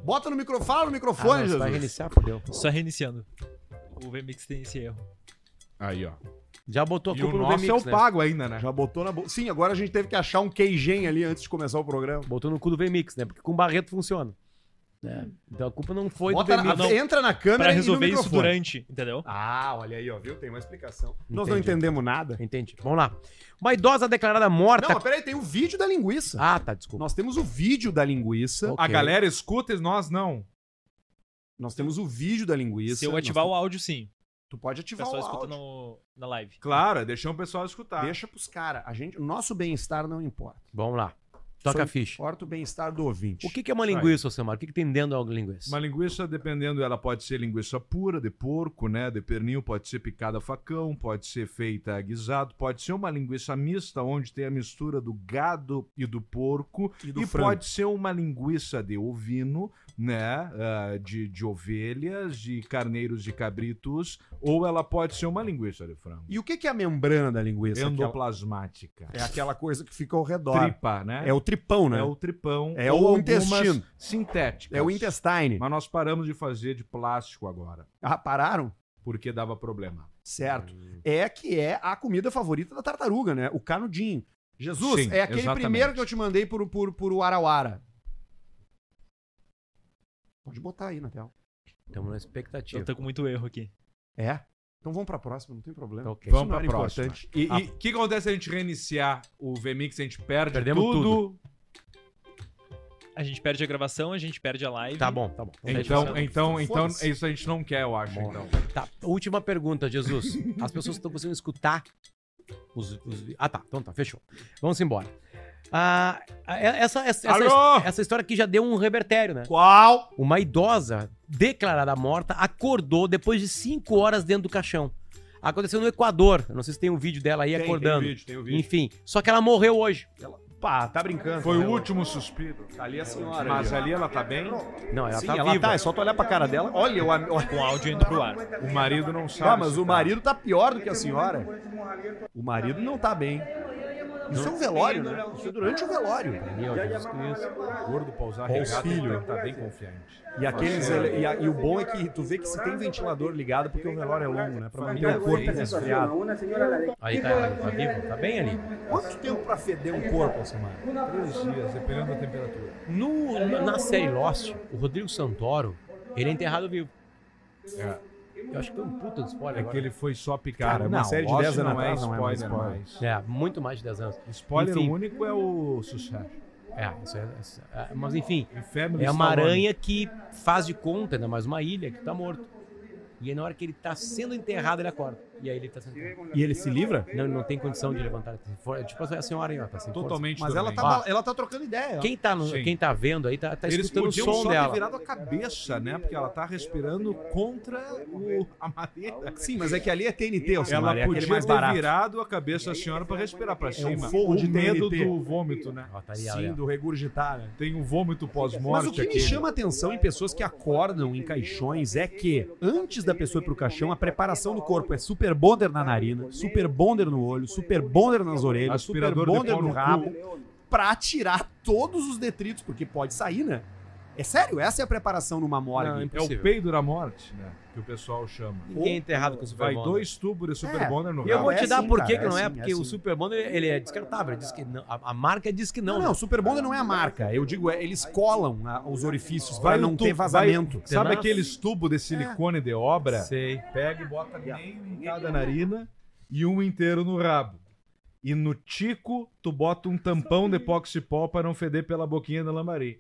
[SPEAKER 1] Bota no microfone, fala no
[SPEAKER 3] Ah,
[SPEAKER 1] microfone,
[SPEAKER 3] não, se vai
[SPEAKER 1] Jesus.
[SPEAKER 3] reiniciar, fodeu.
[SPEAKER 5] Só reiniciando. O VMix tem esse erro.
[SPEAKER 2] Aí, ó.
[SPEAKER 3] Já botou a
[SPEAKER 2] E o
[SPEAKER 3] culpa no
[SPEAKER 2] nosso
[SPEAKER 3] Vemix,
[SPEAKER 2] é o
[SPEAKER 3] né?
[SPEAKER 2] pago ainda, né?
[SPEAKER 1] Já botou na boca. Sim, agora a gente teve que achar um queijinho ali antes de começar o programa.
[SPEAKER 3] Botou no cu do Vemix, né? Porque com o Barreto funciona. É. Então a culpa não foi
[SPEAKER 1] Bota
[SPEAKER 3] do
[SPEAKER 1] na-
[SPEAKER 3] Vemix.
[SPEAKER 5] não.
[SPEAKER 1] Entra na câmera
[SPEAKER 5] Pra
[SPEAKER 1] e no
[SPEAKER 5] resolver isso
[SPEAKER 1] microfone.
[SPEAKER 5] durante, entendeu?
[SPEAKER 1] Ah, olha aí, ó, viu? Tem uma explicação. Nós
[SPEAKER 3] Entendi.
[SPEAKER 1] não entendemos nada.
[SPEAKER 3] Entendi. Vamos lá. Uma idosa declarada
[SPEAKER 1] Não,
[SPEAKER 3] morta.
[SPEAKER 1] mas peraí, tem o vídeo da linguiça.
[SPEAKER 3] tá. Ah, tá, desculpa.
[SPEAKER 1] Nós temos o vídeo da linguiça.
[SPEAKER 3] Ok.
[SPEAKER 2] A galera escuta e nós não.
[SPEAKER 1] Nós temos o vídeo da linguiça.
[SPEAKER 5] Se eu
[SPEAKER 3] é
[SPEAKER 5] ativar o áudio, sim.
[SPEAKER 1] Tu pode
[SPEAKER 5] O
[SPEAKER 1] ativar o
[SPEAKER 5] pessoal
[SPEAKER 1] áudio. Tá.
[SPEAKER 5] escuta no, na live.
[SPEAKER 2] Claro, é deixar o pessoal escutar.
[SPEAKER 1] Deixa pros caras. A gente... O nosso bem-estar não importa.
[SPEAKER 3] Vamos lá. Toca
[SPEAKER 1] Só
[SPEAKER 3] a ficha.
[SPEAKER 1] Importa o bem-estar do
[SPEAKER 2] um
[SPEAKER 1] ouvinte.
[SPEAKER 3] O que, que é uma linguiça, Samar? O que, que tem dentro da linguiça?
[SPEAKER 2] Uma linguiça, dependendo, ela pode ser linguiça pura, de porco, né? De pernil, pode ser picada a facão, pode ser feita a guisado, pode ser uma linguiça mista, onde tem a mistura do gado e do porco.
[SPEAKER 1] E
[SPEAKER 2] E,
[SPEAKER 1] do frango.
[SPEAKER 2] pode ser uma linguiça de ovino, né? ah, de, de ovelhas, de carneiros de cabritos, ou ela pode ser uma linguiça de frango.
[SPEAKER 1] E o que que é a membrana da linguiça? Aquela-
[SPEAKER 2] Endoplasmática.
[SPEAKER 1] É aquela coisa que fica ao redor.
[SPEAKER 2] Tripa, né?
[SPEAKER 1] É o tripão, né?
[SPEAKER 2] É o tripão.
[SPEAKER 1] É o
[SPEAKER 2] algumas
[SPEAKER 1] intestino.
[SPEAKER 2] Sintéticas.
[SPEAKER 1] É o intestine.
[SPEAKER 2] Mas nós paramos de fazer de plástico agora,
[SPEAKER 1] Ah, pararam?
[SPEAKER 2] porque dava problema.
[SPEAKER 1] Certo. É que é a comida favorita da tartaruga, né? O canudinho. Jesus,
[SPEAKER 2] Sim,
[SPEAKER 1] é aquele
[SPEAKER 2] exatamente.
[SPEAKER 1] primeiro que eu te mandei por, por, por Arauara. Pode botar aí na tela.
[SPEAKER 3] Estamos na
[SPEAKER 5] Eu
[SPEAKER 3] expectativa.
[SPEAKER 6] Então,
[SPEAKER 5] tô com muito erro aqui.
[SPEAKER 1] É? Então vamos pra próxima, não tem problema.
[SPEAKER 3] Tá ok.
[SPEAKER 1] Isso
[SPEAKER 2] Vamos
[SPEAKER 1] não
[SPEAKER 2] pra
[SPEAKER 1] era
[SPEAKER 2] próxima.
[SPEAKER 1] importante. Ah.
[SPEAKER 2] E e o que acontece se a gente reiniciar o VMix? A gente perde
[SPEAKER 3] Perdemos
[SPEAKER 2] tudo.
[SPEAKER 5] A gente perde a gravação, a gente perde a live.
[SPEAKER 3] Tá bom, tá bom.
[SPEAKER 2] Então,
[SPEAKER 5] Foda-se.
[SPEAKER 2] então, então, isso a gente não quer, eu acho. Então.
[SPEAKER 3] Tá, última pergunta, Jesus. As pessoas estão conseguindo escutar os, os- Ah, tá. Então tá, fechou. Vamos embora. Ah, essa, essa,
[SPEAKER 2] Alô?
[SPEAKER 3] essa, essa história aqui já deu um revertério, né?
[SPEAKER 1] Qual?
[SPEAKER 3] Uma idosa declarada morta acordou depois de cinco horas dentro do caixão. Aconteceu no Equador. Eu não sei se tem um vídeo dela aí acordando.
[SPEAKER 2] vídeo, tem o
[SPEAKER 3] Enfim, só que ela morreu hoje.
[SPEAKER 1] Pá, tá brincando.
[SPEAKER 2] Foi o último suspiro.
[SPEAKER 1] Tá ali a senhora.
[SPEAKER 2] Mas
[SPEAKER 1] ali, ó.
[SPEAKER 2] ali ela tá bem,
[SPEAKER 3] Não, ela
[SPEAKER 1] Sim,
[SPEAKER 3] tá
[SPEAKER 1] ela
[SPEAKER 3] viva.
[SPEAKER 1] tá, é só tu olhar pra cara dela. Olha, o am- olha.
[SPEAKER 5] Com o áudio indo pro ar.
[SPEAKER 2] o marido não sabe.
[SPEAKER 1] Ah, mas
[SPEAKER 2] se
[SPEAKER 1] o
[SPEAKER 2] tá.
[SPEAKER 1] marido tá pior do que a senhora. O marido não tá bem. Isso é um velório, né? Isso é durante o velório.
[SPEAKER 3] Meu Deus Cristo.
[SPEAKER 2] Gordo pra usar
[SPEAKER 1] Bom,
[SPEAKER 2] regata, tem
[SPEAKER 1] filho.
[SPEAKER 2] que tá bem confiante.
[SPEAKER 1] E, aqueles, ele- e, a- e o bom é que tu vê que se tem ventilador ligado, porque o velório é longo, né? Pra manter o corpo resfriado.
[SPEAKER 3] Aí tá, tá vivo, tá bem ali.
[SPEAKER 1] Quanto tempo pra feder um corpo, Samara?
[SPEAKER 2] Três dias, dependendo da temperatura.
[SPEAKER 3] No, na série Lost, o Rodrigo Santoro, ele é enterrado vivo. Eu acho que foi um puta de spoiler
[SPEAKER 2] É que
[SPEAKER 3] agora.
[SPEAKER 2] ele foi só picar.
[SPEAKER 1] Cara, uma série de
[SPEAKER 2] Lost
[SPEAKER 1] 10 anos
[SPEAKER 2] não é
[SPEAKER 1] atrás não é mais
[SPEAKER 2] spoiler
[SPEAKER 1] spoiler.
[SPEAKER 2] mais.
[SPEAKER 3] É, muito mais de 10 anos.
[SPEAKER 2] Spoiler
[SPEAKER 3] Enfim.
[SPEAKER 2] único é o sucesso.
[SPEAKER 3] É, isso é, isso é- mas enfim,
[SPEAKER 2] E Family
[SPEAKER 3] é uma
[SPEAKER 2] Stallone.
[SPEAKER 3] aranha que faz de conta, né? Mas uma ilha que tá morto. E aí na hora que ele tá sendo enterrado, ele acorda. E aí ele tá sendo enterrado.
[SPEAKER 1] E ele se livra?
[SPEAKER 3] Não, ele não tem condição de levantar. É Tipo a senhora aí, ó, tá sem força.
[SPEAKER 2] Totalmente
[SPEAKER 1] Mas ela tá,
[SPEAKER 2] dormente.
[SPEAKER 1] bal- ela tá trocando ideia. ó.
[SPEAKER 3] Quem tá, no-
[SPEAKER 2] Sim.
[SPEAKER 3] quem tá vendo aí tá, tá
[SPEAKER 2] Eles
[SPEAKER 3] escutando o
[SPEAKER 2] podiam
[SPEAKER 3] som
[SPEAKER 2] só ter
[SPEAKER 3] dela.
[SPEAKER 2] virado a cabeça, né? Porque ela tá respirando contra o, a madeira.
[SPEAKER 1] Sim, mas é que ali é TNT, o
[SPEAKER 2] Ela
[SPEAKER 1] Samara, é aquele
[SPEAKER 2] podia
[SPEAKER 1] mais
[SPEAKER 2] ter
[SPEAKER 1] barato.
[SPEAKER 2] virado a cabeça da senhora pra respirar pra
[SPEAKER 1] um
[SPEAKER 2] cima.
[SPEAKER 1] forro
[SPEAKER 2] o
[SPEAKER 1] de
[SPEAKER 2] medo
[SPEAKER 1] TNT.
[SPEAKER 2] do vômito, né?
[SPEAKER 3] Ó, tá ali, ó, ali,
[SPEAKER 1] Sim,
[SPEAKER 3] ó.
[SPEAKER 1] do regurgitar, né?
[SPEAKER 2] Tem um vômito pós-morte
[SPEAKER 1] Mas o que
[SPEAKER 2] aquele.
[SPEAKER 1] me chama atenção em pessoas que acordam em caixões é que, antes da pessoa ir pro caixão, a preparação do corpo é super bonder na narina, super bonder no olho, super bonder nas orelhas, super
[SPEAKER 2] Aspirador de
[SPEAKER 1] bonder
[SPEAKER 2] pó
[SPEAKER 1] no
[SPEAKER 2] no cu.
[SPEAKER 1] rabo, pra tirar todos os detritos, porque pode sair, né? É sério, essa é a preparação numa
[SPEAKER 3] Não, é
[SPEAKER 1] morgue.
[SPEAKER 2] É o
[SPEAKER 3] Possível.
[SPEAKER 2] peido da morte, né? Que o pessoal chama.
[SPEAKER 3] Ninguém é enterrado com o
[SPEAKER 2] Vai
[SPEAKER 3] Superbonder.
[SPEAKER 2] dois tubos de Super
[SPEAKER 1] É.
[SPEAKER 2] Bonder no
[SPEAKER 3] E eu
[SPEAKER 2] rabo.
[SPEAKER 3] vou
[SPEAKER 1] Não,
[SPEAKER 3] te
[SPEAKER 1] é
[SPEAKER 3] dar
[SPEAKER 1] sim,
[SPEAKER 3] por que
[SPEAKER 1] cara,
[SPEAKER 3] que não
[SPEAKER 1] é
[SPEAKER 3] é,
[SPEAKER 1] sim,
[SPEAKER 3] porque
[SPEAKER 1] é
[SPEAKER 3] o
[SPEAKER 1] sim.
[SPEAKER 3] Superbonder ele é descartável, diz que não, a, a marca diz que não.
[SPEAKER 1] Não,
[SPEAKER 3] né?
[SPEAKER 1] não, super bonder não é a marca. Eu digo, é, eles colam ah, os orifícios pra
[SPEAKER 2] Vai
[SPEAKER 1] não
[SPEAKER 2] um
[SPEAKER 1] ter
[SPEAKER 2] tubo, vai-
[SPEAKER 1] vazamento.
[SPEAKER 2] Sabe
[SPEAKER 3] Tenaz.
[SPEAKER 2] aqueles tubos de silicone de obra?
[SPEAKER 3] Sei.
[SPEAKER 2] Pega e bota meio em cada narina e um inteiro no rabo. E no tico, tu bota um tampão de epoxipol pra não feder pela boquinha da lambari.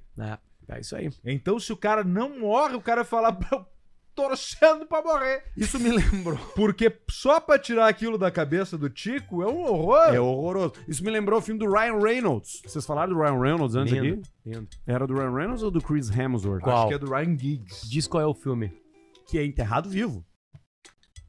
[SPEAKER 3] É, isso aí.
[SPEAKER 2] Então, se o cara não morre, o cara fala "Eu torcendo pra morrer.
[SPEAKER 1] Isso me lembrou.
[SPEAKER 2] Porque só pra tirar aquilo da cabeça do tico é um horror.
[SPEAKER 1] É horroroso. Isso me lembrou o filme do Ryan Reynolds. Vocês falaram do Ryan Reynolds antes
[SPEAKER 3] Lindo,
[SPEAKER 1] aqui?
[SPEAKER 3] lindo.
[SPEAKER 1] Era do Ryan Reynolds ou do Chris Hemsworth?
[SPEAKER 3] Qual?
[SPEAKER 2] Acho que é do Ryan Giggs.
[SPEAKER 3] Diz qual é o filme.
[SPEAKER 1] Que é enterrado vivo.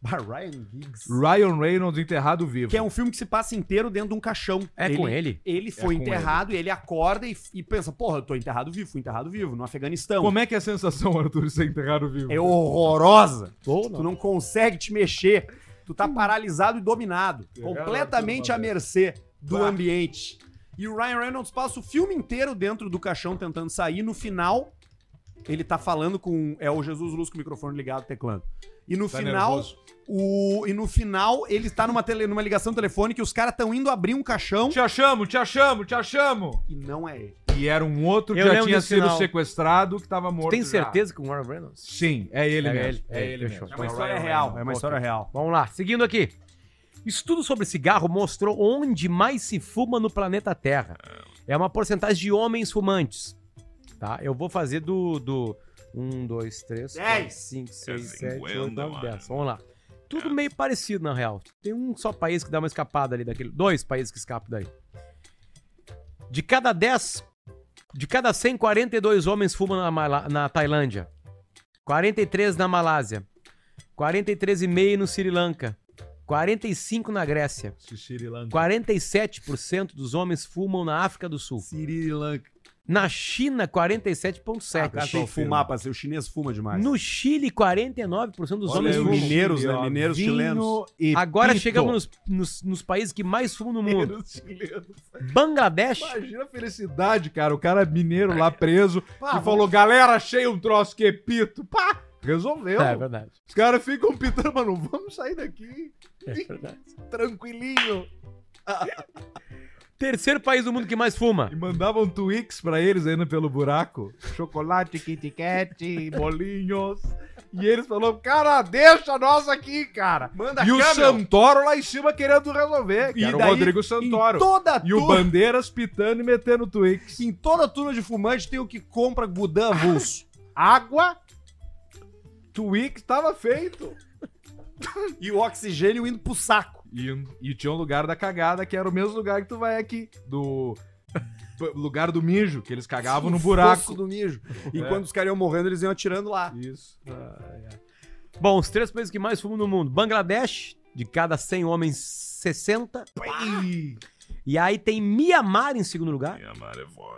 [SPEAKER 1] Bah, Ryan Giggs.
[SPEAKER 2] Ryan Reynolds enterrado vivo.
[SPEAKER 1] Que é um filme que se passa inteiro dentro de um caixão.
[SPEAKER 3] É com ele?
[SPEAKER 1] Ele foi
[SPEAKER 2] É com
[SPEAKER 1] enterrado e ele acorda e, e pensa, porra, eu tô enterrado vivo, fui enterrado vivo, no Afeganistão.
[SPEAKER 2] Como é que é a sensação, Arthur, de ser enterrado vivo?
[SPEAKER 1] É horrorosa.
[SPEAKER 3] Ou
[SPEAKER 1] Tu não consegue te mexer. Tu tá paralisado e dominado. Completamente à mercê do
[SPEAKER 2] Bah.
[SPEAKER 1] ambiente. E o Ryan Reynolds passa o filme inteiro dentro do caixão tentando sair. No final, ele tá falando com. É o Jesus Luz com o microfone ligado, teclando. E no
[SPEAKER 2] Tá
[SPEAKER 1] final.
[SPEAKER 2] nervoso.
[SPEAKER 1] O, e no final, ele tá numa, tele, numa ligação telefônica e os caras tão indo abrir um caixão.
[SPEAKER 2] Te achamos, te achamos, te achamos.
[SPEAKER 1] E não é ele.
[SPEAKER 2] E era um outro que
[SPEAKER 3] Eu
[SPEAKER 2] já
[SPEAKER 3] lembro
[SPEAKER 2] tinha
[SPEAKER 3] desse
[SPEAKER 2] sido
[SPEAKER 3] final.
[SPEAKER 2] sequestrado, que tava morto.
[SPEAKER 3] Tem
[SPEAKER 2] já.
[SPEAKER 3] certeza que o Warren Reynolds?
[SPEAKER 2] Sim, é ele
[SPEAKER 3] É
[SPEAKER 2] mesmo.
[SPEAKER 3] ele, é ele, fechou.
[SPEAKER 1] É uma história real. É uma história real.
[SPEAKER 3] Vamos lá, seguindo aqui. Estudo sobre cigarro mostrou onde mais se fuma no planeta Terra. É uma porcentagem de homens fumantes. Tá? Eu vou fazer do. do 1, 2, 3, 4,
[SPEAKER 1] Dez.
[SPEAKER 3] 5, 6, 7, 8, 9, 10. Vamos lá. Tudo meio parecido, na real. Tem um só país que dá uma escapada ali daquele. Dois países que escapam daí. De cada 10. De cada 142 homens fumam na, Mala- na Tailândia. 43 na Malásia. 43,5% no Sri Lanka, 45% na Grécia,
[SPEAKER 2] Sri Lanka.
[SPEAKER 3] 47% dos homens fumam na África do Sul.
[SPEAKER 1] Sri Lanka.
[SPEAKER 3] Na China,
[SPEAKER 1] O
[SPEAKER 2] Ah,
[SPEAKER 1] cara tem que
[SPEAKER 3] 47,7%.
[SPEAKER 1] fumar, parceiro. O chinês fuma demais.
[SPEAKER 3] no Chile, 49% dos
[SPEAKER 2] Olha
[SPEAKER 3] homens
[SPEAKER 2] aí,
[SPEAKER 1] os
[SPEAKER 2] o
[SPEAKER 3] fumam.
[SPEAKER 2] Chile,
[SPEAKER 1] mineiros, né?
[SPEAKER 2] ó.
[SPEAKER 1] Mineiros
[SPEAKER 2] Vinho
[SPEAKER 1] chilenos.
[SPEAKER 2] e
[SPEAKER 3] Agora
[SPEAKER 2] pito.
[SPEAKER 3] chegamos nos, nos- nos países que mais fumam no mundo.
[SPEAKER 2] Mineiros chilenos.
[SPEAKER 3] Bangladesh,
[SPEAKER 2] Imagina a felicidade, cara. O cara é mineiro lá preso
[SPEAKER 1] Pá,
[SPEAKER 2] e falou: galera, achei um troço que é pito. Pá, resolveu.
[SPEAKER 3] É verdade.
[SPEAKER 2] Os caras ficam pitando, mano, vamos sair daqui
[SPEAKER 3] É verdade.
[SPEAKER 2] tranquilinho.
[SPEAKER 3] Terceiro país do mundo que mais fuma.
[SPEAKER 2] E mandavam Twix pra eles ainda pelo buraco. Chocolate, Kit Kat, bolinhos. E eles falaram, cara, deixa nós aqui, cara.
[SPEAKER 1] Manda
[SPEAKER 2] e o
[SPEAKER 1] câmera.
[SPEAKER 2] Santoro lá em cima querendo resolver.
[SPEAKER 1] E
[SPEAKER 2] E era
[SPEAKER 1] daí,
[SPEAKER 2] o Rodrigo
[SPEAKER 1] Em
[SPEAKER 2] Santoro.
[SPEAKER 1] toda
[SPEAKER 2] E o
[SPEAKER 1] turma-
[SPEAKER 2] Bandeiras pitando e metendo Twix.
[SPEAKER 1] em toda turma de fumante tem o que compra Gudan avulso.
[SPEAKER 2] Água. Twix tava feito.
[SPEAKER 1] e o oxigênio indo pro saco.
[SPEAKER 2] E, e tinha um lugar da cagada, que era o mesmo lugar que tu vai aqui. Do do lugar do mijo, que eles cagavam no
[SPEAKER 1] Fosso
[SPEAKER 2] buraco.
[SPEAKER 1] do mijo. E
[SPEAKER 8] É.
[SPEAKER 1] quando os caras iam morrendo, eles iam atirando lá.
[SPEAKER 2] Isso.
[SPEAKER 3] Bom, os três países que mais fumam no mundo. Bangladesh, de cada 100 homens, 60.
[SPEAKER 2] Ih,
[SPEAKER 3] E aí tem Mianmar em segundo lugar.
[SPEAKER 2] é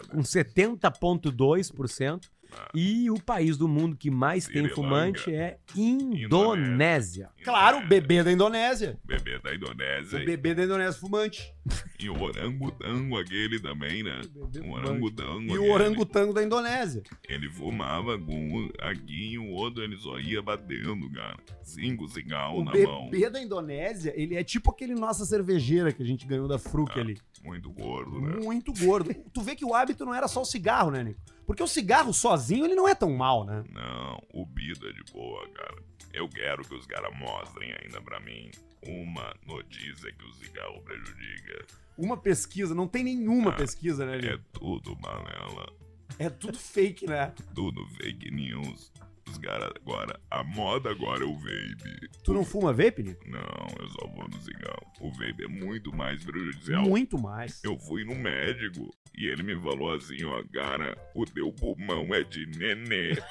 [SPEAKER 3] Com 70,2%.
[SPEAKER 2] Ah.
[SPEAKER 3] E o país do mundo que mais tem fumante é Indonésia.
[SPEAKER 1] Claro, o bebê da Indonésia.
[SPEAKER 8] Bebê da Indonésia.
[SPEAKER 1] O bebê da Indonésia fumante.
[SPEAKER 8] E o orangotango aquele também, né? O orangotango.
[SPEAKER 1] E o
[SPEAKER 8] aquele,
[SPEAKER 1] orangotango da Indonésia.
[SPEAKER 8] Ele fumava com um aqui e o outro ele só ia batendo, cara. Cinco cigarros
[SPEAKER 1] O
[SPEAKER 8] na mão.
[SPEAKER 1] bebê da Indonésia, ele é tipo aquele nossa cervejeira que a gente ganhou da Fruc ali.
[SPEAKER 8] Ah, Muito gordo, né?
[SPEAKER 1] Muito gordo. tu vê que o hábito não era só o cigarro, né, Nico? Porque o cigarro sozinho, ele não é tão mal, né?
[SPEAKER 8] Não, o Bida é de boa, cara. Eu quero que os caras mostrem ainda pra mim uma notícia que o cigarro prejudica.
[SPEAKER 1] Uma pesquisa, não tem nenhuma pesquisa, né,
[SPEAKER 8] É
[SPEAKER 1] Nico?
[SPEAKER 8] tudo balela,
[SPEAKER 1] É tudo fake, né?
[SPEAKER 8] tudo fake news. Os caras agora, a moda agora é o vape.
[SPEAKER 1] Tu não fuma vape, Nico?
[SPEAKER 8] Não, eu só vou no cigarro. O vape é muito mais prejudicial.
[SPEAKER 1] Muito mais.
[SPEAKER 8] Eu fui no médico e ele me falou assim, ó, cara, o teu pulmão é de nenê.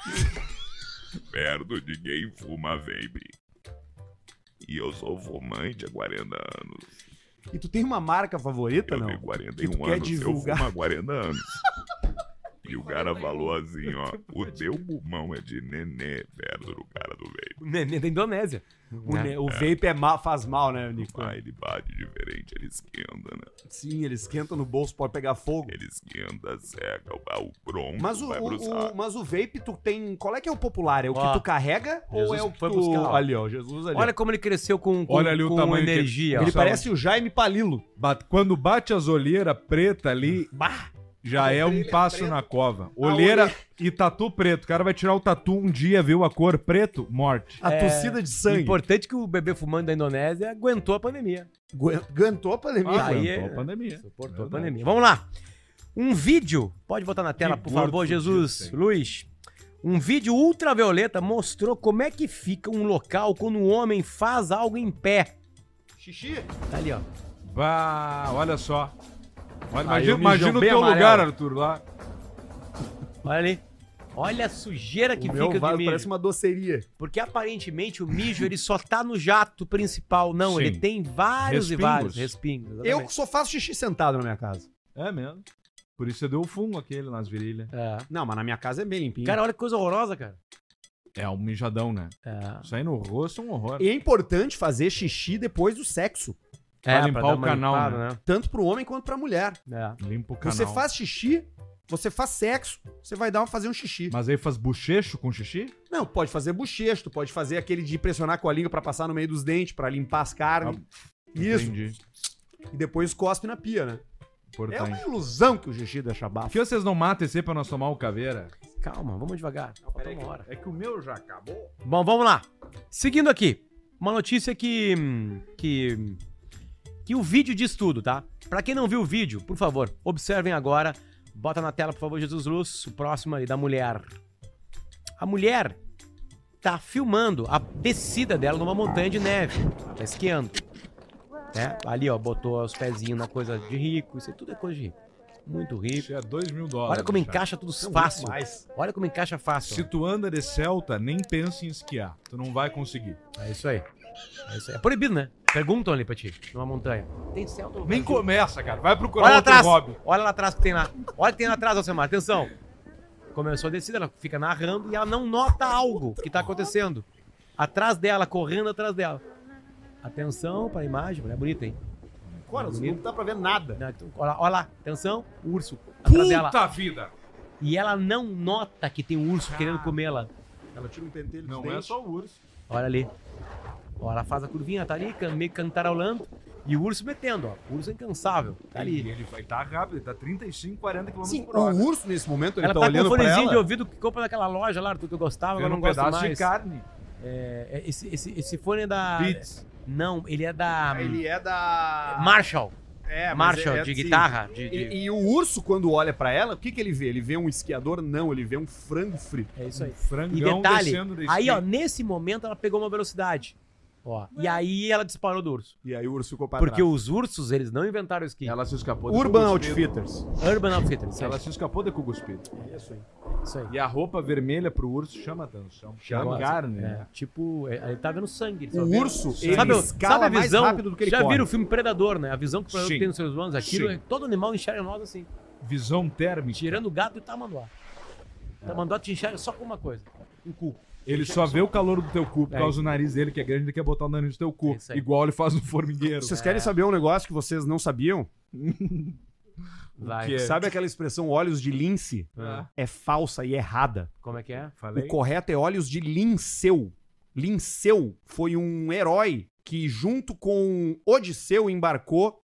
[SPEAKER 8] Perto de quem fuma vape. E eu sou fumante há 40 anos.
[SPEAKER 1] E tu tem uma marca favorita,
[SPEAKER 8] Eu
[SPEAKER 1] não?
[SPEAKER 8] tenho
[SPEAKER 1] E tu
[SPEAKER 8] 41
[SPEAKER 1] quer
[SPEAKER 8] anos,
[SPEAKER 1] divulgar?
[SPEAKER 8] eu fumo há 40 anos. E o cara falou assim, ó, o teu pulmão é de nenê perto do cara do vape.
[SPEAKER 3] O neném da Indonésia.
[SPEAKER 1] O, ne- o vape é mal, faz mal, né, Nico?
[SPEAKER 8] Ah, ele bate diferente, ele esquenta, né?
[SPEAKER 1] Sim, ele esquenta no bolso, pode pegar fogo.
[SPEAKER 8] Ele esquenta, seca, o, o bronco
[SPEAKER 1] Mas o,
[SPEAKER 8] vai
[SPEAKER 1] o-
[SPEAKER 8] pro
[SPEAKER 1] o-
[SPEAKER 8] saco.
[SPEAKER 1] mas o vape, tu tem. Qual é que é o popular? É o
[SPEAKER 3] Ó,
[SPEAKER 1] que tu carrega ou
[SPEAKER 3] Jesus
[SPEAKER 1] é o que
[SPEAKER 3] foi
[SPEAKER 1] tu.
[SPEAKER 3] buscar lá.
[SPEAKER 1] Ali, ó, Jesus ali.
[SPEAKER 3] Olha como ele cresceu com, com,
[SPEAKER 2] Olha ali o
[SPEAKER 3] com
[SPEAKER 2] tamanho que ele-
[SPEAKER 1] ele
[SPEAKER 3] energia. ó.
[SPEAKER 2] Nossa,
[SPEAKER 1] parece o Jaime Palilo.
[SPEAKER 2] Ba- Quando bate as olheiras preta ali,
[SPEAKER 1] Bah!
[SPEAKER 2] já é um passo na cova.
[SPEAKER 1] olheira-
[SPEAKER 2] Olheira e tatu preto. O cara vai tirar o tatu um dia, viu a cor preto, morte.
[SPEAKER 3] É,
[SPEAKER 1] A torcida de sangue.
[SPEAKER 3] Importante que o bebê fumante da Indonésia aguentou a pandemia.
[SPEAKER 1] Guen- Gantou a pandemia.
[SPEAKER 3] Ah, aí
[SPEAKER 2] aguentou
[SPEAKER 3] é-
[SPEAKER 2] a pandemia.
[SPEAKER 3] Suportou a
[SPEAKER 2] Verdade.
[SPEAKER 3] pandemia. Vamos lá. Um vídeo. Pode botar na tela, por
[SPEAKER 2] gordo
[SPEAKER 3] favor,
[SPEAKER 2] fudido
[SPEAKER 3] Jesus.
[SPEAKER 2] tem.
[SPEAKER 3] Luiz. Um vídeo ultravioleta mostrou como é que fica um local quando um homem faz algo em pé.
[SPEAKER 1] Xixi.
[SPEAKER 3] Tá ali, ó.
[SPEAKER 2] Bah, olha só. Olha,
[SPEAKER 3] Ah,
[SPEAKER 2] imagina
[SPEAKER 3] eu mijão
[SPEAKER 2] imagina o
[SPEAKER 3] bem
[SPEAKER 2] teu
[SPEAKER 3] amarelo.
[SPEAKER 2] lugar, Arthur, lá.
[SPEAKER 3] Olha ali. Olha a sujeira que
[SPEAKER 1] o meu
[SPEAKER 3] fica de
[SPEAKER 1] vaso
[SPEAKER 3] mijo.
[SPEAKER 1] parece um uma doceria.
[SPEAKER 3] Porque aparentemente o mijo ele só tá no jato principal. Não,
[SPEAKER 2] Sim.
[SPEAKER 3] ele tem vários e
[SPEAKER 2] Respingos.
[SPEAKER 3] vários respingos.
[SPEAKER 1] Eu
[SPEAKER 3] exatamente.
[SPEAKER 1] só faço xixi sentado na minha casa.
[SPEAKER 2] É mesmo. Por isso você deu o fumo aquele nas virilhas.
[SPEAKER 3] É.
[SPEAKER 1] Não, mas na minha casa é bem limpinho.
[SPEAKER 3] Cara, olha que coisa horrorosa, cara.
[SPEAKER 2] É um mijadão, né?
[SPEAKER 3] É,
[SPEAKER 2] Sair no rosto é um horror.
[SPEAKER 1] E é importante fazer xixi depois do sexo.
[SPEAKER 2] Pra limpar
[SPEAKER 3] dar
[SPEAKER 2] o
[SPEAKER 3] uma
[SPEAKER 2] canal, né?
[SPEAKER 3] limpada,
[SPEAKER 1] Tanto pro homem quanto pra mulher.
[SPEAKER 3] né?
[SPEAKER 2] Limpa o canal.
[SPEAKER 1] Você faz xixi, você faz sexo, você vai dar uma, fazer um xixi.
[SPEAKER 2] Mas aí faz bochecho com xixi?
[SPEAKER 1] Não, pode fazer bochecho, tu pode fazer aquele de pressionar com a língua pra passar no meio dos dentes, pra limpar as carnes. Isso.
[SPEAKER 2] Ah, Entendi.
[SPEAKER 1] E depois cospe na pia, né? É
[SPEAKER 3] um
[SPEAKER 2] Importante.
[SPEAKER 1] uma ilusão que o xixi deixa
[SPEAKER 2] Por
[SPEAKER 1] bafo.
[SPEAKER 2] que vocês não matam esse aí pra nós tomar o caveira?
[SPEAKER 3] É. Calma, vamos devagar. Falta uma hora.
[SPEAKER 2] É que o meu já acabou.
[SPEAKER 3] Bom, vamos lá. Seguindo aqui, uma notícia que que que o vídeo diz tudo, tá? Pra quem não viu o vídeo, por favor, observem agora. Bota na tela, por favor, Jesus Luz, o próximo ali da mulher. A mulher tá filmando a descida dela numa montanha de neve, Ela tá esquiando. Né? Ali, ó, botou os pezinhos na coisa de rico, isso aí tudo é coisa de rico. Muito rico.
[SPEAKER 2] Isso é 2 mil dólares.
[SPEAKER 3] Olha como
[SPEAKER 2] cara.
[SPEAKER 3] encaixa tudo fácil.
[SPEAKER 1] Mas
[SPEAKER 3] Olha como encaixa fácil.
[SPEAKER 2] Se tu anda de Celta, nem pensa em esquiar. Tu não vai conseguir.
[SPEAKER 3] É isso aí. É isso aí. É proibido, né? Perguntam ali pra ti, numa montanha. Tem céu do
[SPEAKER 2] Nem começa, cara. Vai procurar
[SPEAKER 3] Olha lá
[SPEAKER 2] outro
[SPEAKER 3] atrás.
[SPEAKER 2] hobby.
[SPEAKER 3] Olha lá atrás que tem lá. Olha o que tem lá atrás, Alcemar. Atenção. Começou a descida, ela fica narrando e ela não nota algo que tá acontecendo. Atrás dela, correndo atrás dela. Atenção pra imagem, mulher bonita, hein?
[SPEAKER 1] Agora, não dá pra ver nada.
[SPEAKER 3] Não, então, Olha lá, olha lá. atenção, o urso atrás dela.
[SPEAKER 2] vida!
[SPEAKER 3] E ela não nota que tem um urso querendo
[SPEAKER 2] Ah.
[SPEAKER 3] comê-la.
[SPEAKER 1] Ela tira um pentelho
[SPEAKER 2] Não
[SPEAKER 1] dos
[SPEAKER 2] é
[SPEAKER 1] dentes.
[SPEAKER 2] só o urso.
[SPEAKER 3] Olha ali. Ó, ela faz a curvinha, tá ali, can- meio cantarolando. E o urso metendo, ó. O urso é incansável. Tá ali.
[SPEAKER 2] Ele, ele vai tá rápido, ele tá 35, 40 km
[SPEAKER 1] Sim,
[SPEAKER 2] por hora.
[SPEAKER 1] o urso nesse momento ele
[SPEAKER 3] ela
[SPEAKER 1] tá,
[SPEAKER 3] tá, com
[SPEAKER 1] olhando
[SPEAKER 3] um
[SPEAKER 1] pra
[SPEAKER 3] fonezinho
[SPEAKER 1] ela.
[SPEAKER 3] de ouvido que compra naquela loja lá, Arthur, que eu gostava, agora
[SPEAKER 2] Vendo
[SPEAKER 3] não
[SPEAKER 2] um
[SPEAKER 3] gosto
[SPEAKER 2] pedaço
[SPEAKER 3] mais.
[SPEAKER 2] de carne.
[SPEAKER 3] É, é, esse, esse, esse fone é da...
[SPEAKER 2] Beats.
[SPEAKER 3] Não, ele é da...
[SPEAKER 1] Ele é da
[SPEAKER 3] Marshall.
[SPEAKER 1] é, mas
[SPEAKER 3] Marshall,
[SPEAKER 1] é- é
[SPEAKER 3] de
[SPEAKER 1] assim.
[SPEAKER 3] guitarra. De, de-
[SPEAKER 1] E, e o urso quando olha pra ela, o que que ele vê? Ele vê um esquiador? Não, ele vê um frango frito.
[SPEAKER 3] É isso aí.
[SPEAKER 2] Frangão
[SPEAKER 3] E detalhe,
[SPEAKER 2] descendo da
[SPEAKER 3] aí, ó,
[SPEAKER 2] esquina.
[SPEAKER 3] nesse momento ela pegou uma velocidade. Ó, e aí ela disparou do urso.
[SPEAKER 1] E aí o urso ficou pra
[SPEAKER 3] Porque
[SPEAKER 1] trás.
[SPEAKER 3] os ursos, eles não inventaram o esqui.
[SPEAKER 2] Ela se escapou do
[SPEAKER 1] Urban
[SPEAKER 2] cu cuspido.
[SPEAKER 1] Outfitters.
[SPEAKER 3] Urban Outfitters, isso aí.
[SPEAKER 2] Ela se escapou da cuguspida.
[SPEAKER 3] Isso aí.
[SPEAKER 2] E a roupa vermelha pro urso chama atenção. Chama
[SPEAKER 3] Gosta,
[SPEAKER 2] carne,
[SPEAKER 3] né?
[SPEAKER 2] né?
[SPEAKER 3] Tipo, é, ele tá vendo sangue. ele só vê-
[SPEAKER 1] O urso, ele
[SPEAKER 3] Sabe,
[SPEAKER 1] escala
[SPEAKER 3] sabe a visão?
[SPEAKER 1] mais rápido do que ele
[SPEAKER 3] já
[SPEAKER 1] corre.
[SPEAKER 3] viram o filme Predador, né? A visão que o Predador
[SPEAKER 2] Sim.
[SPEAKER 3] tem nos seres humanos, aquilo,
[SPEAKER 2] Sim.
[SPEAKER 3] é- todo animal enxerga nós assim.
[SPEAKER 2] Visão térmica.
[SPEAKER 3] Tirando o gato e o tamanduá. O Tamanduá te enxerga só com uma coisa. Um cu.
[SPEAKER 2] Ele só vê o calor do teu cu por
[SPEAKER 3] É
[SPEAKER 2] causa do nariz dele, que é grande, ele quer botar o nariz no teu cu.
[SPEAKER 3] É isso aí.
[SPEAKER 2] Igual ele faz no formigueiro.
[SPEAKER 1] Vocês querem saber um negócio que vocês não sabiam?
[SPEAKER 3] Vai.
[SPEAKER 2] que é?
[SPEAKER 1] Sabe aquela expressão olhos de lince?
[SPEAKER 2] Ah,
[SPEAKER 1] É falsa e errada.
[SPEAKER 3] Como é que é?
[SPEAKER 2] falei.
[SPEAKER 1] O correto é olhos de Linceu. Linceu foi um herói que, junto com Odisseu, embarcou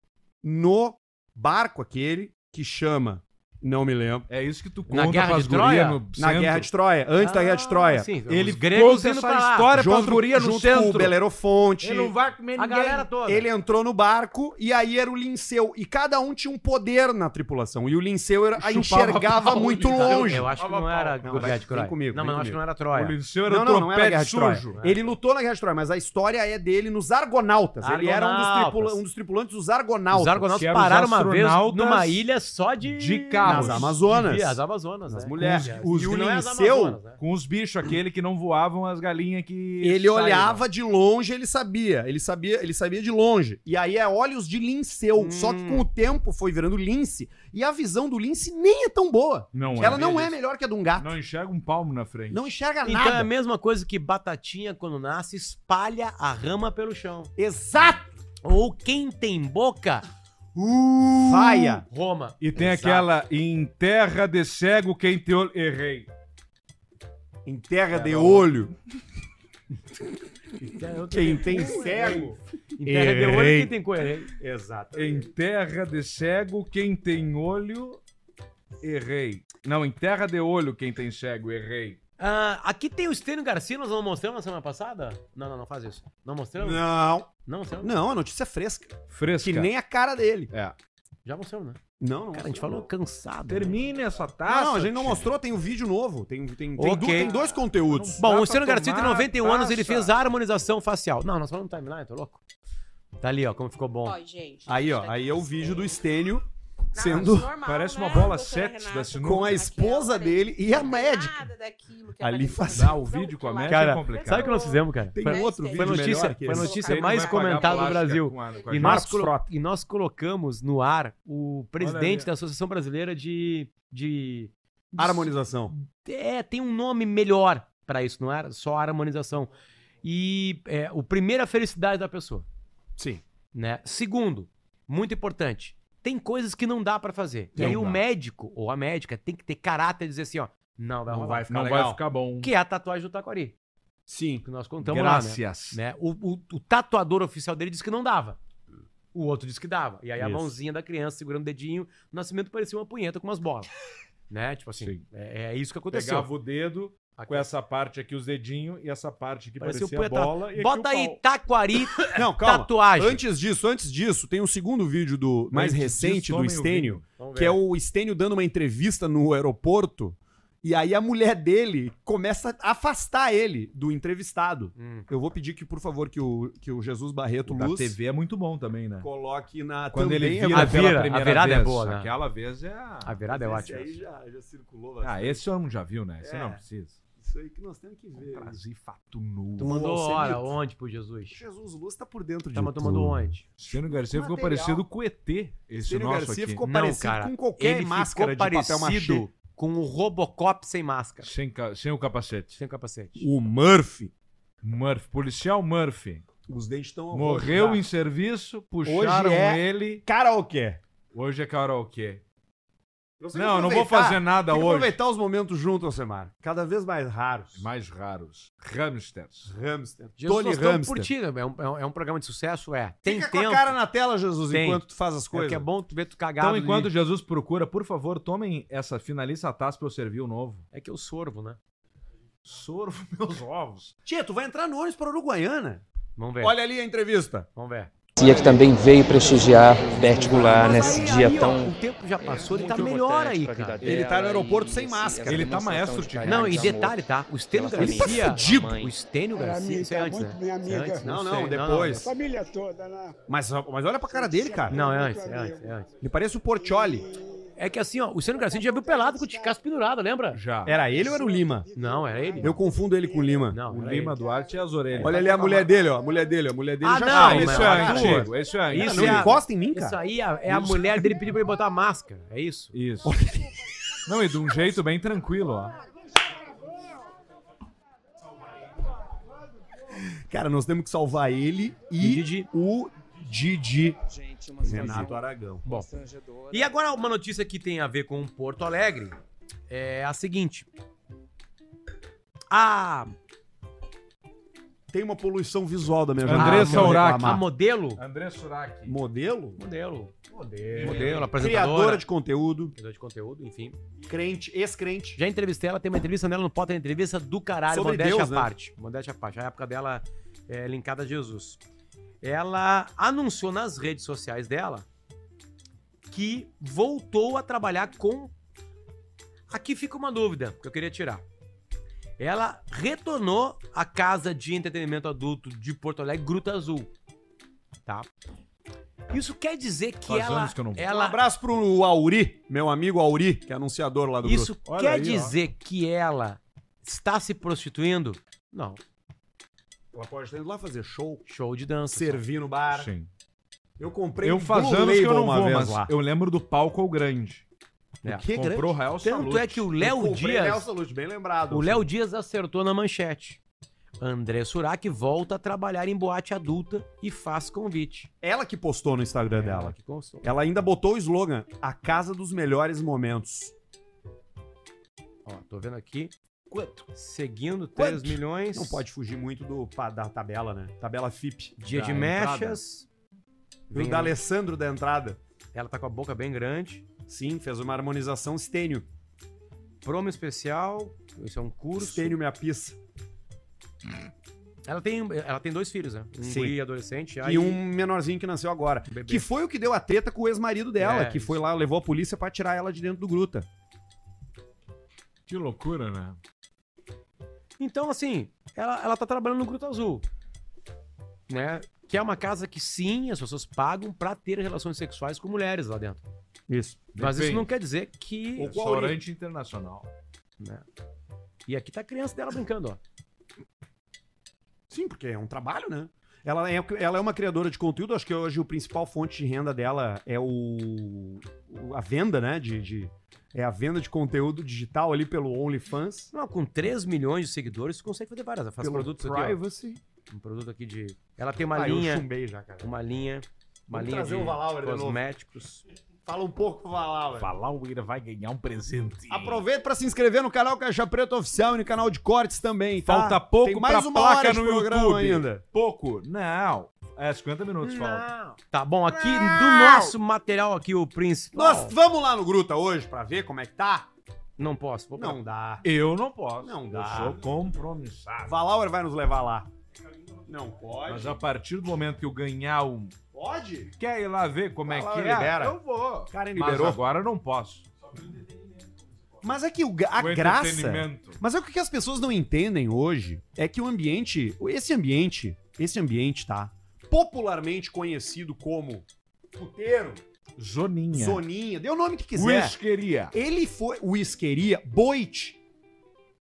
[SPEAKER 1] no barco aquele que chama. Não me lembro.
[SPEAKER 2] É isso que tu
[SPEAKER 3] Na
[SPEAKER 2] conta
[SPEAKER 3] Guerra
[SPEAKER 2] pras
[SPEAKER 3] de Troia?
[SPEAKER 2] gurias no
[SPEAKER 1] Na
[SPEAKER 2] centro. Ah,
[SPEAKER 1] Guerra de Troia, antes da Guerra de Troia.
[SPEAKER 3] Sim,
[SPEAKER 2] Ele
[SPEAKER 3] os gregos
[SPEAKER 2] conta
[SPEAKER 3] indo
[SPEAKER 2] essa
[SPEAKER 3] pra lá.
[SPEAKER 2] história pras
[SPEAKER 1] Junto,
[SPEAKER 2] gurias no
[SPEAKER 1] junto com o
[SPEAKER 2] centro.
[SPEAKER 1] Belerofonte.
[SPEAKER 2] Ele não vai né? comer
[SPEAKER 3] A
[SPEAKER 2] ninguém.
[SPEAKER 3] galera toda.
[SPEAKER 1] Ele entrou no barco e aí era o Linceu. E cada um tinha um poder na tripulação. E o Linceu era, a
[SPEAKER 2] Chupava
[SPEAKER 1] enxergava
[SPEAKER 2] pau,
[SPEAKER 1] muito
[SPEAKER 2] ele um- tava-
[SPEAKER 1] longe.
[SPEAKER 3] então, Eu acho que não era Guerra de Troia.
[SPEAKER 1] vem comigo,
[SPEAKER 3] não,
[SPEAKER 1] vem
[SPEAKER 3] mas eu acho
[SPEAKER 1] comigo.
[SPEAKER 3] que não era
[SPEAKER 2] O
[SPEAKER 3] Troia.
[SPEAKER 2] Liceu era
[SPEAKER 1] Não, não, não era
[SPEAKER 2] trompete
[SPEAKER 1] Guerra de Troia.
[SPEAKER 2] sujo.
[SPEAKER 1] Ele lutou na Guerra de Troia, mas a história é dele nos Argonautas. Ele era um dos, tripula-
[SPEAKER 3] Argonautas.
[SPEAKER 1] um dos tripulantes dos Argonautas.
[SPEAKER 3] Os
[SPEAKER 2] que
[SPEAKER 3] argonautas
[SPEAKER 2] eram os
[SPEAKER 3] pararam uma vez
[SPEAKER 2] astronautas
[SPEAKER 3] numa ilha só de...
[SPEAKER 2] de carros.
[SPEAKER 1] Nas Amazonas.
[SPEAKER 3] De- As Amazonas,
[SPEAKER 1] As
[SPEAKER 3] né?
[SPEAKER 1] mulheres.
[SPEAKER 3] Os,
[SPEAKER 1] E o
[SPEAKER 3] não é as
[SPEAKER 1] Linceu,
[SPEAKER 3] Amazonas, né?
[SPEAKER 2] Com os bichos, aquele que não voavam, as galinhas que.
[SPEAKER 1] Ele
[SPEAKER 2] saíram.
[SPEAKER 1] olhava de longe, ele sabia. Ele sabia, ele sabia de longe. E aí é olhos de Linceu. Só
[SPEAKER 3] Hum.
[SPEAKER 1] que com o tempo foi virando Lince. E a visão do Lince nem é tão boa.
[SPEAKER 2] Não
[SPEAKER 1] Ela não é
[SPEAKER 2] Eles
[SPEAKER 1] melhor que a de um gato.
[SPEAKER 2] Não enxerga um palmo na frente.
[SPEAKER 1] Não enxerga
[SPEAKER 3] Então é a
[SPEAKER 1] nada.
[SPEAKER 3] mesma coisa que batatinha, quando nasce, espalha a rama pelo chão.
[SPEAKER 1] Exato.
[SPEAKER 3] Ou quem tem boca, Uh.
[SPEAKER 1] Vaia.
[SPEAKER 3] Roma.
[SPEAKER 2] E tem aquela em terra de cego quem te olha. Errei.
[SPEAKER 1] Em terra de olho. Quem tem
[SPEAKER 3] Então é
[SPEAKER 1] cego.
[SPEAKER 3] Em terra de olho,
[SPEAKER 1] Errei.
[SPEAKER 3] quem tem coerente.
[SPEAKER 1] Exato.
[SPEAKER 3] Então
[SPEAKER 2] Em terra de cego quem tem olho. Errei. Não, em terra de olho quem tem cego. Errei.
[SPEAKER 3] Ah, aqui tem o Estênio Garcia, nós não mostramos na semana passada? Não, não, não faz isso. Não mostramos? Não,
[SPEAKER 1] Não.
[SPEAKER 3] mostramos?
[SPEAKER 1] Não, a notícia é fresca.
[SPEAKER 2] Fresca.
[SPEAKER 1] Que nem a cara dele.
[SPEAKER 2] É.
[SPEAKER 3] Já mostramos, né?
[SPEAKER 1] Não, não.
[SPEAKER 3] Cara, a gente falou cansado. né?
[SPEAKER 2] Termine essa taça.
[SPEAKER 1] Ah, não, a gente não
[SPEAKER 2] tia.
[SPEAKER 1] mostrou, tem um vídeo novo. Tem, tem, tem,
[SPEAKER 3] Ok.
[SPEAKER 1] du- tem dois conteúdos.
[SPEAKER 3] Tá Bom,
[SPEAKER 2] Dá
[SPEAKER 3] o Luciano
[SPEAKER 2] pra
[SPEAKER 3] Garcia tem
[SPEAKER 2] tomar
[SPEAKER 3] 91 anos, ele
[SPEAKER 2] taça.
[SPEAKER 3] fez a harmonização facial. Não, nós falamos timeline, tô louco. Tá ali, ó, como ficou bom.
[SPEAKER 9] Ó, gente.
[SPEAKER 1] Aí, ó,
[SPEAKER 9] isso
[SPEAKER 1] aí é o
[SPEAKER 9] daqui
[SPEAKER 1] vídeo do
[SPEAKER 9] é-
[SPEAKER 1] Estênio
[SPEAKER 9] Não,
[SPEAKER 1] sendo
[SPEAKER 9] isso é normal,
[SPEAKER 2] Parece uma
[SPEAKER 9] né,
[SPEAKER 2] bola
[SPEAKER 9] doutora
[SPEAKER 2] 7
[SPEAKER 9] Renata?
[SPEAKER 2] da sinuca.
[SPEAKER 1] com a esposa
[SPEAKER 9] Raquel,
[SPEAKER 1] dele e a
[SPEAKER 9] Nada
[SPEAKER 1] médica.
[SPEAKER 9] daquilo que é
[SPEAKER 1] Ali
[SPEAKER 9] ela
[SPEAKER 1] faz-
[SPEAKER 9] recebeu.
[SPEAKER 2] Ah, o vídeo com a
[SPEAKER 9] Ela-
[SPEAKER 2] médica
[SPEAKER 3] Cara,
[SPEAKER 2] é complicado.
[SPEAKER 3] Sabe o que nós fizemos, cara?
[SPEAKER 1] Tem
[SPEAKER 3] Foi-
[SPEAKER 1] um outro
[SPEAKER 9] Foi
[SPEAKER 1] vídeo
[SPEAKER 3] notícia-
[SPEAKER 1] melhor que
[SPEAKER 3] foi
[SPEAKER 1] esse.
[SPEAKER 3] notícia-
[SPEAKER 2] Ele não
[SPEAKER 3] mais
[SPEAKER 2] vai pagar
[SPEAKER 3] comentada do
[SPEAKER 2] plástica
[SPEAKER 3] Brasil.
[SPEAKER 2] com a- com a
[SPEAKER 3] E
[SPEAKER 2] gente.
[SPEAKER 3] nós,
[SPEAKER 1] Marcos
[SPEAKER 3] colo-
[SPEAKER 1] Frota.
[SPEAKER 3] e nós colocamos no ar o
[SPEAKER 2] Olha
[SPEAKER 3] presidente
[SPEAKER 2] ali.
[SPEAKER 3] da Associação Brasileira de. de
[SPEAKER 1] Harmonização.
[SPEAKER 3] é, tem um nome melhor pra isso, não era só harmonização. E é, o primeiro é a felicidade da pessoa.
[SPEAKER 1] Sim.
[SPEAKER 3] Né? Segundo, muito importante, tem coisas que não dá pra fazer. e
[SPEAKER 1] Não
[SPEAKER 3] aí o
[SPEAKER 1] dá.
[SPEAKER 3] médico ou a médica tem que ter caráter e dizer assim, ó, não vai
[SPEAKER 1] Não
[SPEAKER 3] rolar.
[SPEAKER 1] vai ficar
[SPEAKER 2] Não vai
[SPEAKER 1] legal.
[SPEAKER 2] ficar bom.
[SPEAKER 3] Que é a tatuagem do Taquari,
[SPEAKER 1] Sim.
[SPEAKER 3] que nós contamos lá, né?
[SPEAKER 2] Graças.
[SPEAKER 3] né? O, o- o tatuador oficial dele disse que não dava. O outro disse que dava. E aí a
[SPEAKER 1] Isso.
[SPEAKER 3] mãozinha da criança segurando o dedinho, o nascimento parecia uma punheta com umas bolas. né? Tipo assim,
[SPEAKER 2] Sim.
[SPEAKER 3] é, é isso que aconteceu.
[SPEAKER 2] Pegava o dedo com essa parte aqui, os dedinhos, e essa parte aqui
[SPEAKER 3] Parecia
[SPEAKER 2] parecia,
[SPEAKER 3] um punheta-
[SPEAKER 2] bola. E
[SPEAKER 3] Bota
[SPEAKER 2] aqui o
[SPEAKER 3] aí
[SPEAKER 2] pau.
[SPEAKER 3] Taquari
[SPEAKER 1] Não, calma.
[SPEAKER 3] tatuagem.
[SPEAKER 1] Antes disso, antes disso, tem um segundo vídeo do mais
[SPEAKER 2] Antes
[SPEAKER 1] recente
[SPEAKER 2] disso,
[SPEAKER 1] do
[SPEAKER 2] tomem o
[SPEAKER 1] Estênio,
[SPEAKER 2] vinho. Vamos ver.
[SPEAKER 1] que é o Estênio dando uma entrevista no aeroporto. E aí a mulher dele começa a afastar ele do entrevistado.
[SPEAKER 3] Hum.
[SPEAKER 1] Eu vou pedir que, por favor, que o, que o Jesus Barreto
[SPEAKER 2] O da
[SPEAKER 1] Luz
[SPEAKER 2] TV é muito bom também, né?
[SPEAKER 1] coloque na
[SPEAKER 2] Quando
[SPEAKER 1] também
[SPEAKER 2] ele
[SPEAKER 1] é
[SPEAKER 2] vira
[SPEAKER 3] a
[SPEAKER 2] pela
[SPEAKER 3] vira- a
[SPEAKER 2] primeira
[SPEAKER 3] virada é
[SPEAKER 2] vez.
[SPEAKER 3] boa, né?
[SPEAKER 2] Aquela vez é a...
[SPEAKER 3] A virada é
[SPEAKER 1] Mas
[SPEAKER 3] ótima.
[SPEAKER 1] Esse aí já, já circulou
[SPEAKER 2] Ah,
[SPEAKER 1] bastante.
[SPEAKER 2] esse homem já viu, né? Você
[SPEAKER 1] É.
[SPEAKER 2] não precisa.
[SPEAKER 1] Isso aí que nós temos que ver.
[SPEAKER 2] Trazer fato nu.
[SPEAKER 3] Tu mandou
[SPEAKER 1] Ô,
[SPEAKER 3] hora
[SPEAKER 1] Senito.
[SPEAKER 3] onde pro Jesus?
[SPEAKER 1] Jesus Luz tá por dentro
[SPEAKER 3] Tá, mas tu
[SPEAKER 1] tudo.
[SPEAKER 3] mandou onde?
[SPEAKER 2] Luciano Garcia ficou
[SPEAKER 1] Material.
[SPEAKER 2] parecido com o ET. Esse
[SPEAKER 1] Cílio
[SPEAKER 2] nosso
[SPEAKER 1] Garcia
[SPEAKER 2] aqui.
[SPEAKER 1] ficou
[SPEAKER 3] Não,
[SPEAKER 1] parecido
[SPEAKER 3] cara,
[SPEAKER 1] com qualquer máscara de papel machê.
[SPEAKER 3] com o Robocop sem máscara.
[SPEAKER 2] Sem, ca- sem o capacete.
[SPEAKER 3] Sem capacete.
[SPEAKER 1] O Murphy.
[SPEAKER 2] Murphy, policial Murphy.
[SPEAKER 1] Os dentes estão
[SPEAKER 2] Morreu em serviço, puxaram
[SPEAKER 1] Hoje é-
[SPEAKER 2] ele.
[SPEAKER 1] karaokê.
[SPEAKER 2] Hoje é karaokê.
[SPEAKER 1] Nós temos
[SPEAKER 2] Não,
[SPEAKER 1] que
[SPEAKER 2] eu não vou
[SPEAKER 1] aproveitar.
[SPEAKER 2] fazer nada
[SPEAKER 1] Tem que
[SPEAKER 2] hoje.
[SPEAKER 1] aproveitar os momentos juntos, Alcemar. Cada vez mais raros.
[SPEAKER 2] Mais raros. Hamsters.
[SPEAKER 1] Hamster.
[SPEAKER 3] Jesus,
[SPEAKER 1] Tony
[SPEAKER 3] nós estamos
[SPEAKER 1] Hamster.
[SPEAKER 3] por ti, né? é um, é um- é um programa de sucesso, é. Tem
[SPEAKER 1] Fica
[SPEAKER 3] tempo.
[SPEAKER 1] com a cara na tela, Jesus,
[SPEAKER 3] Tem.
[SPEAKER 1] enquanto tu faz as
[SPEAKER 3] é
[SPEAKER 1] coisas.
[SPEAKER 3] que é bom tu ver tu cagado.
[SPEAKER 2] Então, enquanto
[SPEAKER 3] ali.
[SPEAKER 2] Jesus procura, por favor, tomem essa finaliza a taça pra eu servir o novo.
[SPEAKER 3] É que eu sorvo, né?
[SPEAKER 2] Sorvo meus ovos.
[SPEAKER 1] Tia, tu vai entrar no ônibus para Uruguaiana.
[SPEAKER 3] Vamos ver.
[SPEAKER 1] Olha ali a entrevista.
[SPEAKER 3] Vamos ver.
[SPEAKER 10] que também veio prestigiar Bert Goulart
[SPEAKER 3] Mas
[SPEAKER 10] nesse
[SPEAKER 3] aí-
[SPEAKER 10] dia
[SPEAKER 3] aí, ó,
[SPEAKER 10] tão.
[SPEAKER 3] o tempo já passou, ele tá melhor aí, cara.
[SPEAKER 1] Ele tá no aeroporto sem máscara.
[SPEAKER 2] Ele tá maestro de
[SPEAKER 3] Não, e detalhe, tá? O Stênio
[SPEAKER 10] Ela
[SPEAKER 3] Garcia.
[SPEAKER 10] tá fudido.
[SPEAKER 3] O Stênio Garcia. Isso é antes, né?
[SPEAKER 11] minha
[SPEAKER 3] Isso é antes?
[SPEAKER 1] Não, não,
[SPEAKER 3] sei,
[SPEAKER 1] depois.
[SPEAKER 11] Família toda, né?
[SPEAKER 1] Mas, mas olha pra cara dele, cara.
[SPEAKER 3] Não, é antes, é antes, é antes.
[SPEAKER 1] Ele parece o Portioli.
[SPEAKER 3] É que assim, ó, o Stênio Garcia a gente já viu pelado com o Ticasso pendurado, lembra?
[SPEAKER 2] Já.
[SPEAKER 1] Era ele ou era o Lima?
[SPEAKER 3] Não, era ele.
[SPEAKER 1] Eu confundo ele com o Lima.
[SPEAKER 3] Não,
[SPEAKER 2] O
[SPEAKER 3] era
[SPEAKER 2] Lima
[SPEAKER 3] ele.
[SPEAKER 2] Duarte e as orelhas.
[SPEAKER 1] Olha ali a mulher dele, ó. A mulher dele, ó. A mulher dele
[SPEAKER 3] Ah,
[SPEAKER 1] já
[SPEAKER 3] não,
[SPEAKER 1] tá.
[SPEAKER 3] mas-
[SPEAKER 2] Isso é
[SPEAKER 3] Ah,
[SPEAKER 2] antigo, isso é antigo.
[SPEAKER 3] Isso
[SPEAKER 1] Não
[SPEAKER 3] é-
[SPEAKER 1] encosta em mim,
[SPEAKER 3] Isso
[SPEAKER 1] cara.
[SPEAKER 3] aí é é a mulher dele pediu pra ele botar a máscara. É isso?
[SPEAKER 2] Isso. Não, e de um jeito bem tranquilo, ó.
[SPEAKER 1] Cara, nós temos que salvar ele e
[SPEAKER 3] Didi.
[SPEAKER 1] o Didi. Renato Aragão.
[SPEAKER 3] Bom. E agora uma notícia que tem a ver com Porto Alegre é a seguinte. A,
[SPEAKER 1] Tem uma poluição visual da minha
[SPEAKER 2] Andressa
[SPEAKER 1] Ah,
[SPEAKER 2] Urach.
[SPEAKER 3] a
[SPEAKER 1] reclamar.
[SPEAKER 3] modelo,
[SPEAKER 2] André Suraki.
[SPEAKER 1] Modelo?
[SPEAKER 3] modelo,
[SPEAKER 2] Modelo.
[SPEAKER 3] modelo,
[SPEAKER 1] Criadora
[SPEAKER 3] apresentadora,
[SPEAKER 1] de conteúdo.
[SPEAKER 3] criadora de conteúdo, enfim.
[SPEAKER 1] Crente, ex-crente.
[SPEAKER 3] Já entrevistei ela, tem uma entrevista nela no Potter, entrevista do caralho,
[SPEAKER 1] Sobre
[SPEAKER 3] modéstia
[SPEAKER 1] Deus,
[SPEAKER 3] à
[SPEAKER 1] né?
[SPEAKER 3] parte. Modéstia à parte, a época dela é linkada a Jesus. Ela anunciou nas redes sociais dela que voltou a trabalhar com... Aqui fica uma dúvida que eu queria tirar. Ela retornou à Casa de Entretenimento Adulto de Porto Alegre, Gruta Azul. Tá? Isso quer dizer que
[SPEAKER 2] Faz
[SPEAKER 3] ela...
[SPEAKER 2] anos que eu não vou.
[SPEAKER 1] Um
[SPEAKER 3] ela
[SPEAKER 1] abraço pro Auri, meu amigo Auri, que é anunciador lá do grupo.
[SPEAKER 3] isso
[SPEAKER 2] Olha
[SPEAKER 3] quer
[SPEAKER 2] aí, ó.
[SPEAKER 3] dizer que ela está se prostituindo? Não.
[SPEAKER 1] Ela pode estar indo lá fazer show,
[SPEAKER 3] Show de dança.
[SPEAKER 1] servir no bar.
[SPEAKER 2] Sim.
[SPEAKER 1] Eu comprei um
[SPEAKER 2] Eu faz anos
[SPEAKER 1] Label
[SPEAKER 2] que eu não
[SPEAKER 1] uma
[SPEAKER 2] vou,
[SPEAKER 1] vez
[SPEAKER 2] mas eu lembro do palco ao grande.
[SPEAKER 3] É.
[SPEAKER 1] Que
[SPEAKER 2] Comprou
[SPEAKER 1] grande.
[SPEAKER 2] Real
[SPEAKER 3] Tanto é que o
[SPEAKER 1] Eu
[SPEAKER 3] Léo
[SPEAKER 1] comprei Léo
[SPEAKER 3] Dias,
[SPEAKER 1] Salute, bem lembrado.
[SPEAKER 3] o Léo Dias acertou na manchete. André Surak volta a trabalhar em boate adulta e faz convite.
[SPEAKER 1] Ela que postou no Instagram É dela.
[SPEAKER 3] que constou.
[SPEAKER 1] Ela ainda botou o slogan: A Casa dos Melhores Momentos.
[SPEAKER 3] Ó, tô vendo aqui. Quanto? Seguindo 3
[SPEAKER 1] Quanto?
[SPEAKER 3] milhões.
[SPEAKER 1] Não pode fugir muito do, pa- da tabela, né? Tabela FIP.
[SPEAKER 3] Dia
[SPEAKER 1] Da
[SPEAKER 3] de
[SPEAKER 1] entrada.
[SPEAKER 3] mechas.
[SPEAKER 1] E o da Alessandro da entrada.
[SPEAKER 3] Ela tá com a boca bem grande.
[SPEAKER 1] Sim, fez uma harmonização estênio.
[SPEAKER 3] Promo especial. Isso é um curso.
[SPEAKER 1] Estênio minha pizza.
[SPEAKER 3] Ela tem, ela tem dois filhos, né? Um
[SPEAKER 1] Sim.
[SPEAKER 3] guri adolescente já
[SPEAKER 1] E um menorzinho que nasceu agora.
[SPEAKER 3] bebê.
[SPEAKER 1] Que foi o que deu a treta com o ex-marido dela,
[SPEAKER 3] É,
[SPEAKER 1] que foi lá, levou a polícia pra tirar ela de dentro do gruta.
[SPEAKER 2] Que loucura, né?
[SPEAKER 3] Então, assim, ela, ela tá trabalhando no Gruta Azul. Né? Que é uma casa que sim, as pessoas pagam pra ter relações sexuais com mulheres lá dentro.
[SPEAKER 1] Isso.
[SPEAKER 3] Mas isso
[SPEAKER 2] Depende.
[SPEAKER 3] não quer dizer que. é
[SPEAKER 2] Restaurante internacional.
[SPEAKER 3] né? E aqui tá a criança dela brincando, ó.
[SPEAKER 1] Sim, porque é um trabalho, né? Ela é, ela é uma criadora de conteúdo, acho que hoje o principal fonte de renda dela é o, o- a venda, né? De, de- é a venda de conteúdo digital ali pelo OnlyFans,
[SPEAKER 3] Não, com 3 milhões de seguidores, você consegue fazer várias. Ela faz
[SPEAKER 1] pelo
[SPEAKER 3] produtos aqui,
[SPEAKER 1] Privacy.
[SPEAKER 3] ó. Um produto aqui de. Ela tem uma
[SPEAKER 1] Ah, eu
[SPEAKER 3] linha.
[SPEAKER 1] chumbei já, cara.
[SPEAKER 3] Uma linha. Uma
[SPEAKER 1] Vamos
[SPEAKER 3] linha
[SPEAKER 1] trazer o Valauer de novo.
[SPEAKER 3] cosméticos.
[SPEAKER 1] Fala um pouco pro Valauer.
[SPEAKER 2] Falar o Ira vai ganhar um presente.
[SPEAKER 1] Aproveita pra se inscrever no canal Caixa Preta Oficial e no canal de cortes também, tá?
[SPEAKER 2] Falta pouco
[SPEAKER 1] Tem mais
[SPEAKER 2] pra
[SPEAKER 1] uma
[SPEAKER 2] placa
[SPEAKER 1] hora de
[SPEAKER 2] no
[SPEAKER 1] programa
[SPEAKER 2] YouTube.
[SPEAKER 1] ainda.
[SPEAKER 2] Pouco? Não. É 50 minutos, falta.
[SPEAKER 3] Tá bom, aqui do nosso material aqui, o principal.
[SPEAKER 1] Nós vamos lá no Gruta hoje pra ver como é que tá?
[SPEAKER 3] Não posso. Vou
[SPEAKER 1] Não dá.
[SPEAKER 2] Eu não posso.
[SPEAKER 1] Não
[SPEAKER 2] Eu
[SPEAKER 1] dá.
[SPEAKER 2] sou compromissado.
[SPEAKER 1] Valauer vai nos levar lá. Não pode.
[SPEAKER 2] Mas a partir do momento que eu ganhar um.
[SPEAKER 1] Pode?
[SPEAKER 2] Quer ir lá ver como é
[SPEAKER 1] Vai lá,
[SPEAKER 2] que é?
[SPEAKER 1] libera.
[SPEAKER 2] Eu vou.
[SPEAKER 1] Karen
[SPEAKER 2] Mas
[SPEAKER 1] liberou.
[SPEAKER 2] agora eu não posso.
[SPEAKER 1] Mas é que o ga- a
[SPEAKER 2] O
[SPEAKER 1] graça.
[SPEAKER 2] entretenimento.
[SPEAKER 1] Mas é o que as pessoas não entendem hoje é que o ambiente, esse ambiente, esse ambiente, tá? Popularmente conhecido como puteiro,
[SPEAKER 2] Zoninha.
[SPEAKER 1] soninha, dê o nome que quiser.
[SPEAKER 2] Whiskeria.
[SPEAKER 1] Ele foi o isqueria boite.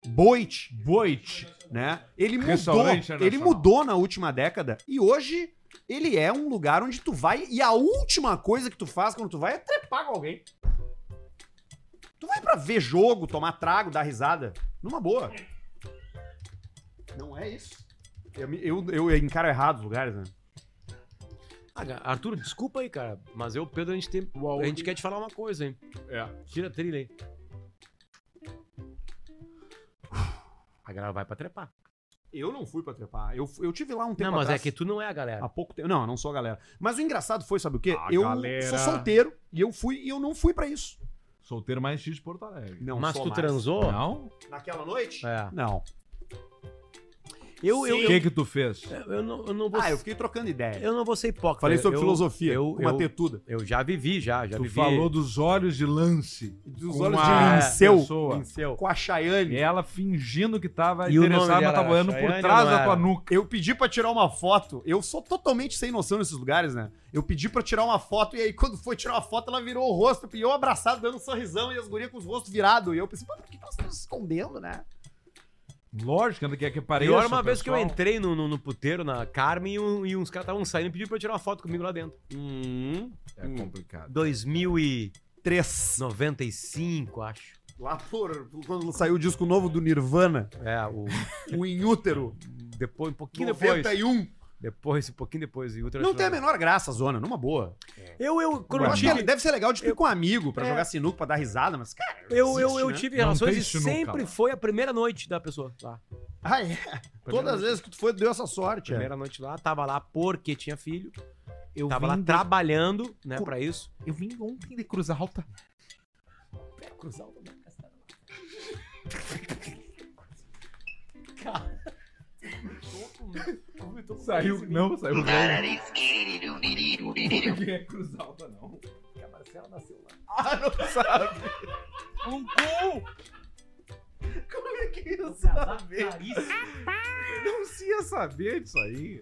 [SPEAKER 1] Boite,
[SPEAKER 2] Boite.
[SPEAKER 1] né? Ele mudou,
[SPEAKER 2] Restaurante internacional.
[SPEAKER 1] ele mudou na última década e hoje ele é um lugar onde tu vai e a última coisa que tu faz quando tu vai é trepar com alguém. Tu vai pra ver jogo, tomar trago, dar risada, numa boa. Não é isso. Eu, me- eu, eu encaro errado os lugares, né?
[SPEAKER 3] Ah, Arthur, desculpa aí, cara, mas eu, Pedro, a gente tem. A gente quer te falar uma coisa, hein?
[SPEAKER 2] É.
[SPEAKER 3] Tira a trilha aí. A galera vai pra trepar.
[SPEAKER 1] Eu não fui pra trepar. Eu, eu tive lá um tempo
[SPEAKER 3] Não, mas
[SPEAKER 1] atrás.
[SPEAKER 3] é que tu não é a galera.
[SPEAKER 1] Há pouco tempo. Não, eu não sou a galera. Mas o engraçado foi, sabe o quê?
[SPEAKER 2] A
[SPEAKER 1] eu
[SPEAKER 2] galera.
[SPEAKER 1] sou solteiro e eu fui e eu não fui pra isso.
[SPEAKER 2] Solteiro mais X de Porto Alegre.
[SPEAKER 1] Não,
[SPEAKER 3] mas
[SPEAKER 1] sou
[SPEAKER 3] tu
[SPEAKER 1] mais.
[SPEAKER 3] transou?
[SPEAKER 2] Não?
[SPEAKER 1] Naquela noite?
[SPEAKER 3] É.
[SPEAKER 1] Não.
[SPEAKER 3] Eu, eu,
[SPEAKER 2] O
[SPEAKER 3] eu,
[SPEAKER 2] que que tu fez?
[SPEAKER 3] eu não, eu não vou.
[SPEAKER 1] Ah, eu
[SPEAKER 3] eu...
[SPEAKER 1] fiquei trocando ideia.
[SPEAKER 3] não vou ser hipócrita.
[SPEAKER 1] Falei sobre
[SPEAKER 3] eu,
[SPEAKER 1] filosofia,
[SPEAKER 3] Eu,
[SPEAKER 1] uma
[SPEAKER 3] eu,
[SPEAKER 1] tetuda.
[SPEAKER 3] eu já vivi, já. Já
[SPEAKER 2] Tu
[SPEAKER 3] vivi.
[SPEAKER 2] falou dos olhos de lance.
[SPEAKER 1] Dos
[SPEAKER 2] com
[SPEAKER 1] olhos
[SPEAKER 2] a
[SPEAKER 1] de Linceu
[SPEAKER 2] pessoa.
[SPEAKER 3] Pincel.
[SPEAKER 1] com a
[SPEAKER 2] E
[SPEAKER 3] É.
[SPEAKER 1] Chayane.
[SPEAKER 2] ela fingindo que tava
[SPEAKER 3] E o nome
[SPEAKER 2] interessada, mas
[SPEAKER 3] dela
[SPEAKER 2] tava
[SPEAKER 3] era
[SPEAKER 2] olhando por
[SPEAKER 3] Chayane
[SPEAKER 2] trás
[SPEAKER 3] ou
[SPEAKER 2] da
[SPEAKER 3] não
[SPEAKER 2] tua
[SPEAKER 3] era?
[SPEAKER 2] nuca.
[SPEAKER 1] Eu pedi pra tirar uma foto. Eu sou totalmente sem noção nesses lugares, né? Eu pedi pra tirar uma foto e aí quando foi tirar uma foto, ela virou o rosto e eu abraçado, dando um sorrisão e as gurias com os rostos virados. E eu pensei, mas por que nós estamos escondendo, né?
[SPEAKER 2] Lógico que ela quer que pareça.
[SPEAKER 3] Pior uma vez que eu
[SPEAKER 2] pessoal.
[SPEAKER 3] entrei no, no, no puteiro, na Carmen, e, um- e uns caras estavam saindo e pediram pra eu tirar uma foto comigo lá dentro.
[SPEAKER 2] É complicado.
[SPEAKER 3] 2095,
[SPEAKER 1] Três.
[SPEAKER 3] acho.
[SPEAKER 1] Lá por quando saiu o disco novo do Nirvana,
[SPEAKER 3] É, o.
[SPEAKER 1] o Inútero,
[SPEAKER 3] Depois, um pouquinho depois.
[SPEAKER 1] 91.
[SPEAKER 3] Depois, um pouquinho depois, e outra.
[SPEAKER 1] Não tem a menor graça a zona, numa boa.
[SPEAKER 3] Eu, eu, quando
[SPEAKER 1] Eu
[SPEAKER 3] eu
[SPEAKER 1] acho que
[SPEAKER 3] tive,
[SPEAKER 1] deve ser legal de ir com um amigo pra
[SPEAKER 3] É.
[SPEAKER 1] jogar sinuca, pra dar risada, mas, cara,
[SPEAKER 3] eu, eu,
[SPEAKER 1] existe,
[SPEAKER 3] eu
[SPEAKER 1] né?
[SPEAKER 3] tive
[SPEAKER 2] Não
[SPEAKER 3] relações
[SPEAKER 2] tem
[SPEAKER 3] e
[SPEAKER 2] sinuca
[SPEAKER 3] sempre
[SPEAKER 2] lá.
[SPEAKER 3] foi a primeira noite da pessoa lá.
[SPEAKER 1] Ah, é. Todas as vezes que tu foi, deu essa sorte. é.
[SPEAKER 3] Primeira noite lá, tava lá porque tinha filho.
[SPEAKER 9] Eu
[SPEAKER 3] tava lá
[SPEAKER 9] vim de-
[SPEAKER 3] trabalhando, né, pra isso.
[SPEAKER 9] Eu vim ontem de Cruz Alta.
[SPEAKER 1] né?
[SPEAKER 9] Saiu, não, saiu. Ninguém é Cruz Alta, não.
[SPEAKER 2] Não se ia saber disso aí.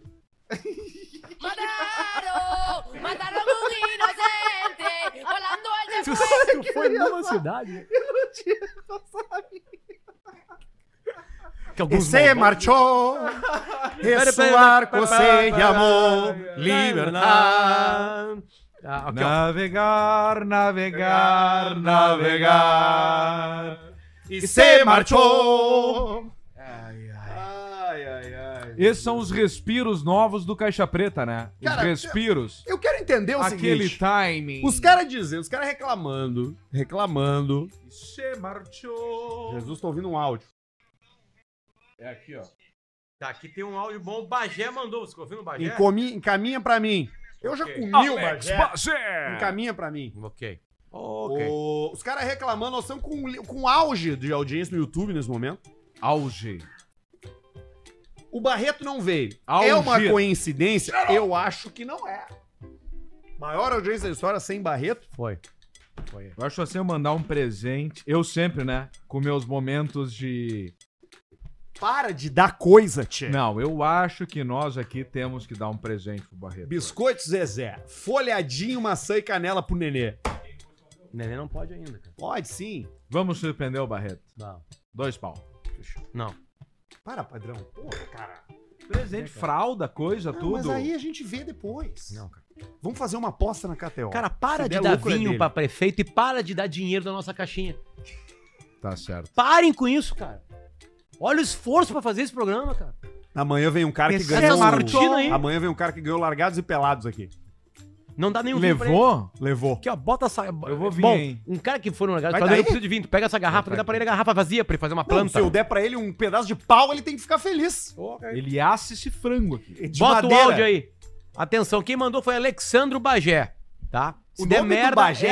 [SPEAKER 11] Mataram! Mataram um inocente! Rolando el
[SPEAKER 3] Tu sabe que foi numa cidade? Que
[SPEAKER 1] E
[SPEAKER 3] alguns
[SPEAKER 1] se marchou, e su arco se llamó libertad.
[SPEAKER 3] Ah, aqui, ó.
[SPEAKER 2] Navegar, navegar, navegar.
[SPEAKER 1] E se marchou.
[SPEAKER 7] Ai, ai, ai.
[SPEAKER 2] Esses são os respiros novos do Caixa Preta, né? Os
[SPEAKER 1] Cara,
[SPEAKER 2] respiros.
[SPEAKER 1] Eu quero entender o
[SPEAKER 2] Aquele
[SPEAKER 1] seguinte.
[SPEAKER 2] timing.
[SPEAKER 1] Os caras dizendo, os caras reclamando, reclamando.
[SPEAKER 2] Se marchou.
[SPEAKER 1] Jesus, tô ouvindo um áudio.
[SPEAKER 2] É aqui, ó.
[SPEAKER 3] Tá, aqui tem um áudio bom. O Bagé mandou. Você confia no Bagé?
[SPEAKER 1] Encomi, encaminha pra mim. Eu já
[SPEAKER 3] Ok.
[SPEAKER 1] comi o Bagé.
[SPEAKER 2] Bagé.
[SPEAKER 1] Encaminha pra mim.
[SPEAKER 3] Ok.
[SPEAKER 1] O- os caras reclamando, nós estamos com, um li- com auge de audiência no YouTube nesse momento.
[SPEAKER 2] Auge.
[SPEAKER 1] O Barreto não veio.
[SPEAKER 2] Auge.
[SPEAKER 1] É uma coincidência? Eu acho que não é. Maior audiência da história sem Barreto?
[SPEAKER 3] Foi.
[SPEAKER 2] Eu acho assim eu mandar um presente. Eu sempre, né? Com meus momentos de.
[SPEAKER 1] Para de dar coisa, tchê.
[SPEAKER 2] Não, eu acho que nós aqui temos que dar um presente pro Barreto.
[SPEAKER 1] Biscoito Zezé, folhadinho, maçã e canela pro nenê.
[SPEAKER 3] Neném não pode ainda, cara.
[SPEAKER 1] Pode sim.
[SPEAKER 2] Vamos surpreender o Barreto.
[SPEAKER 3] Não.
[SPEAKER 2] Dois pau.
[SPEAKER 1] Para, padrão. Porra, cara.
[SPEAKER 2] Presente, fralda, coisa,
[SPEAKER 1] Não,
[SPEAKER 2] tudo.
[SPEAKER 1] mas aí a gente vê depois.
[SPEAKER 3] Não,
[SPEAKER 1] cara. Vamos fazer uma aposta na KTO.
[SPEAKER 3] Cara, para
[SPEAKER 1] Se
[SPEAKER 3] de
[SPEAKER 1] der
[SPEAKER 3] dar
[SPEAKER 1] lucro é
[SPEAKER 3] vinho
[SPEAKER 1] dele.
[SPEAKER 3] pra prefeito e para de dar dinheiro da nossa caixinha.
[SPEAKER 2] Tá certo.
[SPEAKER 3] Parem com isso, cara. Olha o esforço pra fazer esse programa, cara.
[SPEAKER 1] amanhã vem um cara que
[SPEAKER 3] Essa
[SPEAKER 1] ganhou.
[SPEAKER 3] Martina aí.
[SPEAKER 1] Amanhã vem um cara que ganhou largados e pelados aqui.
[SPEAKER 3] Não dá nenhum
[SPEAKER 2] um
[SPEAKER 3] vinho pra ele.
[SPEAKER 2] Levou?
[SPEAKER 1] Levou.
[SPEAKER 3] Aqui, ó, bota essa.
[SPEAKER 2] Eu vou vir,
[SPEAKER 3] Bom,
[SPEAKER 2] hein?
[SPEAKER 3] um cara que for no lugar,
[SPEAKER 1] Vai
[SPEAKER 3] fala,
[SPEAKER 1] daí?
[SPEAKER 3] eu preciso de vinho. Tu pega essa garrafa, dá pra ele a garrafa vazia pra ele fazer uma
[SPEAKER 1] Não,
[SPEAKER 3] planta.
[SPEAKER 1] se eu der pra ele um pedaço de pau, ele tem que ficar feliz.
[SPEAKER 2] Ele assa esse frango aqui.
[SPEAKER 1] De
[SPEAKER 3] Bota
[SPEAKER 1] madeira.
[SPEAKER 3] o áudio aí. Atenção, quem mandou foi Alexandro Bagé, tá?
[SPEAKER 1] O nome do Bagé